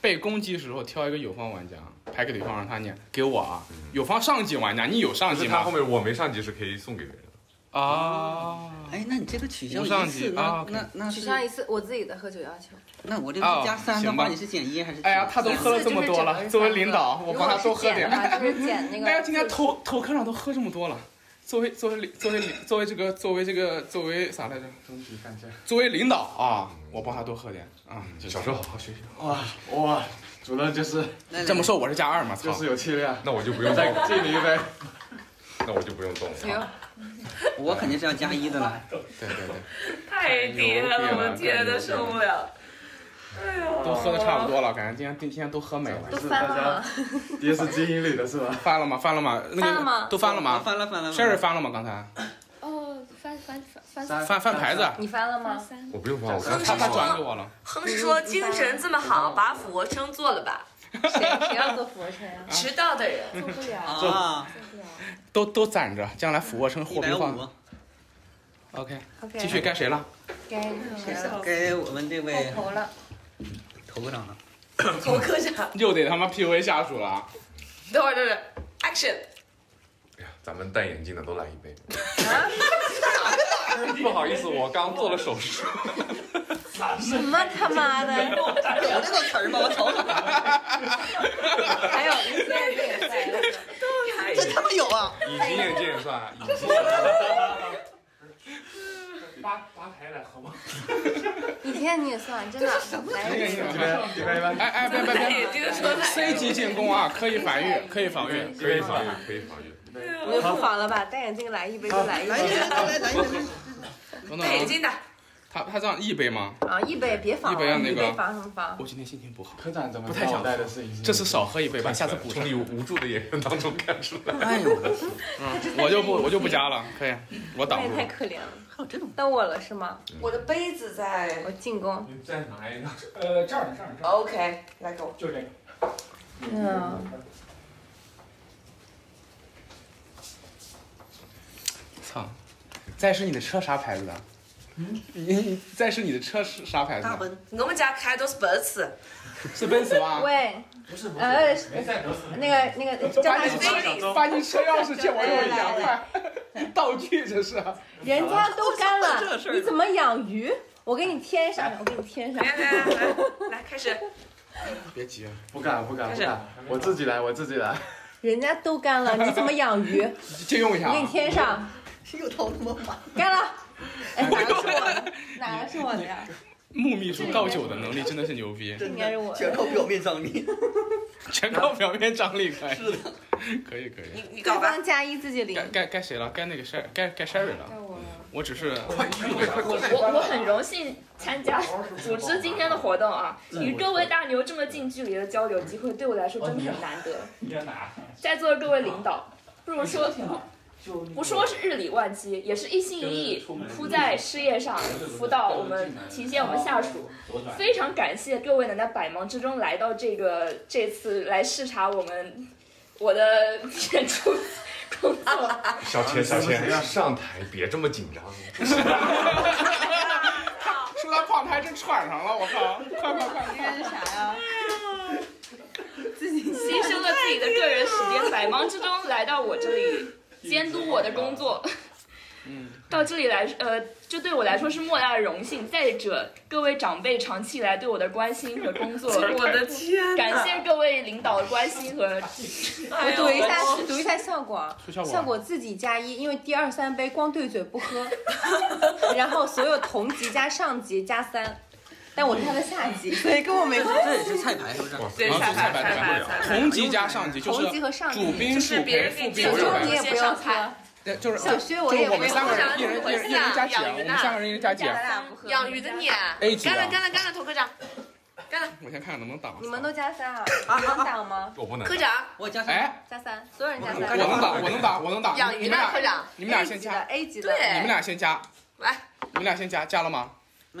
Speaker 2: 被攻击时候挑一个友方玩家，牌给对方让他念，给我啊。友方上级玩家，你有上
Speaker 5: 嗯
Speaker 2: 级
Speaker 5: 他
Speaker 2: 吗？
Speaker 5: 后面我没上级是可以送给别人。
Speaker 2: 啊，
Speaker 8: 哎，那你这个取消
Speaker 2: 无
Speaker 8: 一
Speaker 2: 上
Speaker 8: 次，
Speaker 2: 级
Speaker 8: 那
Speaker 2: 啊
Speaker 8: 那那
Speaker 12: 取
Speaker 8: 是，
Speaker 12: 消一次我自己的喝酒要求。
Speaker 8: 那我这
Speaker 2: 哦
Speaker 8: 个加三的
Speaker 2: 行
Speaker 8: 话，
Speaker 2: 吧
Speaker 8: 你是减一还是？
Speaker 2: 哎呀，他都喝了这么多了，作为领导，我帮他多喝点。
Speaker 12: 就是减那
Speaker 2: [laughs]
Speaker 12: 个。
Speaker 2: 大家今天头头科长都喝这么多了，作为作为领作为领作为这个作为这个作为啥来着？
Speaker 10: 终极干将。
Speaker 2: 作为领导啊，我帮他多喝点啊。
Speaker 5: 小时候好好学习。
Speaker 10: 哇哇，主任就是
Speaker 2: 这么说我是加二嘛？操，
Speaker 10: 就是有气量。
Speaker 5: 那我就不用
Speaker 10: 再
Speaker 5: 动了
Speaker 10: 敬你一杯。
Speaker 5: 那我就不用动了。
Speaker 12: 行，
Speaker 8: 我肯定是要加一的了。
Speaker 2: 对对对。
Speaker 6: 太
Speaker 2: 低了我的天都受不
Speaker 6: 了。哎呦
Speaker 2: 都喝的差不多了，感觉今天今天都喝没了。
Speaker 12: 都翻了吗？
Speaker 2: 也是基因里的是吧？翻了吗？翻了吗？那个
Speaker 12: 翻了吗
Speaker 2: 都翻了吗？
Speaker 8: 翻了翻了。
Speaker 2: Sherry 翻了吗？刚才
Speaker 13: 哦，翻翻翻
Speaker 2: 翻翻翻牌子
Speaker 12: 你翻了吗？
Speaker 5: 我不用翻，我刚
Speaker 2: 他他转给我了。
Speaker 6: 横是说精神这么好，把俯卧撑做了吧。
Speaker 12: 谁谁要做俯卧
Speaker 2: [laughs]
Speaker 12: 撑啊？
Speaker 6: 迟到的人
Speaker 12: 做不了
Speaker 2: 啊
Speaker 12: 做不了。
Speaker 2: 都都攒着，将来俯卧撑货币化。OK，
Speaker 8: OK
Speaker 2: 继续该谁了？
Speaker 12: 该
Speaker 8: 该该我们这位
Speaker 12: 头了，
Speaker 8: 头科长了。
Speaker 6: 头科长，
Speaker 2: 又得他妈 PUA 下属了啊。
Speaker 6: 等会儿，等会儿，Action！
Speaker 5: 咱们戴眼镜的都来一杯。不好意思，我刚做了手术。
Speaker 12: 什么他妈的？
Speaker 8: 有这个词儿吗？我头疼。
Speaker 12: 还有隐形眼镜也在，
Speaker 8: 这他妈有啊！
Speaker 5: 隐形眼镜也算
Speaker 14: [laughs]
Speaker 5: 啊，隐形
Speaker 7: 八八台来喝吗？
Speaker 12: 倚天你也算，真的。来一个，
Speaker 2: 别别别！哎哎别别
Speaker 6: [laughs]
Speaker 2: 别！C 级进攻啊，可以防御，可以防御，
Speaker 5: 可以防御，可以防御。
Speaker 12: 我就不仿了吧，戴眼镜来一杯就来一杯，
Speaker 2: 等等
Speaker 12: 戴眼
Speaker 2: 啊，
Speaker 12: 镜的
Speaker 2: 他他这样一杯吗？
Speaker 12: 啊，一杯别仿
Speaker 2: 一杯
Speaker 12: 了，
Speaker 2: 啊那个
Speaker 12: 杯仿什么仿？
Speaker 2: 我今天心情不好，
Speaker 10: 科长怎么
Speaker 2: 不太想
Speaker 10: 脑袋的事情？
Speaker 2: 这次少喝一杯吧，下次补充。
Speaker 5: 从你无助的眼神当中看出来。
Speaker 8: 哎呦，
Speaker 2: 嗯，我就不我就不加了，可以，我
Speaker 12: 那
Speaker 2: 挡
Speaker 12: 也
Speaker 2: 住
Speaker 12: 太
Speaker 2: 了。
Speaker 12: 可怜了。到我了是吗？
Speaker 15: 我的杯子在。
Speaker 12: 我进攻。
Speaker 7: 你再拿一个。
Speaker 15: 呃，这儿呢，这儿呢。OK，来给我。
Speaker 7: 就这个。
Speaker 12: 嗯，
Speaker 2: 操！再是你的车啥牌子的？嗯，再是你的车是啥牌子的？
Speaker 6: 啊我们家开都是奔驰，
Speaker 2: 是奔驰吗？
Speaker 12: 喂，
Speaker 7: 不是不
Speaker 12: 呃，
Speaker 7: 是
Speaker 12: 那个那个叫
Speaker 2: 把
Speaker 12: 啥
Speaker 2: 你车把你车钥匙借我用一下，快！道具这是。
Speaker 12: 人家都干了，你怎么养鱼？我给你添上，我给你添上。
Speaker 6: 来开始。
Speaker 2: 别急，
Speaker 5: 啊
Speaker 10: 不敢不敢不敢，我自己来我自己来。
Speaker 12: 人家都干 [laughs] 了，你怎么养鱼？
Speaker 2: 借用一下
Speaker 12: 我给你
Speaker 2: 啊。
Speaker 12: 添上。
Speaker 8: 又头他妈麻。
Speaker 12: 干了。哎， [laughs] 哪个是我的？ [laughs] 哪个是我的呀？
Speaker 2: 木秘书倒酒的能力真的是牛 [laughs] 逼，
Speaker 12: 这应该是我的。
Speaker 8: 全靠表面张力。
Speaker 2: 全靠表面张力可以。是的，可以可以。
Speaker 12: 你搞吧。加一自己零
Speaker 2: 该。该该谁了？该那个 Sherry，该该 Sherry 了。我只是
Speaker 9: 我我很荣幸参加组织今天的活动啊，
Speaker 2: 嗯
Speaker 9: 与各位大牛这么近距离的交流机会，对我来说真的很难
Speaker 13: 哦
Speaker 9: 得。在座的各位领导，不如说不说是日理万机，也是一心一意扑在事业上辅导我们、体现我们下属。非常感谢各位能在百忙之中来到这个这次来视察我们我的演出工作。
Speaker 5: 小
Speaker 2: 哎
Speaker 5: 千，小千，上台别这么紧张。
Speaker 2: 说他胖，他还真喘上了，我靠！快快快！
Speaker 12: 这是啥 [laughs] 呀？
Speaker 9: 自己 [laughs] 牺牲了自己的个人时间，百忙之中来到我这里监督我的工作。 [laughs] 到这里来，呃，这对我来说是莫大的荣幸。再者，各位长辈长期以来对我的关心和工 [laughs] 作，
Speaker 6: 我的天哪
Speaker 9: 感谢各位领导的关心和。
Speaker 12: 我读一下，读一下效果
Speaker 9: 出效。果
Speaker 12: 效果自己加一，因为第二三杯光对嘴不 [laughs] 喝。然后所有同级加上级加三，但我是他的下级，所以跟我没关
Speaker 8: 这也
Speaker 12: 系。
Speaker 8: 是菜牌是不是？
Speaker 2: 对菜牌菜牌菜牌
Speaker 6: 啊
Speaker 2: 同级加上级就是
Speaker 12: 同级和上级
Speaker 2: 主宾数陪副宾
Speaker 12: 小
Speaker 2: 数
Speaker 12: 薛你也
Speaker 2: 陪。
Speaker 12: 不要猜，
Speaker 2: 对，就是
Speaker 12: 小薛我
Speaker 2: 就
Speaker 12: 也
Speaker 2: 是我们三个人，
Speaker 12: 不
Speaker 2: 一人一人一人加减，我们三个人一人加减。
Speaker 6: 养鱼的你，
Speaker 2: A 级的
Speaker 6: 干了干了干了，头科长，
Speaker 2: 我先看看能不能挡
Speaker 12: 你。们都加三啊？你能打吗？
Speaker 2: 我不
Speaker 6: 科长，
Speaker 8: 我加
Speaker 2: 三。哎，
Speaker 12: 加三，所有人加
Speaker 2: 我
Speaker 12: 三。
Speaker 2: 能打，我能打，我能打。
Speaker 6: 养鱼
Speaker 2: 你
Speaker 6: 的
Speaker 2: 们俩
Speaker 6: 科长，
Speaker 2: 你们俩先加
Speaker 12: A 级的，
Speaker 2: 你们俩先加。
Speaker 6: 来，
Speaker 2: 你们俩先加，加了吗？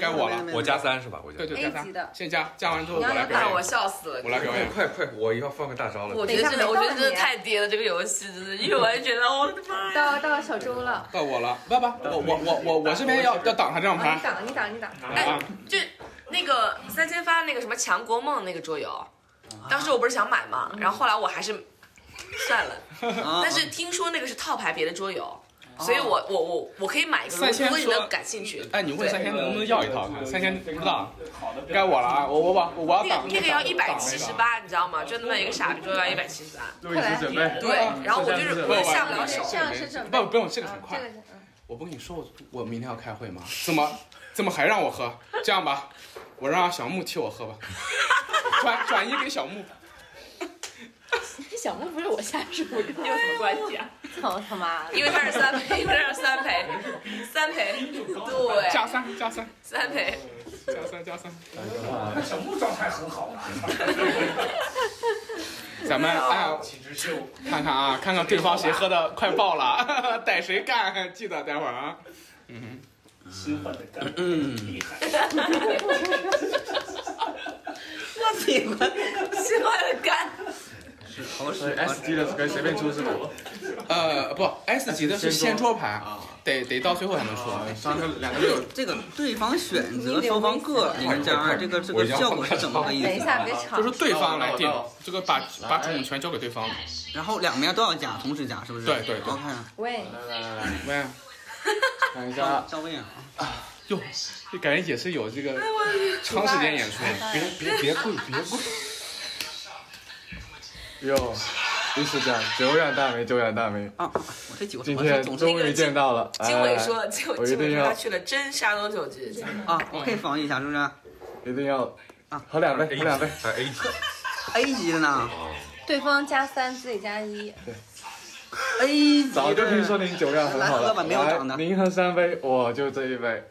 Speaker 2: 该我了，
Speaker 5: 我加三是吧？我加
Speaker 2: 对对，加
Speaker 12: A 级的
Speaker 2: 三，先加，加完之后我来表
Speaker 6: 打
Speaker 2: 演
Speaker 6: 我。笑死了。
Speaker 2: 我来表演
Speaker 5: 快快，我要放个大招了。
Speaker 6: 我觉得真的，我觉得真的太跌了，这个游戏真的，因为我也觉得哦我的妈
Speaker 12: 到到小周了，
Speaker 2: 到我了，不不，我我我我我这边要要挡他这张
Speaker 12: 啊，
Speaker 2: 牌
Speaker 12: 你。挡，你挡，你挡。
Speaker 2: 哎，
Speaker 6: 就那个三千发那个什么《强国梦》那个桌游，当时我不是想买嘛，然后后来我还是算了，
Speaker 8: 啊
Speaker 6: 但是听说那个是套牌别的桌游，所以我我我我可以买一个，
Speaker 2: 三千
Speaker 6: 如果你
Speaker 2: 说
Speaker 6: 们感兴趣。
Speaker 2: 哎，你问三千能不能要一套？看三千不知道，该我了啊！我我我我要
Speaker 6: 那
Speaker 2: 挡
Speaker 6: 个那个要一
Speaker 2: 嗯
Speaker 6: 百七十。
Speaker 2: 挡
Speaker 6: 八，你知道吗？就那么一个傻逼桌游要一百七十八。
Speaker 2: 路易斯准备
Speaker 6: 对，
Speaker 7: 啊
Speaker 6: 然后我就是我也下不了手。
Speaker 12: 啊
Speaker 2: 不不用，这个很快。
Speaker 12: 嗯
Speaker 2: 我不跟你说，我我明天要开会吗？怎么 [laughs] 怎么还让我喝？这样吧，我让小木替我喝吧， [laughs] 转转移给小木。
Speaker 9: 小木不是我下属，跟你有什么关系啊？
Speaker 12: 操他妈！
Speaker 6: 因为他是三陪，因为他是三陪，三陪，
Speaker 12: [laughs]
Speaker 6: 对，
Speaker 2: 加三加三
Speaker 6: 三陪，
Speaker 2: 加三加三。
Speaker 7: 小木状态很好啊。
Speaker 2: 咱们哎，看看啊，看看对方谁喝的快爆了， [laughs] 逮谁干，记得待会儿啊。嗯
Speaker 7: 哼，
Speaker 2: 嗯，
Speaker 6: 我
Speaker 8: 屁股，
Speaker 14: 喜欢的干。
Speaker 10: 好使。S 级的可以随便出是吧？
Speaker 2: 呃，不，S 级的是先啊桌牌，得得到最后才能出。
Speaker 10: 三个两个六，
Speaker 8: 这个对方选择双方各赢家，这个这个效果是怎么个意思？
Speaker 14: 等一下别吵
Speaker 2: 就是对方来定，这个把把主动权交给对方。
Speaker 8: 然后两边都要加，同时加，是不是？
Speaker 2: 对对对。
Speaker 8: OK。
Speaker 14: 喂，
Speaker 10: 来来来，
Speaker 2: 喂，
Speaker 10: 等一下，
Speaker 8: 赵薇啊，
Speaker 2: 哟，这感觉也是有这个
Speaker 10: 哎
Speaker 14: 长
Speaker 2: 长
Speaker 14: 时
Speaker 2: 时
Speaker 14: 间
Speaker 2: 间
Speaker 14: 演
Speaker 2: 演
Speaker 14: 出
Speaker 2: 出，
Speaker 14: 别别别跪
Speaker 2: 别跪。
Speaker 10: 哟，第四站，久仰大名，久仰大名
Speaker 8: 啊！我这酒
Speaker 10: 今天终于见到了。
Speaker 14: 经
Speaker 10: 哎
Speaker 14: 纬
Speaker 10: 哎
Speaker 14: 说，经
Speaker 10: 我
Speaker 14: 纬
Speaker 10: 一
Speaker 14: 经纬
Speaker 10: 定
Speaker 14: 说他
Speaker 10: 要，
Speaker 14: 去了真山东酒局。
Speaker 8: 啊，我可以防御一下，是不是？
Speaker 10: 一定要
Speaker 8: 啊！
Speaker 10: 喝两杯，喝两杯。
Speaker 5: A 级
Speaker 8: A 级的呢
Speaker 12: 对方加三，自己加一。
Speaker 8: ？A
Speaker 10: 早就听说您酒量很
Speaker 8: 来
Speaker 10: 好
Speaker 8: 喝
Speaker 10: 了，
Speaker 8: 吧没有长的
Speaker 10: 来您喝三杯，我就这一杯。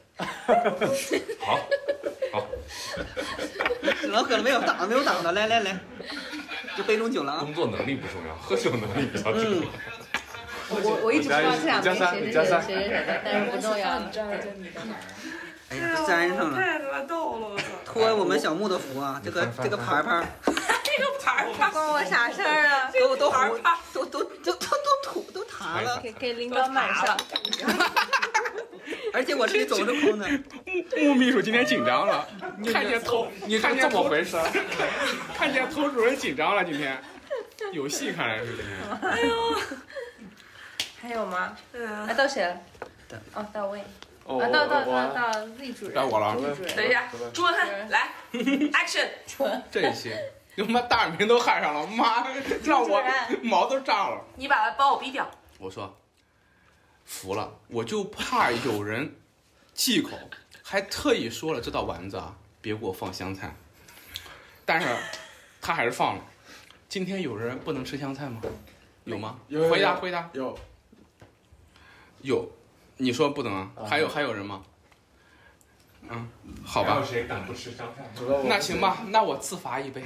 Speaker 8: 只能喝了，没有挡的，没有挡的，来来来，就杯中酒了啊！
Speaker 5: 工作能力不重要，喝酒能力比较重要。
Speaker 14: 我
Speaker 8: 我一直不知道这两杯谁是谁谁是谁的但是不重要
Speaker 14: 你这儿就你的
Speaker 8: 哎呀，粘上了，
Speaker 14: 太他妈逗了，我操！
Speaker 8: 托我们小木的福啊！这个这个牌牌，
Speaker 14: 这个牌儿
Speaker 12: 关我啥事儿啊？
Speaker 8: 都都糊，都都都都都吐都塌了，
Speaker 12: 给给领导满上。
Speaker 8: 而且我这里总是空的。
Speaker 2: 穆秘书今天紧张了，看见头，
Speaker 10: [laughs] 你
Speaker 2: 看
Speaker 10: 看
Speaker 2: 见
Speaker 10: 怎
Speaker 2: 头
Speaker 10: 么回事？
Speaker 2: [laughs] 看见头主任紧张了，今天有戏看来是今天。
Speaker 12: 哎呦，还有吗？啊，到谁了？哦，到位。
Speaker 2: 哦
Speaker 12: 啊，到到
Speaker 2: 我
Speaker 12: 到到 Z 主任。
Speaker 2: 到我了
Speaker 12: ，Z 主任。
Speaker 14: 等一下，朱文翰来，action！
Speaker 2: 这一期，他妈大耳名都喊上了，妈让我毛都炸了。
Speaker 14: 你把他帮我逼掉。
Speaker 2: 我说，服了，我就怕有人忌口，还特意说了这道丸子啊，别给我放香菜。但是他还是放了。今天有人不能吃香菜吗？有吗？
Speaker 10: 有有
Speaker 2: 回答
Speaker 10: 有
Speaker 2: 回答。
Speaker 10: 有
Speaker 2: 有，你说不能啊？
Speaker 10: 啊
Speaker 2: 还有还有人吗？嗯，好吧
Speaker 11: 还有。谁敢不吃香菜？
Speaker 2: 那行吧，那我自罚一杯。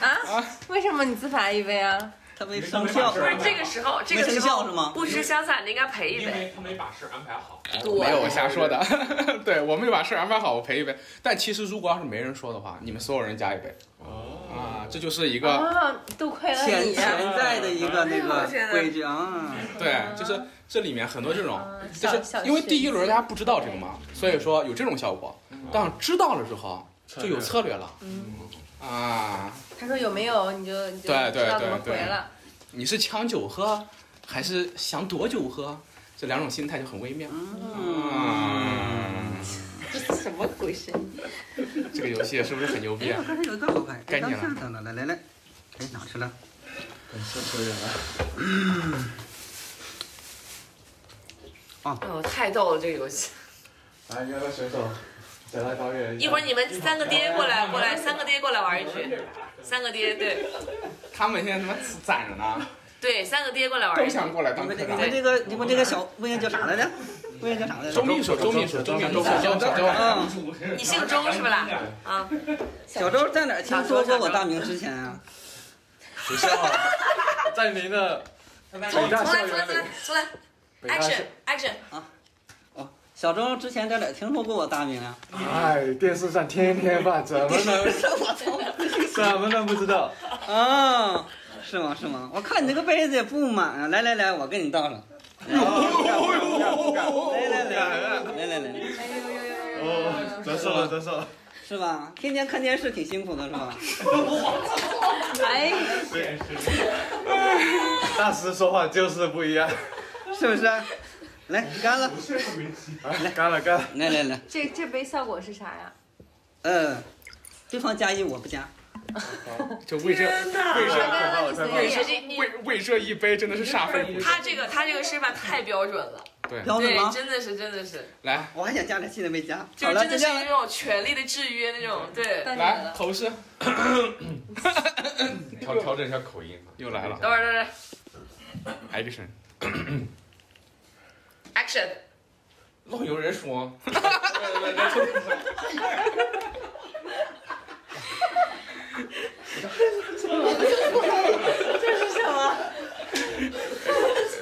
Speaker 12: 啊？为什么你自罚一杯啊？
Speaker 8: 他
Speaker 12: 没
Speaker 8: 生
Speaker 11: 效
Speaker 14: 不是这个时候，这个时候不吃香菜，你应该赔一
Speaker 11: 因为
Speaker 14: 杯。哎
Speaker 11: 他没把事儿安排好。
Speaker 2: 没有，我瞎说的。 [laughs] 对我没把事儿安排好，我赔一杯。但其实如果要是没人说的话，你们所有人加一杯。啊，这就是一个
Speaker 12: 啊，多亏了
Speaker 8: 潜
Speaker 12: 你啊。
Speaker 8: 潜在的一个那个规矩啊。
Speaker 2: 对，就是这里面很多这种，就
Speaker 12: 嗯小
Speaker 2: 是因为
Speaker 12: 学
Speaker 2: 第一轮大家不知道这个嘛，所以说有这种效果。但知道了之后就有策略了
Speaker 12: 嗯，
Speaker 2: 啊。
Speaker 12: 他说有没有你就你就
Speaker 2: 对对
Speaker 12: 知道怎么
Speaker 2: 对对
Speaker 12: 回了。
Speaker 2: 你是抢酒喝，还是想躲酒喝？这两种心态就很微妙。嗯，
Speaker 12: 这什么鬼声音？
Speaker 2: 这个游戏是不是很牛逼
Speaker 8: 哎，
Speaker 2: 啊
Speaker 8: 我？刚才有一个好牌，
Speaker 2: 该
Speaker 8: 哎
Speaker 2: 你
Speaker 8: 当
Speaker 2: 了
Speaker 8: 下等等，来来来，哎哪去了？
Speaker 10: 是可以了。
Speaker 8: 啊，
Speaker 14: 哦，太逗了这个游戏！
Speaker 10: 来，有个选手，再来导演
Speaker 14: 一会儿你们三个爹过来，过来，三个爹过来玩一局，三个爹，对
Speaker 2: 他们现在他妈攒着呢，
Speaker 14: 对，三个爹过来玩
Speaker 2: 都
Speaker 14: 一局。
Speaker 2: 想过来当
Speaker 8: 你
Speaker 2: 科
Speaker 8: 们
Speaker 2: 长。
Speaker 8: 这个你们这个小魏燕叫啥来着？魏燕叫啥来着？
Speaker 2: 周秘书，周秘书，周秘书，周秘书，周秘
Speaker 14: 哎
Speaker 8: 嗯
Speaker 2: 书，
Speaker 14: 你姓周是不啦？啊，
Speaker 8: 小周在哪儿听说过我大名之前啊？
Speaker 10: 学校，在您的
Speaker 14: 从
Speaker 10: 北
Speaker 14: 从来
Speaker 10: 大
Speaker 14: 从
Speaker 10: 校
Speaker 14: 来
Speaker 10: 园
Speaker 14: 从
Speaker 10: 里
Speaker 14: 来，从来
Speaker 10: 北大
Speaker 14: ，action action！
Speaker 8: 小周之前在哪儿听说过我大名啊？
Speaker 10: 哎，电视上天天放， [laughs] 怎么能怎么能不知道？
Speaker 8: 啊，是吗？是吗？我看你这个杯子也不满啊！来来来，我给你倒上。
Speaker 5: 哎
Speaker 8: 来来来来来来，
Speaker 10: 哦，折寿了，折寿了。
Speaker 8: 是吧？天天看电视挺辛苦的，是吧？
Speaker 12: 哎，
Speaker 14: 哎
Speaker 10: 大师说话就是不一样。
Speaker 8: [laughs] 是不是？来干了，
Speaker 10: 来，干了，干了。
Speaker 8: 来来来，
Speaker 12: 这这杯效果是啥呀？
Speaker 8: 嗯，对方加一，我不加。
Speaker 2: 就为这
Speaker 14: 天哪
Speaker 2: 为这
Speaker 14: 我刚刚
Speaker 2: 为这
Speaker 14: 以为你
Speaker 2: 为为这一杯真的是煞费苦
Speaker 14: 他这个他这个示范太标准了，
Speaker 2: 对
Speaker 8: 标准
Speaker 14: 对，
Speaker 8: 哦吗？
Speaker 14: 真的是真的是，
Speaker 2: 来
Speaker 8: 我还想加点气的没加。
Speaker 14: 就
Speaker 8: 好
Speaker 14: 是
Speaker 8: 了，
Speaker 14: 真的
Speaker 8: 就是这样
Speaker 14: 那。种权力的制约那种，对。
Speaker 12: 嗯
Speaker 2: 来头饰，
Speaker 5: 调调整一下口音。
Speaker 2: 又来了
Speaker 14: 等会儿等会儿
Speaker 2: ，action，
Speaker 14: ，action！
Speaker 2: 老有人说，
Speaker 12: 这是什么？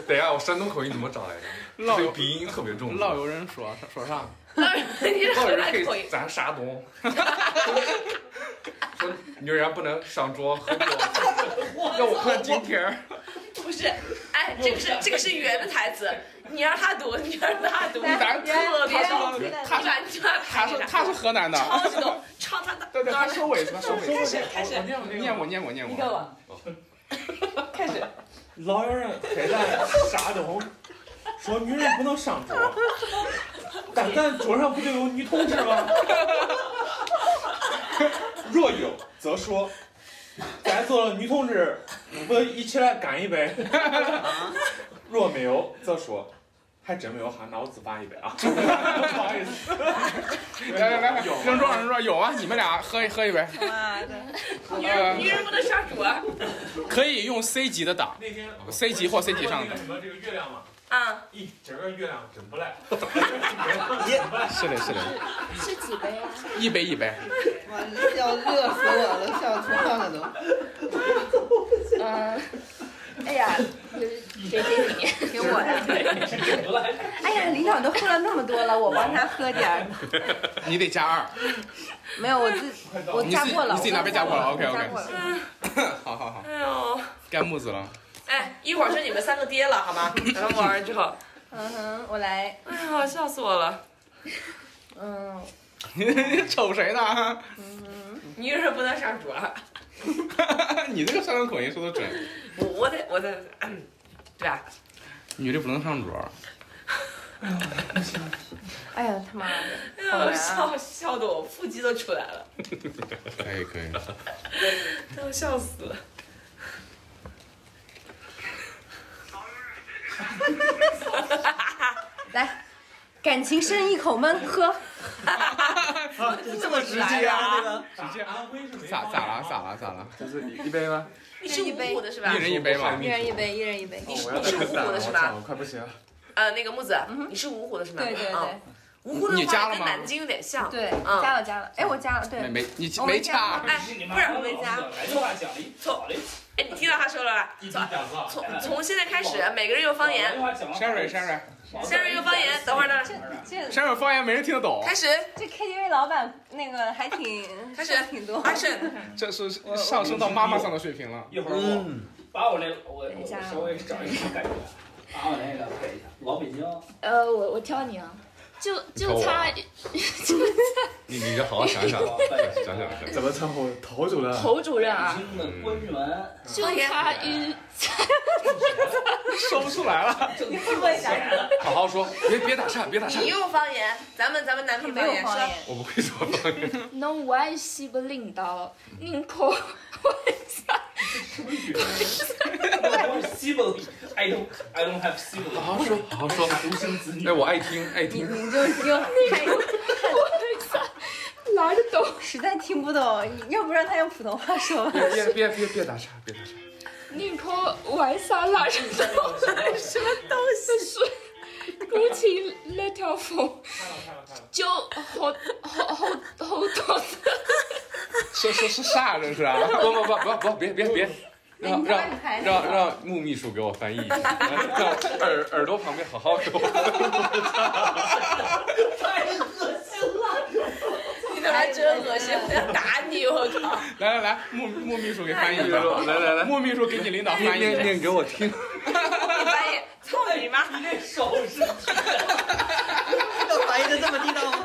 Speaker 5: 等一下，我山东口音怎么找来着？
Speaker 2: 老
Speaker 5: 这个鼻音特别
Speaker 2: [laughs]
Speaker 5: 重。
Speaker 2: 老有人说说啥？
Speaker 14: 你
Speaker 5: 老有人可
Speaker 14: 这口音
Speaker 5: 以，咱山东。你就人家不能上桌喝酒，让我看金瓶儿。
Speaker 6: 不是，哎，这个是这个是圆的台词，你让他读，你让他读，
Speaker 2: 你咋
Speaker 6: 特别
Speaker 2: 他是
Speaker 6: 他你把你把
Speaker 2: 他是他是河南的，
Speaker 6: 超级懂，超他的，
Speaker 2: 对对，他收尾，他收尾，
Speaker 6: 开始开始，
Speaker 2: 念我念我念我，
Speaker 6: 你干 [laughs] 嘛？开始，
Speaker 7: 老有人还在啥都说女人不能上桌，但咱桌上不就有女同志吗？若有则说，在座的女同志，我们一起来干一杯。若没有则说，还真没有哈，那我自罚一杯啊。 [laughs] 不好意思，
Speaker 2: 来来来来，
Speaker 7: 有
Speaker 2: 扔桌上扔桌上，有啊，你们俩喝一喝一杯，
Speaker 6: 妈的，女人女人不能上啊桌，
Speaker 2: 可以用 C 级的档
Speaker 7: 那天
Speaker 2: ，C 级或 C 级上的
Speaker 7: 那个，什么这个月亮嘛，
Speaker 6: 啊，
Speaker 7: 一整个月亮真不
Speaker 2: [laughs]
Speaker 7: 赖。
Speaker 2: 是的是的，
Speaker 12: 是几杯啊？
Speaker 2: 一杯一杯，
Speaker 8: 要乐死我了，笑出汗了都。 [laughs]
Speaker 12: [laughs]
Speaker 9: 嗯，哎呀，谁给你？
Speaker 12: 呃给我
Speaker 9: 呀。
Speaker 12: [laughs] 哎呀，领导都喝了那么多了，我帮他喝点
Speaker 2: [laughs]
Speaker 12: 儿。
Speaker 2: 你得加二，
Speaker 12: 没有，我自我
Speaker 2: 你
Speaker 12: 加
Speaker 2: 自己
Speaker 12: 过了，
Speaker 2: 你自己
Speaker 12: 我
Speaker 2: 拿杯加过了，OK
Speaker 12: 加过
Speaker 2: OK，
Speaker 12: 了。
Speaker 2: 好好好，
Speaker 6: 哎呦，
Speaker 2: 该木子了，
Speaker 6: 哎，一会儿是你们三个爹了，好吗？咱们玩完之后，
Speaker 12: 嗯哼，我来。
Speaker 6: 哎呀，笑死我了，
Speaker 12: 嗯
Speaker 2: 你 [laughs] 瞅谁呢？
Speaker 6: 女人不能上啊桌，
Speaker 2: 你这个山东口音说的准，
Speaker 6: 我我得我得，嗯对吧？
Speaker 2: 女的不能上桌，
Speaker 12: 哎呀，他妈的！
Speaker 6: 哎
Speaker 12: 好
Speaker 6: 呦，
Speaker 12: 难
Speaker 6: 笑
Speaker 12: 啊
Speaker 6: 笑的我腹肌都出来了，
Speaker 2: 可以可以，
Speaker 6: 都笑死了。
Speaker 12: 来，感情深一口闷喝。
Speaker 8: 这么直接啊？这个
Speaker 2: 直接咋咋了 [laughs] 咋了咋了？这是一
Speaker 10: 杯吗？
Speaker 6: 你是五虎的是吧？
Speaker 2: 一人一杯吧
Speaker 12: 一人一杯，一人一杯。
Speaker 6: 你是你是五虎的是吧？
Speaker 10: 我快不行了。
Speaker 6: 呃，那个木子，你是五虎的是吧？
Speaker 12: 嗯对对对
Speaker 6: 嗯。芜湖的
Speaker 2: 你加
Speaker 6: 话
Speaker 2: 了
Speaker 6: 跟
Speaker 2: 吗
Speaker 6: 南京有点像，
Speaker 12: 对，
Speaker 6: 嗯
Speaker 12: 加了加了，哎，我加了，对，
Speaker 2: 没没你
Speaker 5: 哦
Speaker 12: 我
Speaker 2: 没
Speaker 12: 加
Speaker 2: 加，
Speaker 6: 哎，不是我没加，错错，哎，你听到他说了吧？错，
Speaker 7: 哎
Speaker 6: 从从现在开始，每个人用方言，
Speaker 2: Sherry Sherry
Speaker 6: 先是用方言，等会儿呢，
Speaker 7: 啊
Speaker 12: 这
Speaker 2: Sherry 方言没人听得懂，
Speaker 6: 开始，
Speaker 12: 这 KTV 老板那个还挺
Speaker 6: 开始
Speaker 12: 事儿挺多。
Speaker 6: 阿胜，
Speaker 2: 这是
Speaker 5: 啊
Speaker 2: 上升到妈妈上的水平了。
Speaker 7: 一会儿我把我那我
Speaker 12: 等一下啊
Speaker 7: 我稍微找一下感觉，把我那个配一下。老北京，
Speaker 9: 呃，我我挑你啊，就就差就差
Speaker 5: 你你就好好想想，想想
Speaker 10: 怎么称呼头主任？
Speaker 9: 侯主任啊，
Speaker 7: 关玉文，
Speaker 9: 就差一，
Speaker 2: 说不出来了，
Speaker 12: 你会不会想起来？
Speaker 5: 好好说，别别打岔，别打岔
Speaker 6: 你。用方言，咱们咱们南平
Speaker 12: 没有
Speaker 6: 言
Speaker 12: 方
Speaker 6: 说，
Speaker 12: 言，
Speaker 5: 我不会说方言，
Speaker 9: 侬还是不领导，宁可为啥？
Speaker 7: [laughs] 我是西伯利，I don't I don't have 西伯利。
Speaker 5: 好好说，好好说。
Speaker 7: 独生子女
Speaker 5: 哎，，我爱听，爱
Speaker 12: 你
Speaker 5: 听。
Speaker 12: 你就你就太
Speaker 9: 为啥？哪得懂？
Speaker 12: 实在听不懂，你要不让他用普通话说吧。
Speaker 5: 别别别别别打岔，别打岔。
Speaker 9: 宁可为啥哪得懂？什么东西？是鼓起那条缝，就好好好好多。
Speaker 2: 说说是啥这是啊？
Speaker 5: 不不不不不，别别别，让让让让穆秘书给我翻译一下，让耳耳朵旁边好好说。
Speaker 7: 太恶心了。
Speaker 6: 你他妈
Speaker 12: 哎
Speaker 6: 真恶心，我要打你，我靠！
Speaker 2: 来来来，穆穆秘书给翻译一下，
Speaker 5: 来来来，
Speaker 2: 穆秘书给你领导
Speaker 5: 念
Speaker 2: 翻译一
Speaker 5: 念
Speaker 2: 下。
Speaker 5: 念给我听。
Speaker 6: 你翻译，操你妈！
Speaker 7: 你这手是
Speaker 8: 要翻译的这么地道吗？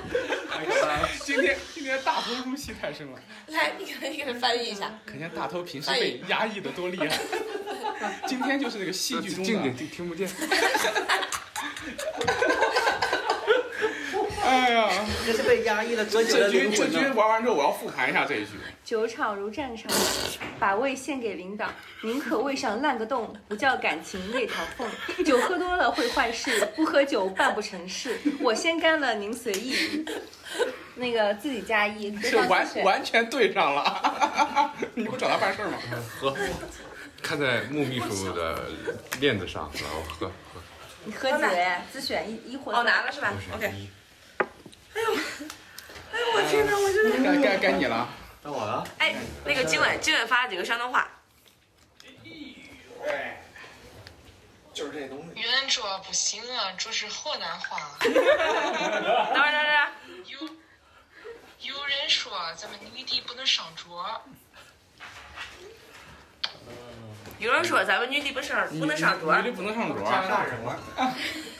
Speaker 2: 今天今天大头入戏太深了，
Speaker 6: 来，你给你给翻译一下，
Speaker 2: 可见大头平
Speaker 14: 哎
Speaker 2: 时被压抑的多
Speaker 14: [laughs]
Speaker 2: 厉害。今天就是那个戏剧中
Speaker 5: 近点
Speaker 2: 的，
Speaker 5: 听听不见。
Speaker 2: 哎呀，
Speaker 8: 这是被压抑了多久
Speaker 2: 这
Speaker 8: 的
Speaker 2: 局
Speaker 8: 灵
Speaker 2: 这
Speaker 8: 魂
Speaker 2: 局
Speaker 8: 呢？
Speaker 2: 玩完之后，我要复盘一下这一局。
Speaker 12: 酒场如战场，把胃献给领导，宁可胃上烂个洞，不叫感情那条缝。酒喝多了会坏事，不喝酒办不成事。我先干了，您随意。那个自己加一，可以
Speaker 2: 是
Speaker 12: 放
Speaker 2: 完
Speaker 12: 自选
Speaker 2: 完全对上了， [laughs] 你会找他办事儿吗？
Speaker 5: 喝，看在穆秘书的面子上，然后喝喝。
Speaker 12: 你喝几个呀？自选一一回。
Speaker 6: 哦，拿了是吧？OK。哎呦，哎呦，我天哪，我真的。
Speaker 2: 该该该你了，
Speaker 10: 到我了。
Speaker 6: 哎，那个今晚今晚发了几个山东话？
Speaker 7: 哎就是这东西。
Speaker 16: 原说不行啊，这是河
Speaker 6: [laughs]
Speaker 16: 南话。啊
Speaker 6: 等会儿，等会儿，
Speaker 16: 有人说
Speaker 17: 了，咱们内地不能上桌。
Speaker 14: 有人说咱们女的不上不能上桌，
Speaker 2: 不能上桌，
Speaker 10: 加拿大人了。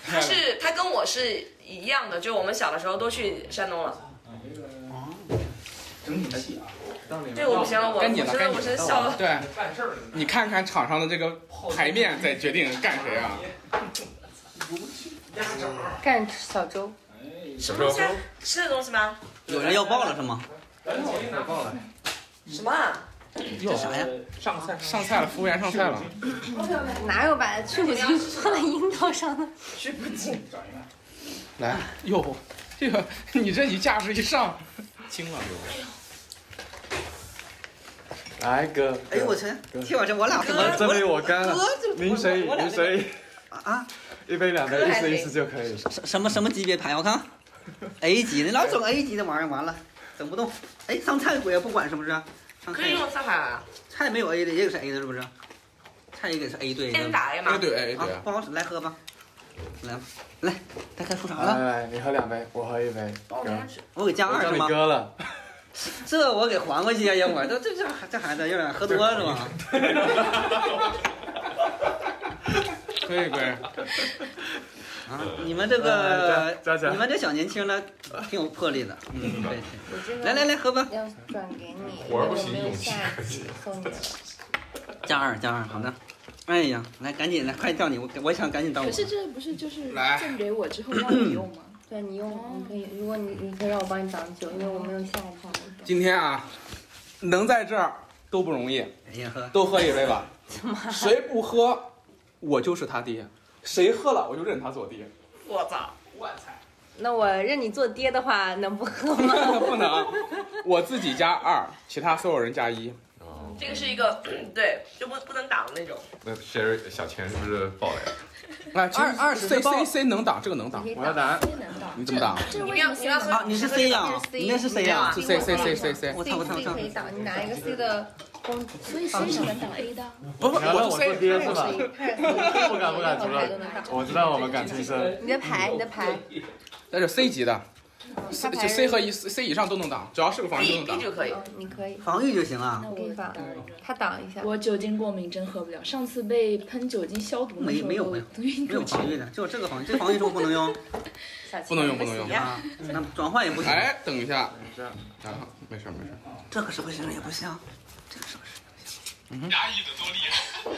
Speaker 14: 他是他跟我是一样的，就我们小的时候都去山东了。
Speaker 2: 哦整你的戏啊！
Speaker 14: 对我不行了我
Speaker 2: 该你了，
Speaker 14: 我觉得
Speaker 2: 该你
Speaker 14: 我真笑了
Speaker 2: 对，你看看场上的这个牌面，再决定干谁啊？
Speaker 12: 干小周，
Speaker 14: 什么东西啊？吃的东西吗？
Speaker 8: 有人要爆了是吗？
Speaker 2: 报了。
Speaker 14: 什么啊？
Speaker 2: 哟啥呀？上菜上菜了，服务员上菜了。
Speaker 12: 哪有把去骨精放在阴道上的？去骨精。
Speaker 2: 来，哟，这个你这一架势一上，惊了。
Speaker 10: 来哥，
Speaker 8: 哎呦我去，听我这我俩怎么
Speaker 10: 这杯我干了
Speaker 8: 哥这，
Speaker 10: 您谁
Speaker 8: 我俩
Speaker 10: 您谁
Speaker 8: 啊？
Speaker 10: 一杯两杯，
Speaker 8: 哥
Speaker 10: 意
Speaker 8: 还
Speaker 10: 思
Speaker 8: 没
Speaker 10: 意思就可以了。
Speaker 8: 什什么什么级别牌？我 [laughs] 看看 A 级的，老整 A 级的玩意儿，完了整不动。哎，上菜我也不管是不是？上
Speaker 14: 可
Speaker 8: 菜
Speaker 14: 以用上海啊？
Speaker 8: 菜没有 A 的，也有是 A 的，是不是？菜也给是 A 对的
Speaker 14: A 打 A 嘛 A 对 A 对
Speaker 8: 啊，不好使，来喝吧。来吧，来，大概说啥
Speaker 10: 来
Speaker 8: 了？
Speaker 10: 来来，你喝两杯，我喝一杯。哥，
Speaker 8: 我给加二
Speaker 10: 哎
Speaker 8: 是
Speaker 10: 我叫
Speaker 8: 吗
Speaker 10: 你？哥了。
Speaker 8: 这我给还回去啊，要不然这这这这孩子有点喝多了是
Speaker 10: [laughs]
Speaker 8: 吧？
Speaker 2: [laughs] 可以可以。
Speaker 8: 啊，你们这
Speaker 10: 哎
Speaker 8: 个
Speaker 10: 加加加
Speaker 8: 你们这小年轻的挺有魄力的，嗯，对
Speaker 14: [laughs]
Speaker 8: 对。来来来，喝吧。
Speaker 12: 要转给你，
Speaker 8: 嗯活儿不行
Speaker 12: 有没有
Speaker 8: 勇气
Speaker 12: 下
Speaker 8: [laughs]
Speaker 12: 集送你？
Speaker 8: 加二加二，好的。哎呀，来赶紧来，快叫你，我我想赶紧到我
Speaker 9: 可。是这不是就是
Speaker 8: 来
Speaker 9: 赠给我之后让你用吗？
Speaker 12: 对你用，你可以，如果你你可以让我帮你挡酒，因为我没有下一套。
Speaker 2: 今天啊，能在这儿都不容易，
Speaker 8: 哎
Speaker 2: 都喝一杯吧。谁不喝，我就是他爹；谁喝了，我就认他做爹。 [laughs]
Speaker 14: 我操！
Speaker 12: 我操！那我认你做爹的话，能不喝吗？
Speaker 2: 不能，我自己加二，其他所有人加一。
Speaker 14: 这个是一个对，就不不能挡的那种。
Speaker 5: 那 Sherry 小钱是不是爆了呀？
Speaker 2: 来，其实
Speaker 5: 二二十
Speaker 2: C
Speaker 5: 就爆
Speaker 2: C C 能挡，这个能挡
Speaker 5: 你可以，挡我要挡
Speaker 14: C 能挡
Speaker 2: 你怎么挡？
Speaker 12: 这
Speaker 14: 你要你要喝
Speaker 8: 啊，你是 C 呀？你那是 C 呀？
Speaker 2: 是 C C C C C。
Speaker 8: 我操我操我
Speaker 12: C
Speaker 8: 操
Speaker 12: 可！以挡，你拿一个 C 的工，所以
Speaker 8: C 是
Speaker 12: 能挡 A 的。
Speaker 8: 不是，
Speaker 10: 我
Speaker 8: 是
Speaker 10: 做
Speaker 8: C
Speaker 10: 爹是吧？
Speaker 12: 不
Speaker 10: 不敢不敢，不敢，我知道我们感情深。
Speaker 12: 你的牌，你的
Speaker 7: 嗯
Speaker 12: 牌，
Speaker 2: 那就 C 级的，C
Speaker 12: 他
Speaker 2: 就
Speaker 12: 排
Speaker 2: C 和一 C 以上都能挡，只要是个防御都能挡。
Speaker 14: 可以，
Speaker 12: 你可以。
Speaker 8: 防御就行啊。
Speaker 9: 那我挡一个，
Speaker 12: 他挡一下。
Speaker 9: 我酒精过敏，真喝不了。上次被喷酒精消毒的
Speaker 8: 没
Speaker 9: 时候
Speaker 8: 没有没有
Speaker 9: 都晕
Speaker 8: 没有
Speaker 9: 过去了。
Speaker 8: 防御的，就这个防御，这防御是不能用，
Speaker 2: 不能用不能用
Speaker 8: 啊！那转换也不行，
Speaker 2: 哎，等一下，啊，没事没事。
Speaker 8: 这个是不行，也不行，
Speaker 1: 压抑的多厉害！
Speaker 8: 嗯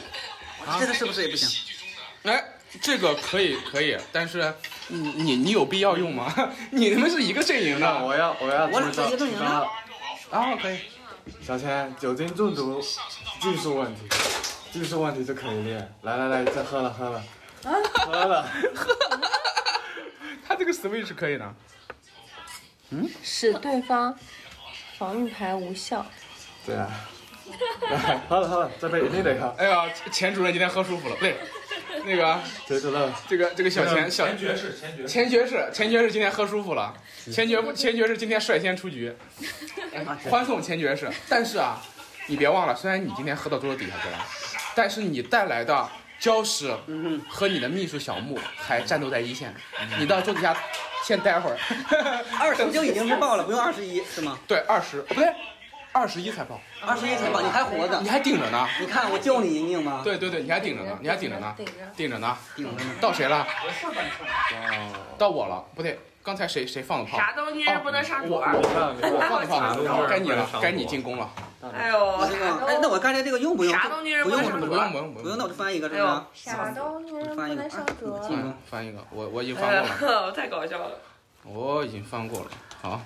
Speaker 8: 啊这个是不是也不行？
Speaker 2: 哎，这个可以可以，但是你你你有必要用吗？ [laughs] 你他妈是一个阵营的，
Speaker 10: 我要我要
Speaker 2: 我俩
Speaker 10: 出招
Speaker 2: 一个阵营
Speaker 10: 出招了。
Speaker 2: 啊，可以。
Speaker 10: 小千，酒精中毒，技术问题，技术问题就可以练。来来来，再喝了喝了，喝了。
Speaker 2: 他这个 Switch 可以的。
Speaker 12: 使对方防御牌无效。
Speaker 10: 对啊，来喝了喝了，这杯一定得喝。
Speaker 2: 哎呀，钱主任今天喝舒服了，对，那个
Speaker 10: 钱主任，
Speaker 2: 这个这个小钱小
Speaker 7: 钱爵士，钱爵士，
Speaker 2: 钱爵士，钱爵士今天喝舒服了，钱爵不钱爵士今天率先出局，欢送钱爵士。但是啊，你别忘了，虽然你今天喝到桌子底下去了，但是你带来的礁石和你的秘书小木还战斗在一线，你到桌底下先待会儿。 [laughs]
Speaker 8: 二十就已经是爆了，不用二十一是吗？
Speaker 2: 对，二十哦不对，二十一才爆，
Speaker 8: 二十一才爆，你还活着
Speaker 2: 你？还顶着呢。
Speaker 8: 你看我救你一命吗？
Speaker 2: 对对对，你还顶着呢，你还顶着呢，顶着呢，
Speaker 8: 顶着呢。
Speaker 2: 到谁了？到我了，不对，刚才谁谁放的炮？
Speaker 14: 啥东西不能上啊桌？
Speaker 2: 啊我放的炮，该你了
Speaker 8: 上，火
Speaker 2: 该你进攻了。
Speaker 14: 哎呦，
Speaker 8: 这个哎，那我刚才这个用不用？
Speaker 14: 啥东西是
Speaker 8: 不用
Speaker 14: 不能
Speaker 8: 是
Speaker 14: 上
Speaker 8: 吧
Speaker 14: 桌
Speaker 2: 不用
Speaker 8: 不用，那我就翻一个是
Speaker 14: 哎呦
Speaker 8: 吧？
Speaker 12: 啥都
Speaker 8: 翻一啊个，进攻
Speaker 12: 嗯
Speaker 2: 翻翻一个，我我已经翻
Speaker 14: 哎
Speaker 2: 过了，
Speaker 14: 呦， [laughs] 太搞笑了！
Speaker 2: 我已经翻过了。好，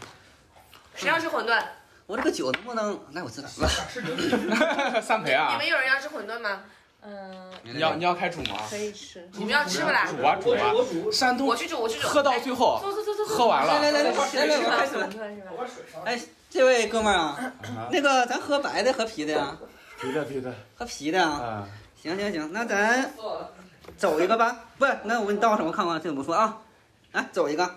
Speaker 14: 谁要吃馄饨？
Speaker 8: 我这个酒能不能？来，我自己
Speaker 2: 了。三陪
Speaker 14: 你
Speaker 2: 啊
Speaker 14: 们，有人要吃馄饨吗？
Speaker 12: 嗯，
Speaker 2: 你要你要开煮吗？
Speaker 12: 以吃。
Speaker 14: 你们要吃不啦？
Speaker 2: 煮啊煮啊！山东
Speaker 14: 我去煮，我去煮。
Speaker 2: 喝到最后
Speaker 14: 走走走走，走
Speaker 2: 喝完了，
Speaker 8: 来来来来来来，我开始
Speaker 12: 馄
Speaker 8: 了。
Speaker 12: 饨是吧？
Speaker 8: 哎，这位哥们儿啊，
Speaker 2: 嗯
Speaker 8: 那个咱喝白的，喝啤的呀？
Speaker 10: 啤的啤的，
Speaker 8: 喝啤的啊？
Speaker 2: 嗯
Speaker 8: 行行行，那咱走一个吧。不，那我给你倒上，我看看这怎么说啊？来，走一个，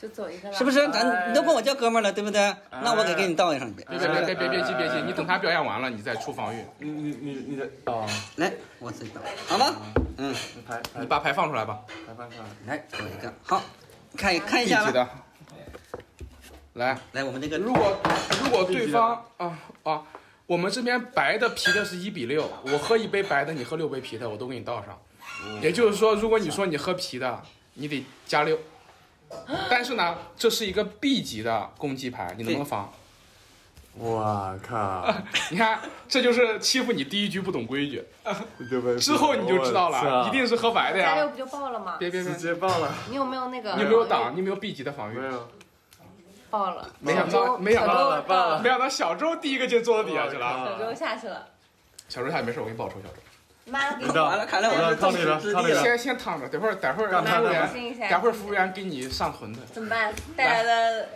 Speaker 12: 就走一个了。哎
Speaker 8: 是不是？咱你都跟我叫哥们儿了，对不对？那
Speaker 2: 哎
Speaker 8: 我得给你倒上一杯。
Speaker 2: 别别别别别别急别急，你等他表演完了，你再出防御。
Speaker 10: 你你你你的哦，
Speaker 8: 来，我自己倒，好吗？嗯，
Speaker 10: 牌
Speaker 2: 你把牌放出来吧。
Speaker 10: 牌放上来。
Speaker 8: 来，走一个，好，看看一下
Speaker 2: 立体
Speaker 8: 了。
Speaker 2: 的，来
Speaker 8: 来，我们那个
Speaker 2: 如果如果对方啊啊，我们这边白的啤的是一比六，我喝一杯白的，你喝六杯啤的，我都给你倒上。也就是说，如果你说你喝啤的，你得加六。但是呢，这是一个 B 级的攻击牌，你能不能防？
Speaker 10: 我靠！
Speaker 2: 你看，这就是欺负你第一局不懂规矩，
Speaker 10: 对不对
Speaker 2: 之后你就知道
Speaker 10: 我
Speaker 2: 了，
Speaker 10: 操
Speaker 2: 一定是喝白的
Speaker 12: 加
Speaker 2: 呀。
Speaker 12: 六不就爆了吗？
Speaker 2: 别别别，
Speaker 10: 直接爆了！
Speaker 12: 你有没有那个？
Speaker 2: 你有没有挡？你有没有 B 级的防御？没有。
Speaker 12: 爆了？
Speaker 2: 没想到，没想
Speaker 12: 小
Speaker 2: 到
Speaker 12: 周爆，了
Speaker 2: 没想哦到小周第一啊个就坐到底下去
Speaker 12: 小
Speaker 2: 了。
Speaker 12: 周下去了，
Speaker 2: 小周下也没事，我给你报仇。小周，
Speaker 12: 妈给
Speaker 2: 完
Speaker 8: 了看来我是众矢之的
Speaker 2: 先先躺着，等会儿等会儿
Speaker 12: 干嘛
Speaker 2: 服务
Speaker 12: 干嘛
Speaker 2: 员，等会儿服务员给你上馄饨。
Speaker 12: 怎么办？带来的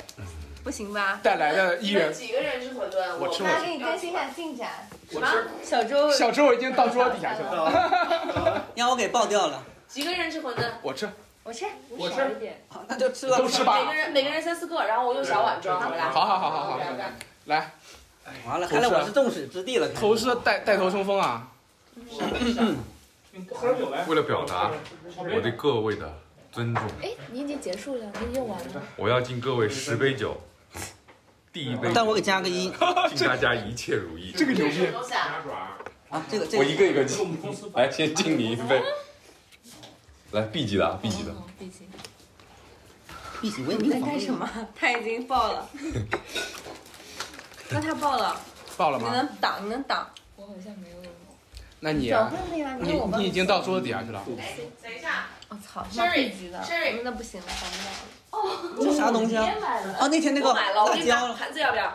Speaker 12: 不行吧？
Speaker 2: 带来的一元
Speaker 6: 几个人吃馄饨？
Speaker 2: 我吃我
Speaker 12: 妈
Speaker 2: 吃
Speaker 12: 给你更新一下进展。
Speaker 6: 什
Speaker 12: 么？小周
Speaker 2: 小周已经到桌底下去了，
Speaker 8: 让我给爆掉了。
Speaker 6: 几个人吃馄饨？
Speaker 2: 我吃，
Speaker 6: 我吃，
Speaker 2: 我吃
Speaker 6: 少一点，
Speaker 8: 那就吃
Speaker 2: 吧都吃吧
Speaker 6: 每个人每个人三四个，然后我用小碗装，好不啦？
Speaker 2: 好好好好好
Speaker 6: 这样这样
Speaker 2: 来。
Speaker 8: 完了
Speaker 2: 投
Speaker 8: 看
Speaker 2: 射
Speaker 8: 来我是众矢之的了。
Speaker 2: 投射带带头冲锋啊！
Speaker 5: 为了表达我对各位的尊重，
Speaker 9: 哎，你已经结束了，你用完了。
Speaker 12: [laughs]
Speaker 5: 我要敬各位十杯酒，第
Speaker 2: [laughs]
Speaker 5: 一杯，
Speaker 8: 但我给加个一，
Speaker 5: 敬大家一切如意。
Speaker 2: 这个牛逼！
Speaker 8: 啊，这个这
Speaker 5: 我一个一个敬，来先敬你一杯，来 B 级的啊，B 级的，
Speaker 12: 毕竟
Speaker 8: 毕竟我也
Speaker 12: 你
Speaker 8: 没
Speaker 12: 在
Speaker 8: 有防
Speaker 12: 干
Speaker 8: 御
Speaker 12: 什。么？他已经爆了，那他爆了，
Speaker 2: 爆了
Speaker 12: 你
Speaker 2: 吗？
Speaker 12: 能挡？你能挡？
Speaker 6: 我好像没有。
Speaker 2: 那你啊
Speaker 12: 小慧没完没
Speaker 2: 你
Speaker 12: 有我帮
Speaker 2: 你
Speaker 12: 你
Speaker 2: 已经到桌子底下去
Speaker 12: [laughs]
Speaker 2: 了。
Speaker 6: 哎等一下，
Speaker 12: 我操
Speaker 6: Sherry，
Speaker 12: 局的
Speaker 6: Sherry
Speaker 12: 那不行了，挡不了。
Speaker 6: 哦
Speaker 8: 这啥东西啊
Speaker 6: 我今天买了
Speaker 8: 哦那天那个
Speaker 6: 我买了，我给你
Speaker 8: 辣
Speaker 6: 拿
Speaker 8: 椒
Speaker 6: 盘子要不要？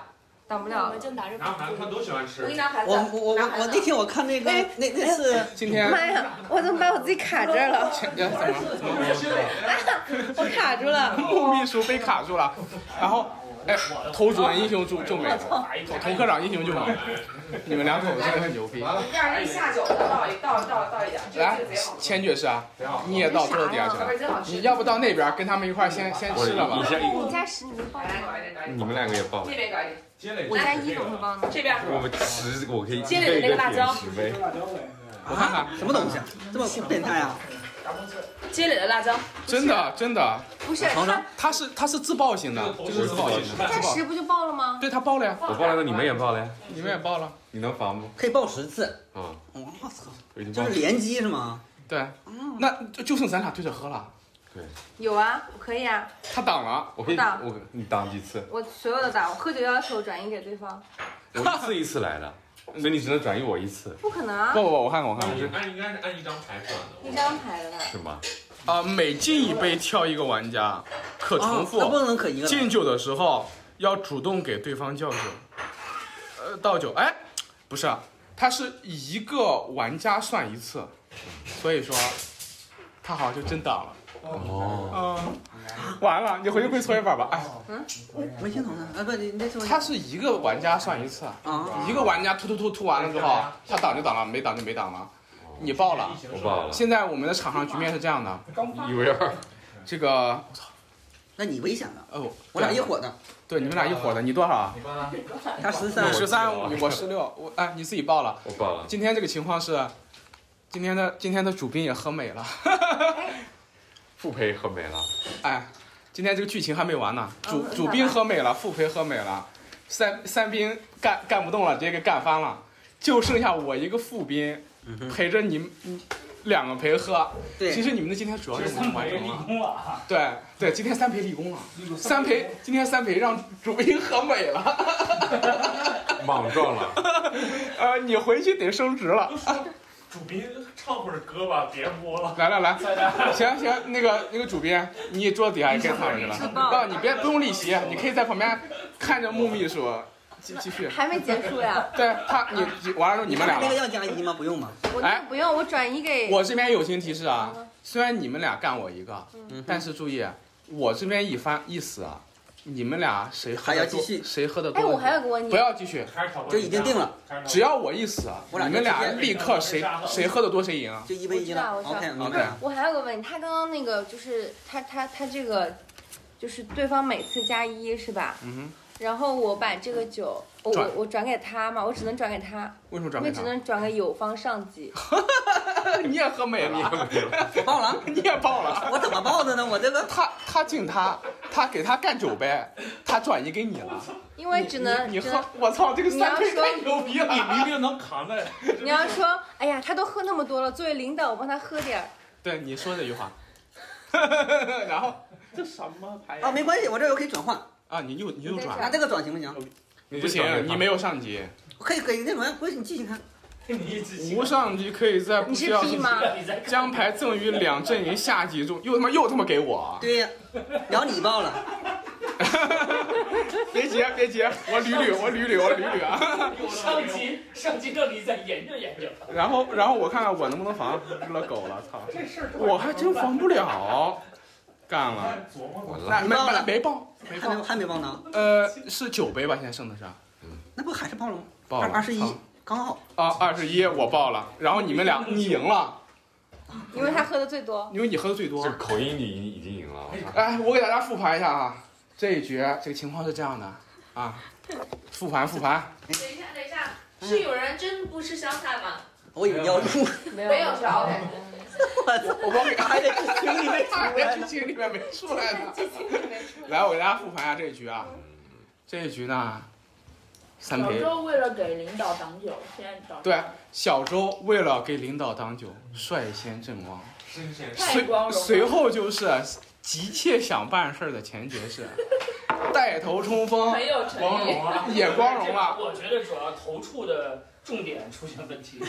Speaker 12: 挡不了
Speaker 6: 我们就拿着。
Speaker 7: 拿盘子他都喜欢吃
Speaker 6: 我给你拿盘哎子。
Speaker 8: 我我我我那天我看那个那那次
Speaker 2: 今天
Speaker 12: 妈呀！我怎么把我自己卡这儿了？
Speaker 2: 前怎么怎么回事？
Speaker 12: [laughs] 我卡住了。
Speaker 2: 秘书被卡住了，然后哎，头主人英雄就就没了，头头科长英雄就没了。你们两口子真的很牛逼。
Speaker 6: 让人下酒的倒一倒倒倒一点，这个
Speaker 2: 来
Speaker 6: 这个贼好，吃。
Speaker 2: 千爵士啊，你也到桌子底下去了。你要不到那边跟他们一块儿先先吃了吧
Speaker 5: 我？一下一
Speaker 2: 嗯
Speaker 12: 加十，你能爆吗？
Speaker 5: 你们两个也报
Speaker 6: 这，边搞一点，
Speaker 12: 我加一怎么爆呢？
Speaker 6: 这边
Speaker 5: 我们十，我可以
Speaker 6: 接着你那个辣椒
Speaker 5: 十杯。
Speaker 2: 我看看
Speaker 8: 什么东西啊，这么变态啊！
Speaker 6: 积累的辣椒，
Speaker 2: 真的真的，
Speaker 12: 不是，
Speaker 2: 尝
Speaker 12: 他
Speaker 2: 尝，它是它是自爆型的，这个是自爆型的，自
Speaker 12: 加
Speaker 2: 爆
Speaker 12: 十不就爆了吗？
Speaker 2: 对，它爆了呀，
Speaker 5: 我报了，那你们也报了呀？
Speaker 2: 你们也爆了，
Speaker 5: 你能防不？
Speaker 8: 可以爆十次。
Speaker 5: 啊，
Speaker 8: 我操，
Speaker 5: 我已经
Speaker 8: 就
Speaker 5: 报
Speaker 8: 是
Speaker 5: 了。
Speaker 8: 联机是吗？
Speaker 2: 对，
Speaker 8: 哦
Speaker 2: 那就就剩咱俩对着喝了，
Speaker 12: 有啊，我可以啊，
Speaker 2: 他挡了，
Speaker 5: 我可以，
Speaker 12: 我挡
Speaker 5: 我你挡几次？
Speaker 12: 我所有的打，我喝酒要求转移给对方，
Speaker 5: 我一次一次来的，所以你只能转移我一次。
Speaker 12: 不可能啊
Speaker 2: 不，不，不我看看我看
Speaker 7: 按
Speaker 2: 看。
Speaker 7: 按应该是按一张牌算的，
Speaker 12: 一张牌的呢。
Speaker 5: 是吗？
Speaker 2: 啊，每进一杯跳一个玩家，可重复。
Speaker 8: 哦那不能可一个了
Speaker 2: 敬酒的时候要主动给对方叫酒，呃，倒酒。哎，不是啊，它是一个玩家算一次，所以说他好像就真挡了。
Speaker 5: 哦，
Speaker 2: 嗯，完了，你回去跪搓衣板吧。哎，
Speaker 8: 嗯，微信同呢？啊，不，你那是我。
Speaker 2: 他是一个玩家算一次，
Speaker 8: 啊，
Speaker 2: 一个玩家突突突突完了之后，他挡就挡了，没挡就没挡了，你爆了。
Speaker 5: 我报了，
Speaker 2: 现在我们的场上局面是这样的，
Speaker 5: 一为二。
Speaker 2: 这个
Speaker 8: 那你危险了，
Speaker 2: 哦，
Speaker 8: 我俩一伙的，
Speaker 2: 对，你们俩一伙的，你多少啊？
Speaker 8: 他十
Speaker 2: 你
Speaker 8: 三，
Speaker 2: 十三，我十六，我哎，你自己报了。
Speaker 5: 我报了，
Speaker 2: 今天这个情况是，今天的今天的主宾也
Speaker 5: [laughs]
Speaker 2: 喝美了，
Speaker 5: 复赔喝没了。
Speaker 2: 哎，今天这个剧情还没完呢，主
Speaker 12: 嗯
Speaker 2: 主宾喝美了，副陪喝美了，三三兵干干不动了，直接给干翻了，就剩下我一个副宾陪着你们嗯两个陪喝。
Speaker 8: 对
Speaker 2: 其实你们的今天主要任务完成
Speaker 5: 啊
Speaker 2: 了。对对，今天三陪立功了，三陪今天三陪让主宾喝美了， [laughs]
Speaker 5: 莽撞了，
Speaker 2: 呃，你回去得升职了。
Speaker 11: 主宾唱会儿歌吧，别播
Speaker 2: [laughs]
Speaker 11: 了。
Speaker 2: 来来来，行行，那个那个主编，你桌底下也该躺着了。啊，你别不用立席，你可以在旁边看着木秘书，继继续。
Speaker 12: 还没结
Speaker 2: [laughs]
Speaker 12: 束呀，
Speaker 2: 对他，你你完了你们俩
Speaker 8: 那个
Speaker 2: 了。
Speaker 8: 要加一吗？不用吗？
Speaker 12: 我那不用，我转移给
Speaker 2: 哎我这边友情提示啊，虽然你们俩干我一个，
Speaker 12: 嗯
Speaker 2: 但是注意，我这边一翻一死啊，你们俩谁喝
Speaker 8: 还要
Speaker 2: 的
Speaker 8: 继
Speaker 2: 多
Speaker 8: 续，
Speaker 2: 谁喝的
Speaker 12: 哎，我
Speaker 2: 多，
Speaker 12: 还有个问
Speaker 2: 不
Speaker 12: 题，
Speaker 2: 要继续，
Speaker 7: 开始讨论
Speaker 8: 就已经定了，
Speaker 2: 只要我一死，
Speaker 8: 我俩
Speaker 2: 你
Speaker 8: 就
Speaker 2: 们俩
Speaker 8: 直接
Speaker 2: 立刻谁谁喝的多谁赢啊。
Speaker 8: 就一 v 一了。
Speaker 12: 我知道我知
Speaker 8: OK，
Speaker 12: 道
Speaker 8: 明白了。
Speaker 12: 我还有个问题，他刚刚那个就是他他他这个，就是对方每次加一是吧？
Speaker 2: 嗯
Speaker 12: 然后我把这个酒，我
Speaker 2: 转
Speaker 12: 我我转给他嘛，我只能转给他，
Speaker 2: 为什么
Speaker 12: 我
Speaker 2: 转
Speaker 12: 也
Speaker 2: 给
Speaker 12: 只
Speaker 2: 他？
Speaker 12: 能转给友方上级。
Speaker 2: [laughs] 你也喝美了，
Speaker 8: 我爆了，
Speaker 2: 你也爆了，
Speaker 8: 我怎么爆的呢？我这个
Speaker 2: 他他敬他，他给他干酒呗，他转移给你了。
Speaker 12: 因为只能
Speaker 2: 你你
Speaker 12: 只
Speaker 2: 喝
Speaker 12: 能，
Speaker 2: 我操，这个三杯太牛逼了！
Speaker 7: 你一定能扛的。
Speaker 12: 你要说，哎呀，他都喝那么多了，作为领导我帮他喝点儿。
Speaker 2: 对你说这句话， [laughs] 然后
Speaker 7: 这什么牌
Speaker 8: 啊，没关系，我这又可以转换。
Speaker 2: 啊，你又你又转，
Speaker 8: 拿这个转行不行？
Speaker 2: 不行，你没有上级，
Speaker 8: 可以可以，那什么，不是你继续看。
Speaker 2: 无上级可以在不需要
Speaker 8: 你是 P 吗
Speaker 2: 将牌赠与两阵营下级中，又他妈又他妈给我，
Speaker 8: 对呀，然后你爆了。
Speaker 2: 别急别急，我捋捋我捋捋我捋捋啊。 [laughs]
Speaker 18: 上级上级让你再研究研究。
Speaker 2: 然后然后我看看我能不能防，日了狗了，操！
Speaker 18: 这事儿
Speaker 2: 我还真防不了，干了，那没没没报，
Speaker 8: 没报，还没报呢。
Speaker 2: 呃，是九杯吧？现在剩的是啊
Speaker 8: 那不还是爆了吗？
Speaker 2: 报了
Speaker 8: 二十一
Speaker 2: 操
Speaker 8: 刚好。
Speaker 2: 啊，二十一我报了，然后你们俩你赢了，
Speaker 12: 因为他喝的最多。
Speaker 2: 因为你喝的最多。
Speaker 5: 口音你已已经赢了，啊
Speaker 2: 哎，我给大家复盘一下啊，这一局这个情况是这样的啊，复盘复盘，
Speaker 6: 等一下，等一下，是有人真不吃香菜吗？
Speaker 8: 我以为要吐，
Speaker 6: 没有是 OK。
Speaker 2: 我帮你
Speaker 8: 还得剧情里面出来
Speaker 2: 哎剧情里面没出来呢。来，我给大家复盘一下这一局啊，这一局呢，三
Speaker 19: 小
Speaker 2: 陪。
Speaker 19: 周为了给领导挡酒，现在挡
Speaker 2: 对，啊小周为了给领导挡酒，率先阵亡，
Speaker 19: 太光荣
Speaker 2: 随
Speaker 19: 了
Speaker 2: 随后就是急切想办事儿的钱爵士，带头冲锋，
Speaker 18: 很有诚意
Speaker 2: 光
Speaker 6: [laughs]
Speaker 2: 荣啊了，也光荣
Speaker 7: 啊
Speaker 18: [laughs]
Speaker 2: 了。
Speaker 18: 我觉得主要投处的重点出现问题。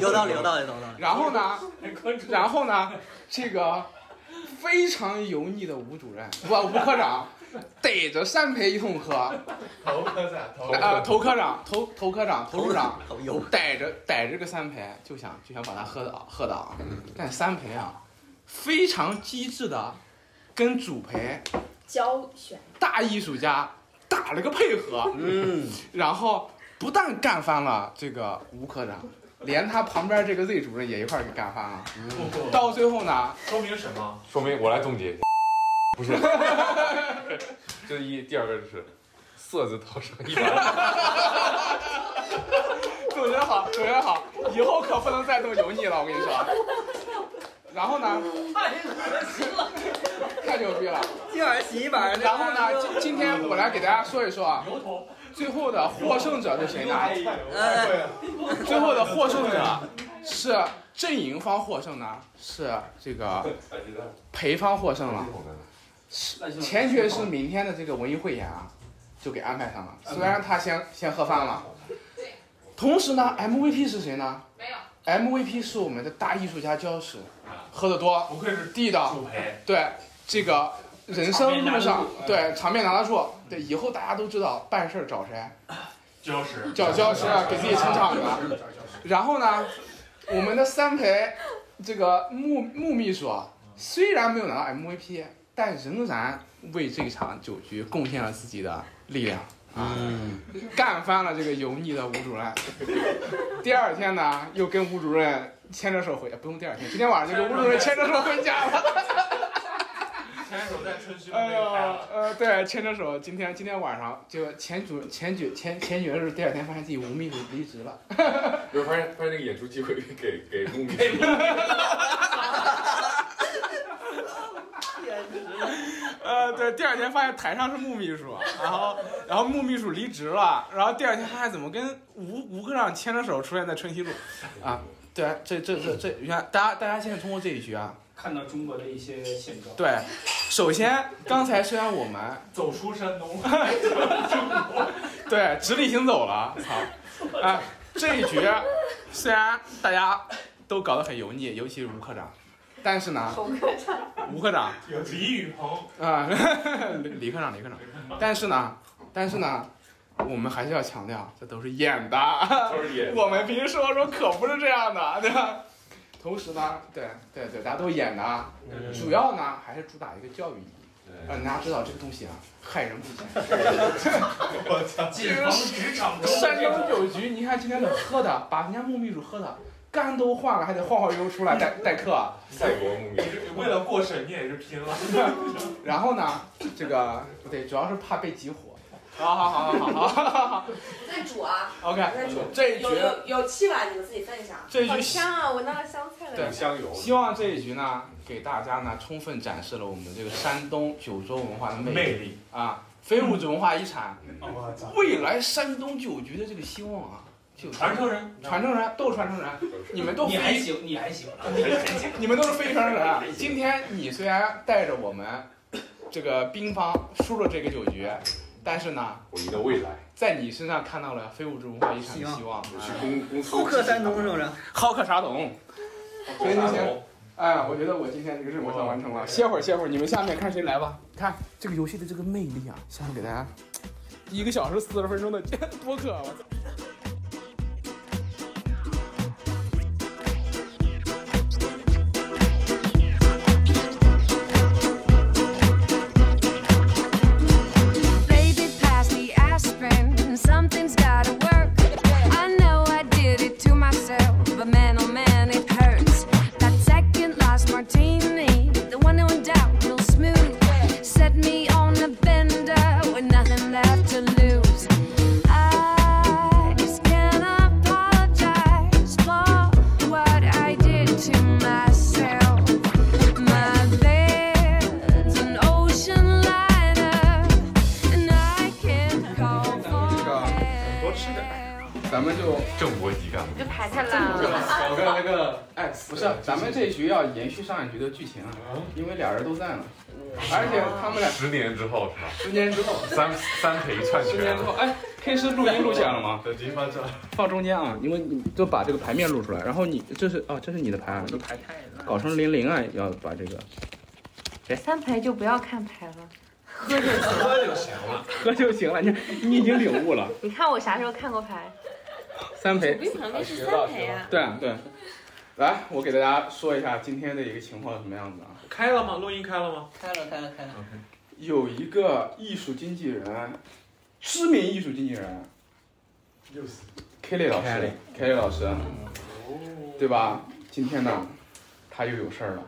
Speaker 8: 有道理，有道理，有道理。
Speaker 2: 然后呢，然后呢，这个非常油腻的吴主任，不，吴科长，逮着单培一通喝，
Speaker 7: 头科长，头
Speaker 2: 啊，头科长，头头科长，头处长
Speaker 8: 头油，
Speaker 2: 逮着逮着个三陪，就想就想把他喝倒喝倒，但三陪啊，非常机智的跟主陪
Speaker 19: 交选。
Speaker 2: 大艺术家打了个配合，嗯，然后不但干翻了这个吴科长，连他旁边这个 Z 主任也一块儿给干翻了，到最后呢，
Speaker 7: 说明什么？
Speaker 5: 说明我来总 [laughs] 结一下，不是，这是一第二个就是色字头上一把，
Speaker 2: 总结得好，总结得好，以后可不能再这么油腻了，我跟你说。然后呢，
Speaker 18: 太恶心
Speaker 14: [laughs]
Speaker 18: 了。
Speaker 2: 太牛逼了，
Speaker 8: 今晚洗衣板。
Speaker 2: 然后呢，今今天我来给大家说一说啊，最后的获胜者是谁呢？
Speaker 8: 哎
Speaker 2: 最后的获胜者是阵营方获胜呢，是这 [laughs] 个裴方获胜了。钱学是明天的这个文艺汇演啊，就给安排上了。虽然他先先喝饭了，同时呢，MVP 是谁呢？没有。MVP 是我们的大艺术家焦石，喝得多，不愧啊是地道，对这个人生路嗯上，对场面拿得住，对以后大家都知道办事儿找谁，
Speaker 11: 礁石，
Speaker 2: 找焦石啊，给自己撑场子。然后呢，我们的三陪这个穆穆秘书啊，虽然没有拿到 MVP，但仍然为这场酒局贡献了自己的力量。嗯，干翻了这个油腻的吴主任。第二天呢，又跟吴主任牵着手回，不用第二天，今天晚上就跟吴主任牵着手回家了。
Speaker 7: 牵手在春熙路
Speaker 2: 哎
Speaker 7: 那个
Speaker 2: 呀
Speaker 7: 拍，
Speaker 2: 呃，对，牵着手，今天今天晚上就前主前举前前爵士第二天发现自己无秘书离职了。
Speaker 5: 不是发现发现那个演出机会给给木米，
Speaker 2: [laughs]
Speaker 14: [laughs]
Speaker 2: 呃，对，第二天发现台上是穆秘书，然后然后穆秘书离职了，然后第二天发现怎么跟吴吴科长牵着手出现在春熙路，啊，对，这这这这，原来大家大家现在通过这一局啊，
Speaker 18: 看到中国的一些现状。
Speaker 2: 对，首先刚才虽然我们
Speaker 7: 走出山东，
Speaker 2: 对直立行走了，操，啊，这一局虽然大家都搞得很油腻，尤其是吴科长，但是呢，吴科长
Speaker 7: 李宇鹏，
Speaker 2: 啊， [laughs] 李李科长，李科长。但是呢，但是呢，我们还是要强调，这都是演的， [laughs]
Speaker 5: 都是演的
Speaker 2: 我们平时生活中可不是这样的，对吧？同时呢，对对对，大家都演的啊，主要呢还是主打一个教育意义，让大家知道这个东西啊，害人不浅。
Speaker 7: 我操，
Speaker 2: 这个山东酒局，你看今天怎么喝的，把人家穆秘书喝的肝都换了，还得晃晃悠悠出来代代课。啊
Speaker 5: 赛博木米，
Speaker 7: 为了过审你也是拼了。
Speaker 2: 然后呢，这个对，主要是怕被集火。好好好 [laughs] 好好好好好
Speaker 14: 在煮啊。
Speaker 2: ，OK，
Speaker 14: 在煮。
Speaker 2: 这一局
Speaker 14: 有有有气了，你们自己分一
Speaker 6: [laughs]
Speaker 14: 下。
Speaker 2: 这一局
Speaker 9: 好香啊！闻到了香菜的
Speaker 2: 对
Speaker 9: 味道。
Speaker 5: 油
Speaker 2: 希望这一局呢，给大家呢充分展示了我们这个山东九州文化的魅
Speaker 11: 魅力嗯哦
Speaker 2: 啊，非物质文化遗产，
Speaker 11: 我操
Speaker 2: 未来山东酒局的这个希望啊。就
Speaker 11: 传承人
Speaker 2: 传承人都是传承人，你们都
Speaker 11: 你还
Speaker 2: 非
Speaker 11: 行，你还行，
Speaker 2: 你们都是非传承人啊。今天你虽然带着我们这个兵方输了这个酒局，但是呢，
Speaker 5: 我们的未来。
Speaker 2: 在你身上看到了非物质文化遗产的希望。啊
Speaker 5: 去公公司
Speaker 2: 好客山东是不是？好客山东。所以那些，哎，我觉得我今天这个任务算完成了。歇会儿，歇会儿，你们下面看谁来吧。哦看这个游戏的这个魅力啊，下面给大家一个小时四十分钟的播客啊，我操！
Speaker 20: Baby, pass the aspirin. Something's gotta work. I know I did it to myself, but man, oh man, it hurts. That second last martini, the one that went down real smooth, set me on a bender with nothing left to lose. I just can't apologize for what I did to myself. My bed's an ocean liner. And I can call for
Speaker 2: 多吃点，咱们就
Speaker 5: 正国级干
Speaker 20: 这排太
Speaker 2: 我跟那个，哎，不是，咱们这一局要延续上一局的剧情啊，因为俩人都在嘛，而且他们俩
Speaker 5: 十年之后是吧？
Speaker 2: 十年之后，
Speaker 5: 三三陪篡权。
Speaker 2: 十年之后，哎，可以是录音录起来了吗？
Speaker 5: 对，直接放这。
Speaker 2: 放中间啊，因为你就把这个牌面露出来，然后你这是哦，这是你的牌啊，你牌搞成零零啊，要把这个哎
Speaker 9: 三排就不要看牌了，喝就行了。
Speaker 2: 喝就行了，喝就行了，你你已经领悟了，
Speaker 9: 你看我啥时候看过牌？
Speaker 2: 三陪。
Speaker 9: 旁边是
Speaker 2: 三陪啊。对啊对，来，我给大家说一下今天的一个情况是什么样子啊。
Speaker 7: 开了吗？录音开了吗？
Speaker 8: 开了，开了，开了。
Speaker 2: 有一个艺术经纪人，知名艺术经纪人
Speaker 10: 又是
Speaker 2: Kelly 老师
Speaker 10: Kelly
Speaker 2: ，Kelly 老师，对吧？今天呢，他又有事儿了。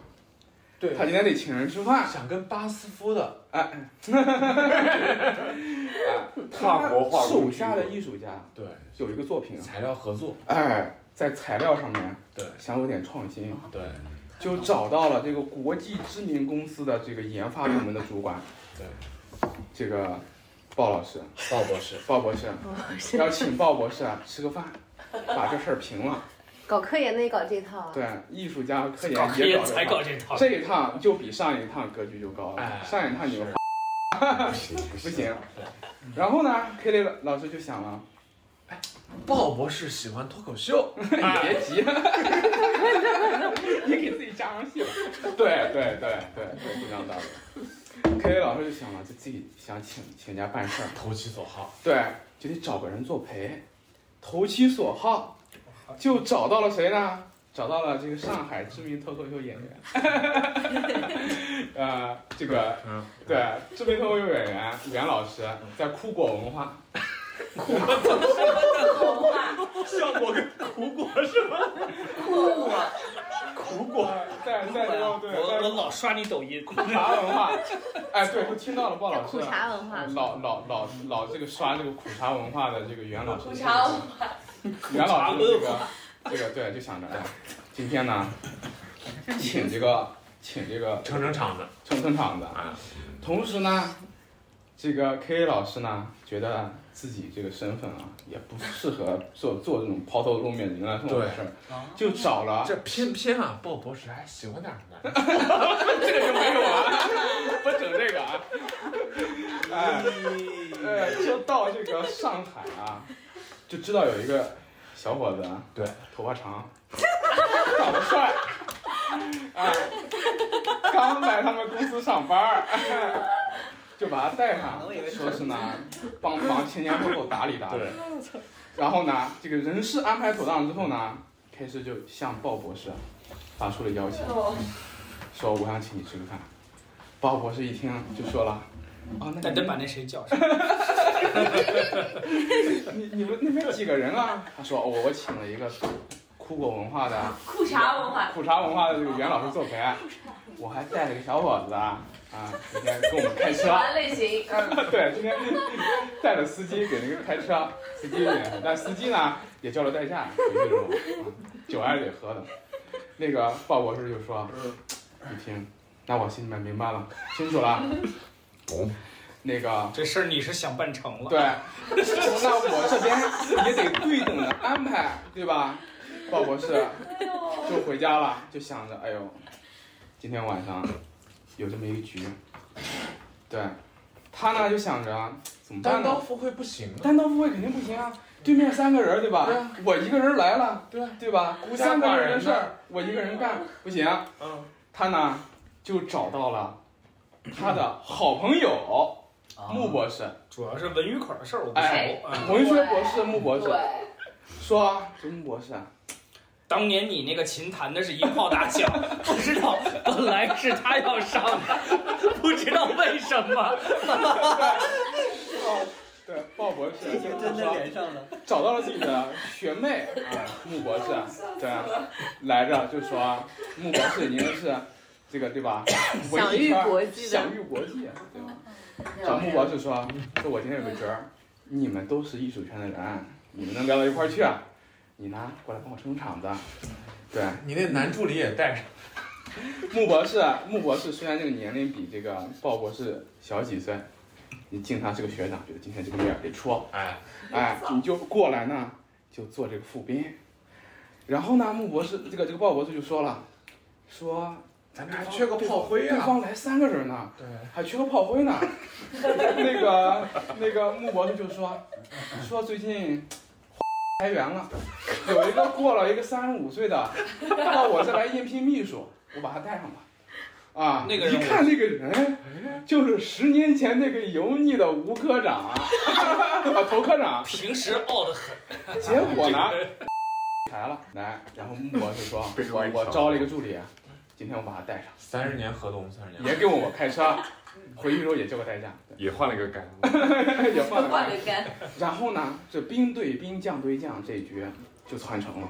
Speaker 7: 对
Speaker 2: 他今天得请人吃饭，
Speaker 7: 想跟巴斯夫的
Speaker 2: 哎，
Speaker 7: 跨国化
Speaker 2: 他
Speaker 7: 工
Speaker 2: 手
Speaker 7: 具
Speaker 2: 下的艺术家，
Speaker 7: 对，
Speaker 2: 有一个作品，啊
Speaker 7: 材料合作，
Speaker 2: 哎，在材料上面，
Speaker 7: 对，
Speaker 2: 想有点创新，
Speaker 7: 对，
Speaker 2: 就找到了这个国际知名公司的这个研发部门的主管，
Speaker 7: 对，
Speaker 2: 这个鲍老师，
Speaker 7: 鲍博士，
Speaker 2: 鲍博士
Speaker 9: 博，士
Speaker 2: 要请鲍博士啊吃个
Speaker 9: [laughs]
Speaker 2: 饭，把这事儿平了。
Speaker 9: 搞科研的也搞这套啊。
Speaker 2: 对，艺术家和科
Speaker 9: 搞
Speaker 7: 哎
Speaker 2: 研
Speaker 9: 科
Speaker 2: 也
Speaker 9: 研
Speaker 2: 搞
Speaker 9: 才搞
Speaker 2: 这
Speaker 9: 这
Speaker 2: 套，
Speaker 9: 套
Speaker 2: 一趟就比上一趟格局就高了。
Speaker 7: 哎
Speaker 2: 上一趟你们 [laughs] 不行，然后呢，Kelly 老老师就想了，
Speaker 7: 鲍博士喜欢脱口秀，
Speaker 2: 别急， [laughs] 你给自己加上戏了。对对对对对，是这样道理。Kelly 老师就想了，就自己想请请人家办事儿，
Speaker 7: 投其所好。
Speaker 2: 对，就得找个人作陪，投其所好，就找到了谁呢？找到了这个上海知名脱口秀演员， [laughs] 呃，这个
Speaker 7: 嗯
Speaker 2: 对知名脱口秀演员袁老师，在酷果文化，
Speaker 7: 效果跟苦果是吗？
Speaker 8: 酷啊！
Speaker 7: 苦果，
Speaker 2: 在在这个对，
Speaker 18: 我我老刷你抖
Speaker 7: [laughs]
Speaker 18: 音，
Speaker 2: 苦茶文化，哎，对，我听到了鲍老师，
Speaker 18: 苦茶文化
Speaker 14: 嗯
Speaker 2: 老老老老这个刷这个苦茶文化的这个袁老师，
Speaker 14: 苦茶文化，
Speaker 2: 袁老师这个这个对，就想着，哎，今天呢，请这个请这个
Speaker 7: 撑撑场子，
Speaker 2: 撑撑场子啊。同时呢，这个 K 老师呢，觉得自己这个身份啊，也不适合做做这种抛头露面迎来送往的事儿，就找了
Speaker 7: 这偏偏啊，鲍博士还喜欢点儿男的，
Speaker 2: 这个就没有啊， [laughs] 不整这个啊。哎，哎，就到这个上海啊，就知道有一个小伙子，啊
Speaker 7: 对，
Speaker 2: 头发长，长得帅，啊，刚来他们公司上班儿，就把他带上，说是呢，帮忙前前后后打理打理。然后呢，这个人事安排妥当之后呢，开始就向鲍博士发出了邀请。说我想请你吃个饭。鲍博士一听就说了，哦，那
Speaker 18: 那
Speaker 2: 你
Speaker 18: 得把那谁叫上。
Speaker 2: 你你们那边几个人啊？他说我、我请了一个酷狗文化的
Speaker 14: 苦茶文化，
Speaker 2: 苦茶文化的这个袁老师作陪，我还带了个小伙子啊，啊，今天跟我们开车。 [laughs]
Speaker 6: 类型，嗯
Speaker 2: 对，今天带了司机给那个开车，司机呢，那司机呢也叫了代驾回去之后，啊酒还是得喝的。那个鲍博士就说：“一听，那我心里面明白了，清楚了。懂。那个
Speaker 7: 这事儿你是想办成了，
Speaker 2: 对，那我这边也得对等的安排，对吧？”鲍博士就回家了，就想着，哎呦，今天晚上有这么一个局，对，他呢就想着怎么办
Speaker 5: 单
Speaker 2: 呢
Speaker 5: 刀？赴会不行啊，
Speaker 2: 单刀赴会肯定不行啊，对面三个人儿对吧？
Speaker 5: 对啊
Speaker 2: 我一个人来了，
Speaker 5: 对啊
Speaker 2: 对吧？
Speaker 5: 孤家
Speaker 2: 三个
Speaker 5: 寡
Speaker 2: 人
Speaker 5: 人
Speaker 2: 的
Speaker 5: 呢
Speaker 2: 事儿我一个人干不行。
Speaker 5: 嗯，
Speaker 2: 他呢就找到了他的好朋友
Speaker 8: 啊
Speaker 2: 穆博士，
Speaker 7: 主要是文语口的事儿我不
Speaker 2: 哎
Speaker 7: 熟啊，。
Speaker 2: 文学博士穆博士
Speaker 7: 对
Speaker 2: 说：“这穆博士啊，
Speaker 7: 当年你那个琴弹的是一炮打响，不知道本来是他要上的，不知道为什么。
Speaker 2: 对，鲍博士
Speaker 8: [laughs] 真的连上了，
Speaker 2: 找到了自己的学妹啊，穆博士，对，啊
Speaker 6: [laughs]
Speaker 2: 来着就说穆博士已经是这个对吧？
Speaker 21: 享誉国际的
Speaker 2: 享誉国际，啊对吧？找穆博士说，说我今天有个局儿，你们都是艺术圈的人，你们能聊到一块儿去啊，你呢过来帮我撑场子，对
Speaker 5: 你那男助理也带上。
Speaker 2: 穆博士，穆博士虽然这个年龄比这个鲍博士小几岁，你敬他是个学长，觉得今天这个面儿得出，哎哎，你就过来呢，就做这个副兵。然后呢，穆博士这个这个鲍博士就说了，说咱们还
Speaker 5: 缺个炮灰啊
Speaker 2: 对方来三个人呢，
Speaker 5: 对，
Speaker 2: 还缺个炮灰呢。 [laughs] 那个那个穆博士就说，说最近裁员了，有一个过了一个三十五岁的，到我这来应聘秘书，我把他带上吧。啊，
Speaker 7: 那个人
Speaker 2: 一
Speaker 7: 我
Speaker 2: 看这个人，就是十年前那个油腻的吴科长，啊， [laughs] 头科长。
Speaker 7: 平时傲得很，
Speaker 2: 结果呢，来了，来，然后穆博士说，
Speaker 7: [laughs]
Speaker 2: 我我招了一个助理，啊今天我把他带上，
Speaker 5: 三十年合同，三十年
Speaker 2: 也给我开车， [laughs] 回去之后也叫个代
Speaker 7: [laughs]
Speaker 2: 驾，
Speaker 5: 也换了一个杆，
Speaker 2: 对哎也换了。
Speaker 21: 换了干。
Speaker 2: 然后呢，这兵对兵，将对将这一局就传承了。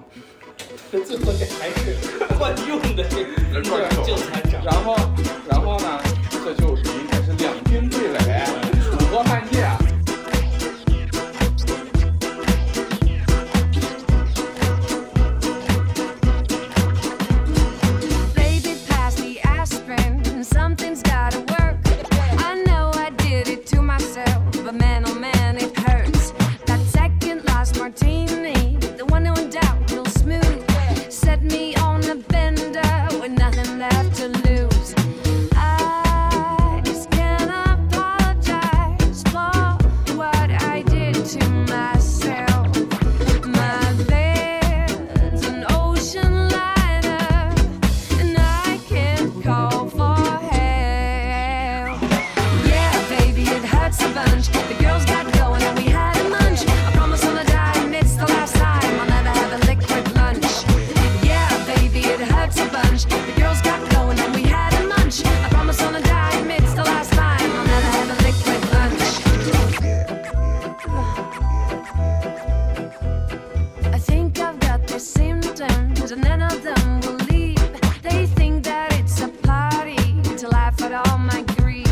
Speaker 7: 最后这还是惯用的这
Speaker 2: 人转手 [laughs]
Speaker 7: 就参展。
Speaker 2: 然后，然后呢，这就已经开始两军对垒，楚河汉界。啊
Speaker 12: Baby, pass the aspirin. Something's gotta work. I know I did it to myself, but man, oh man, it hurts. That second last martini, the one no one doubt real smooth, set me on a bender with nothing left to lose. I just can't apologize for what I did to myself. My bed's an ocean liner. And I can't call for help. Yeah, baby, it hurts a bunch. The girls got going and we had a munch. I promise I'll die, and it's the last time I'll never have a liquid lunch. Yeah, baby, it hurts a bunch. The girls got going and we had a munch. I promise I'll die, and it's the last time I'll never have a liquid lunch. I think I've got the symptoms, and none of them will leave. They think that it's a party to laugh at all my grief.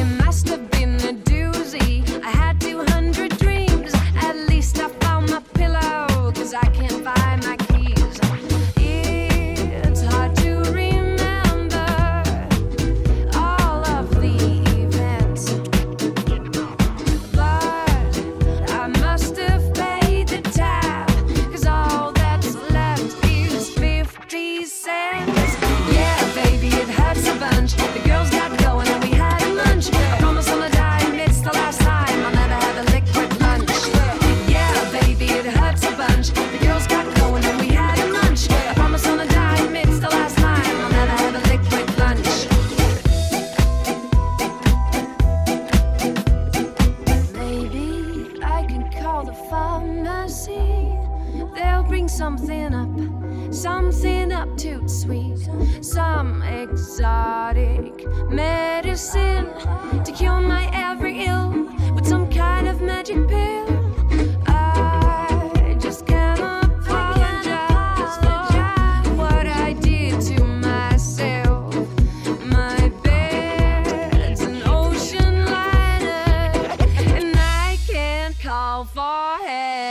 Speaker 12: It must have been a doozy. I had 200 dreams. At least I found my pillow, cause I can't find my keys. It's hard to remember all of the events. But I must have paid the tab, cause all that's left is 50 cents. Yeah, baby, it hurts a bunch. The girls got going and we had a lunch. I promise I'll die, and it's the last time I'll never have a liquid lunch. Yeah, baby, it hurts a bunch. The girls got going and we had a lunch. I promise I'll die, and it's the last time I'll never have a liquid lunch. Maybe I can call the pharmacy. They'll bring something up, something up too sweet, some exotic medicine to cure my every ill with some kind of magic pill. I just can't apologize for what I did to myself. forehead.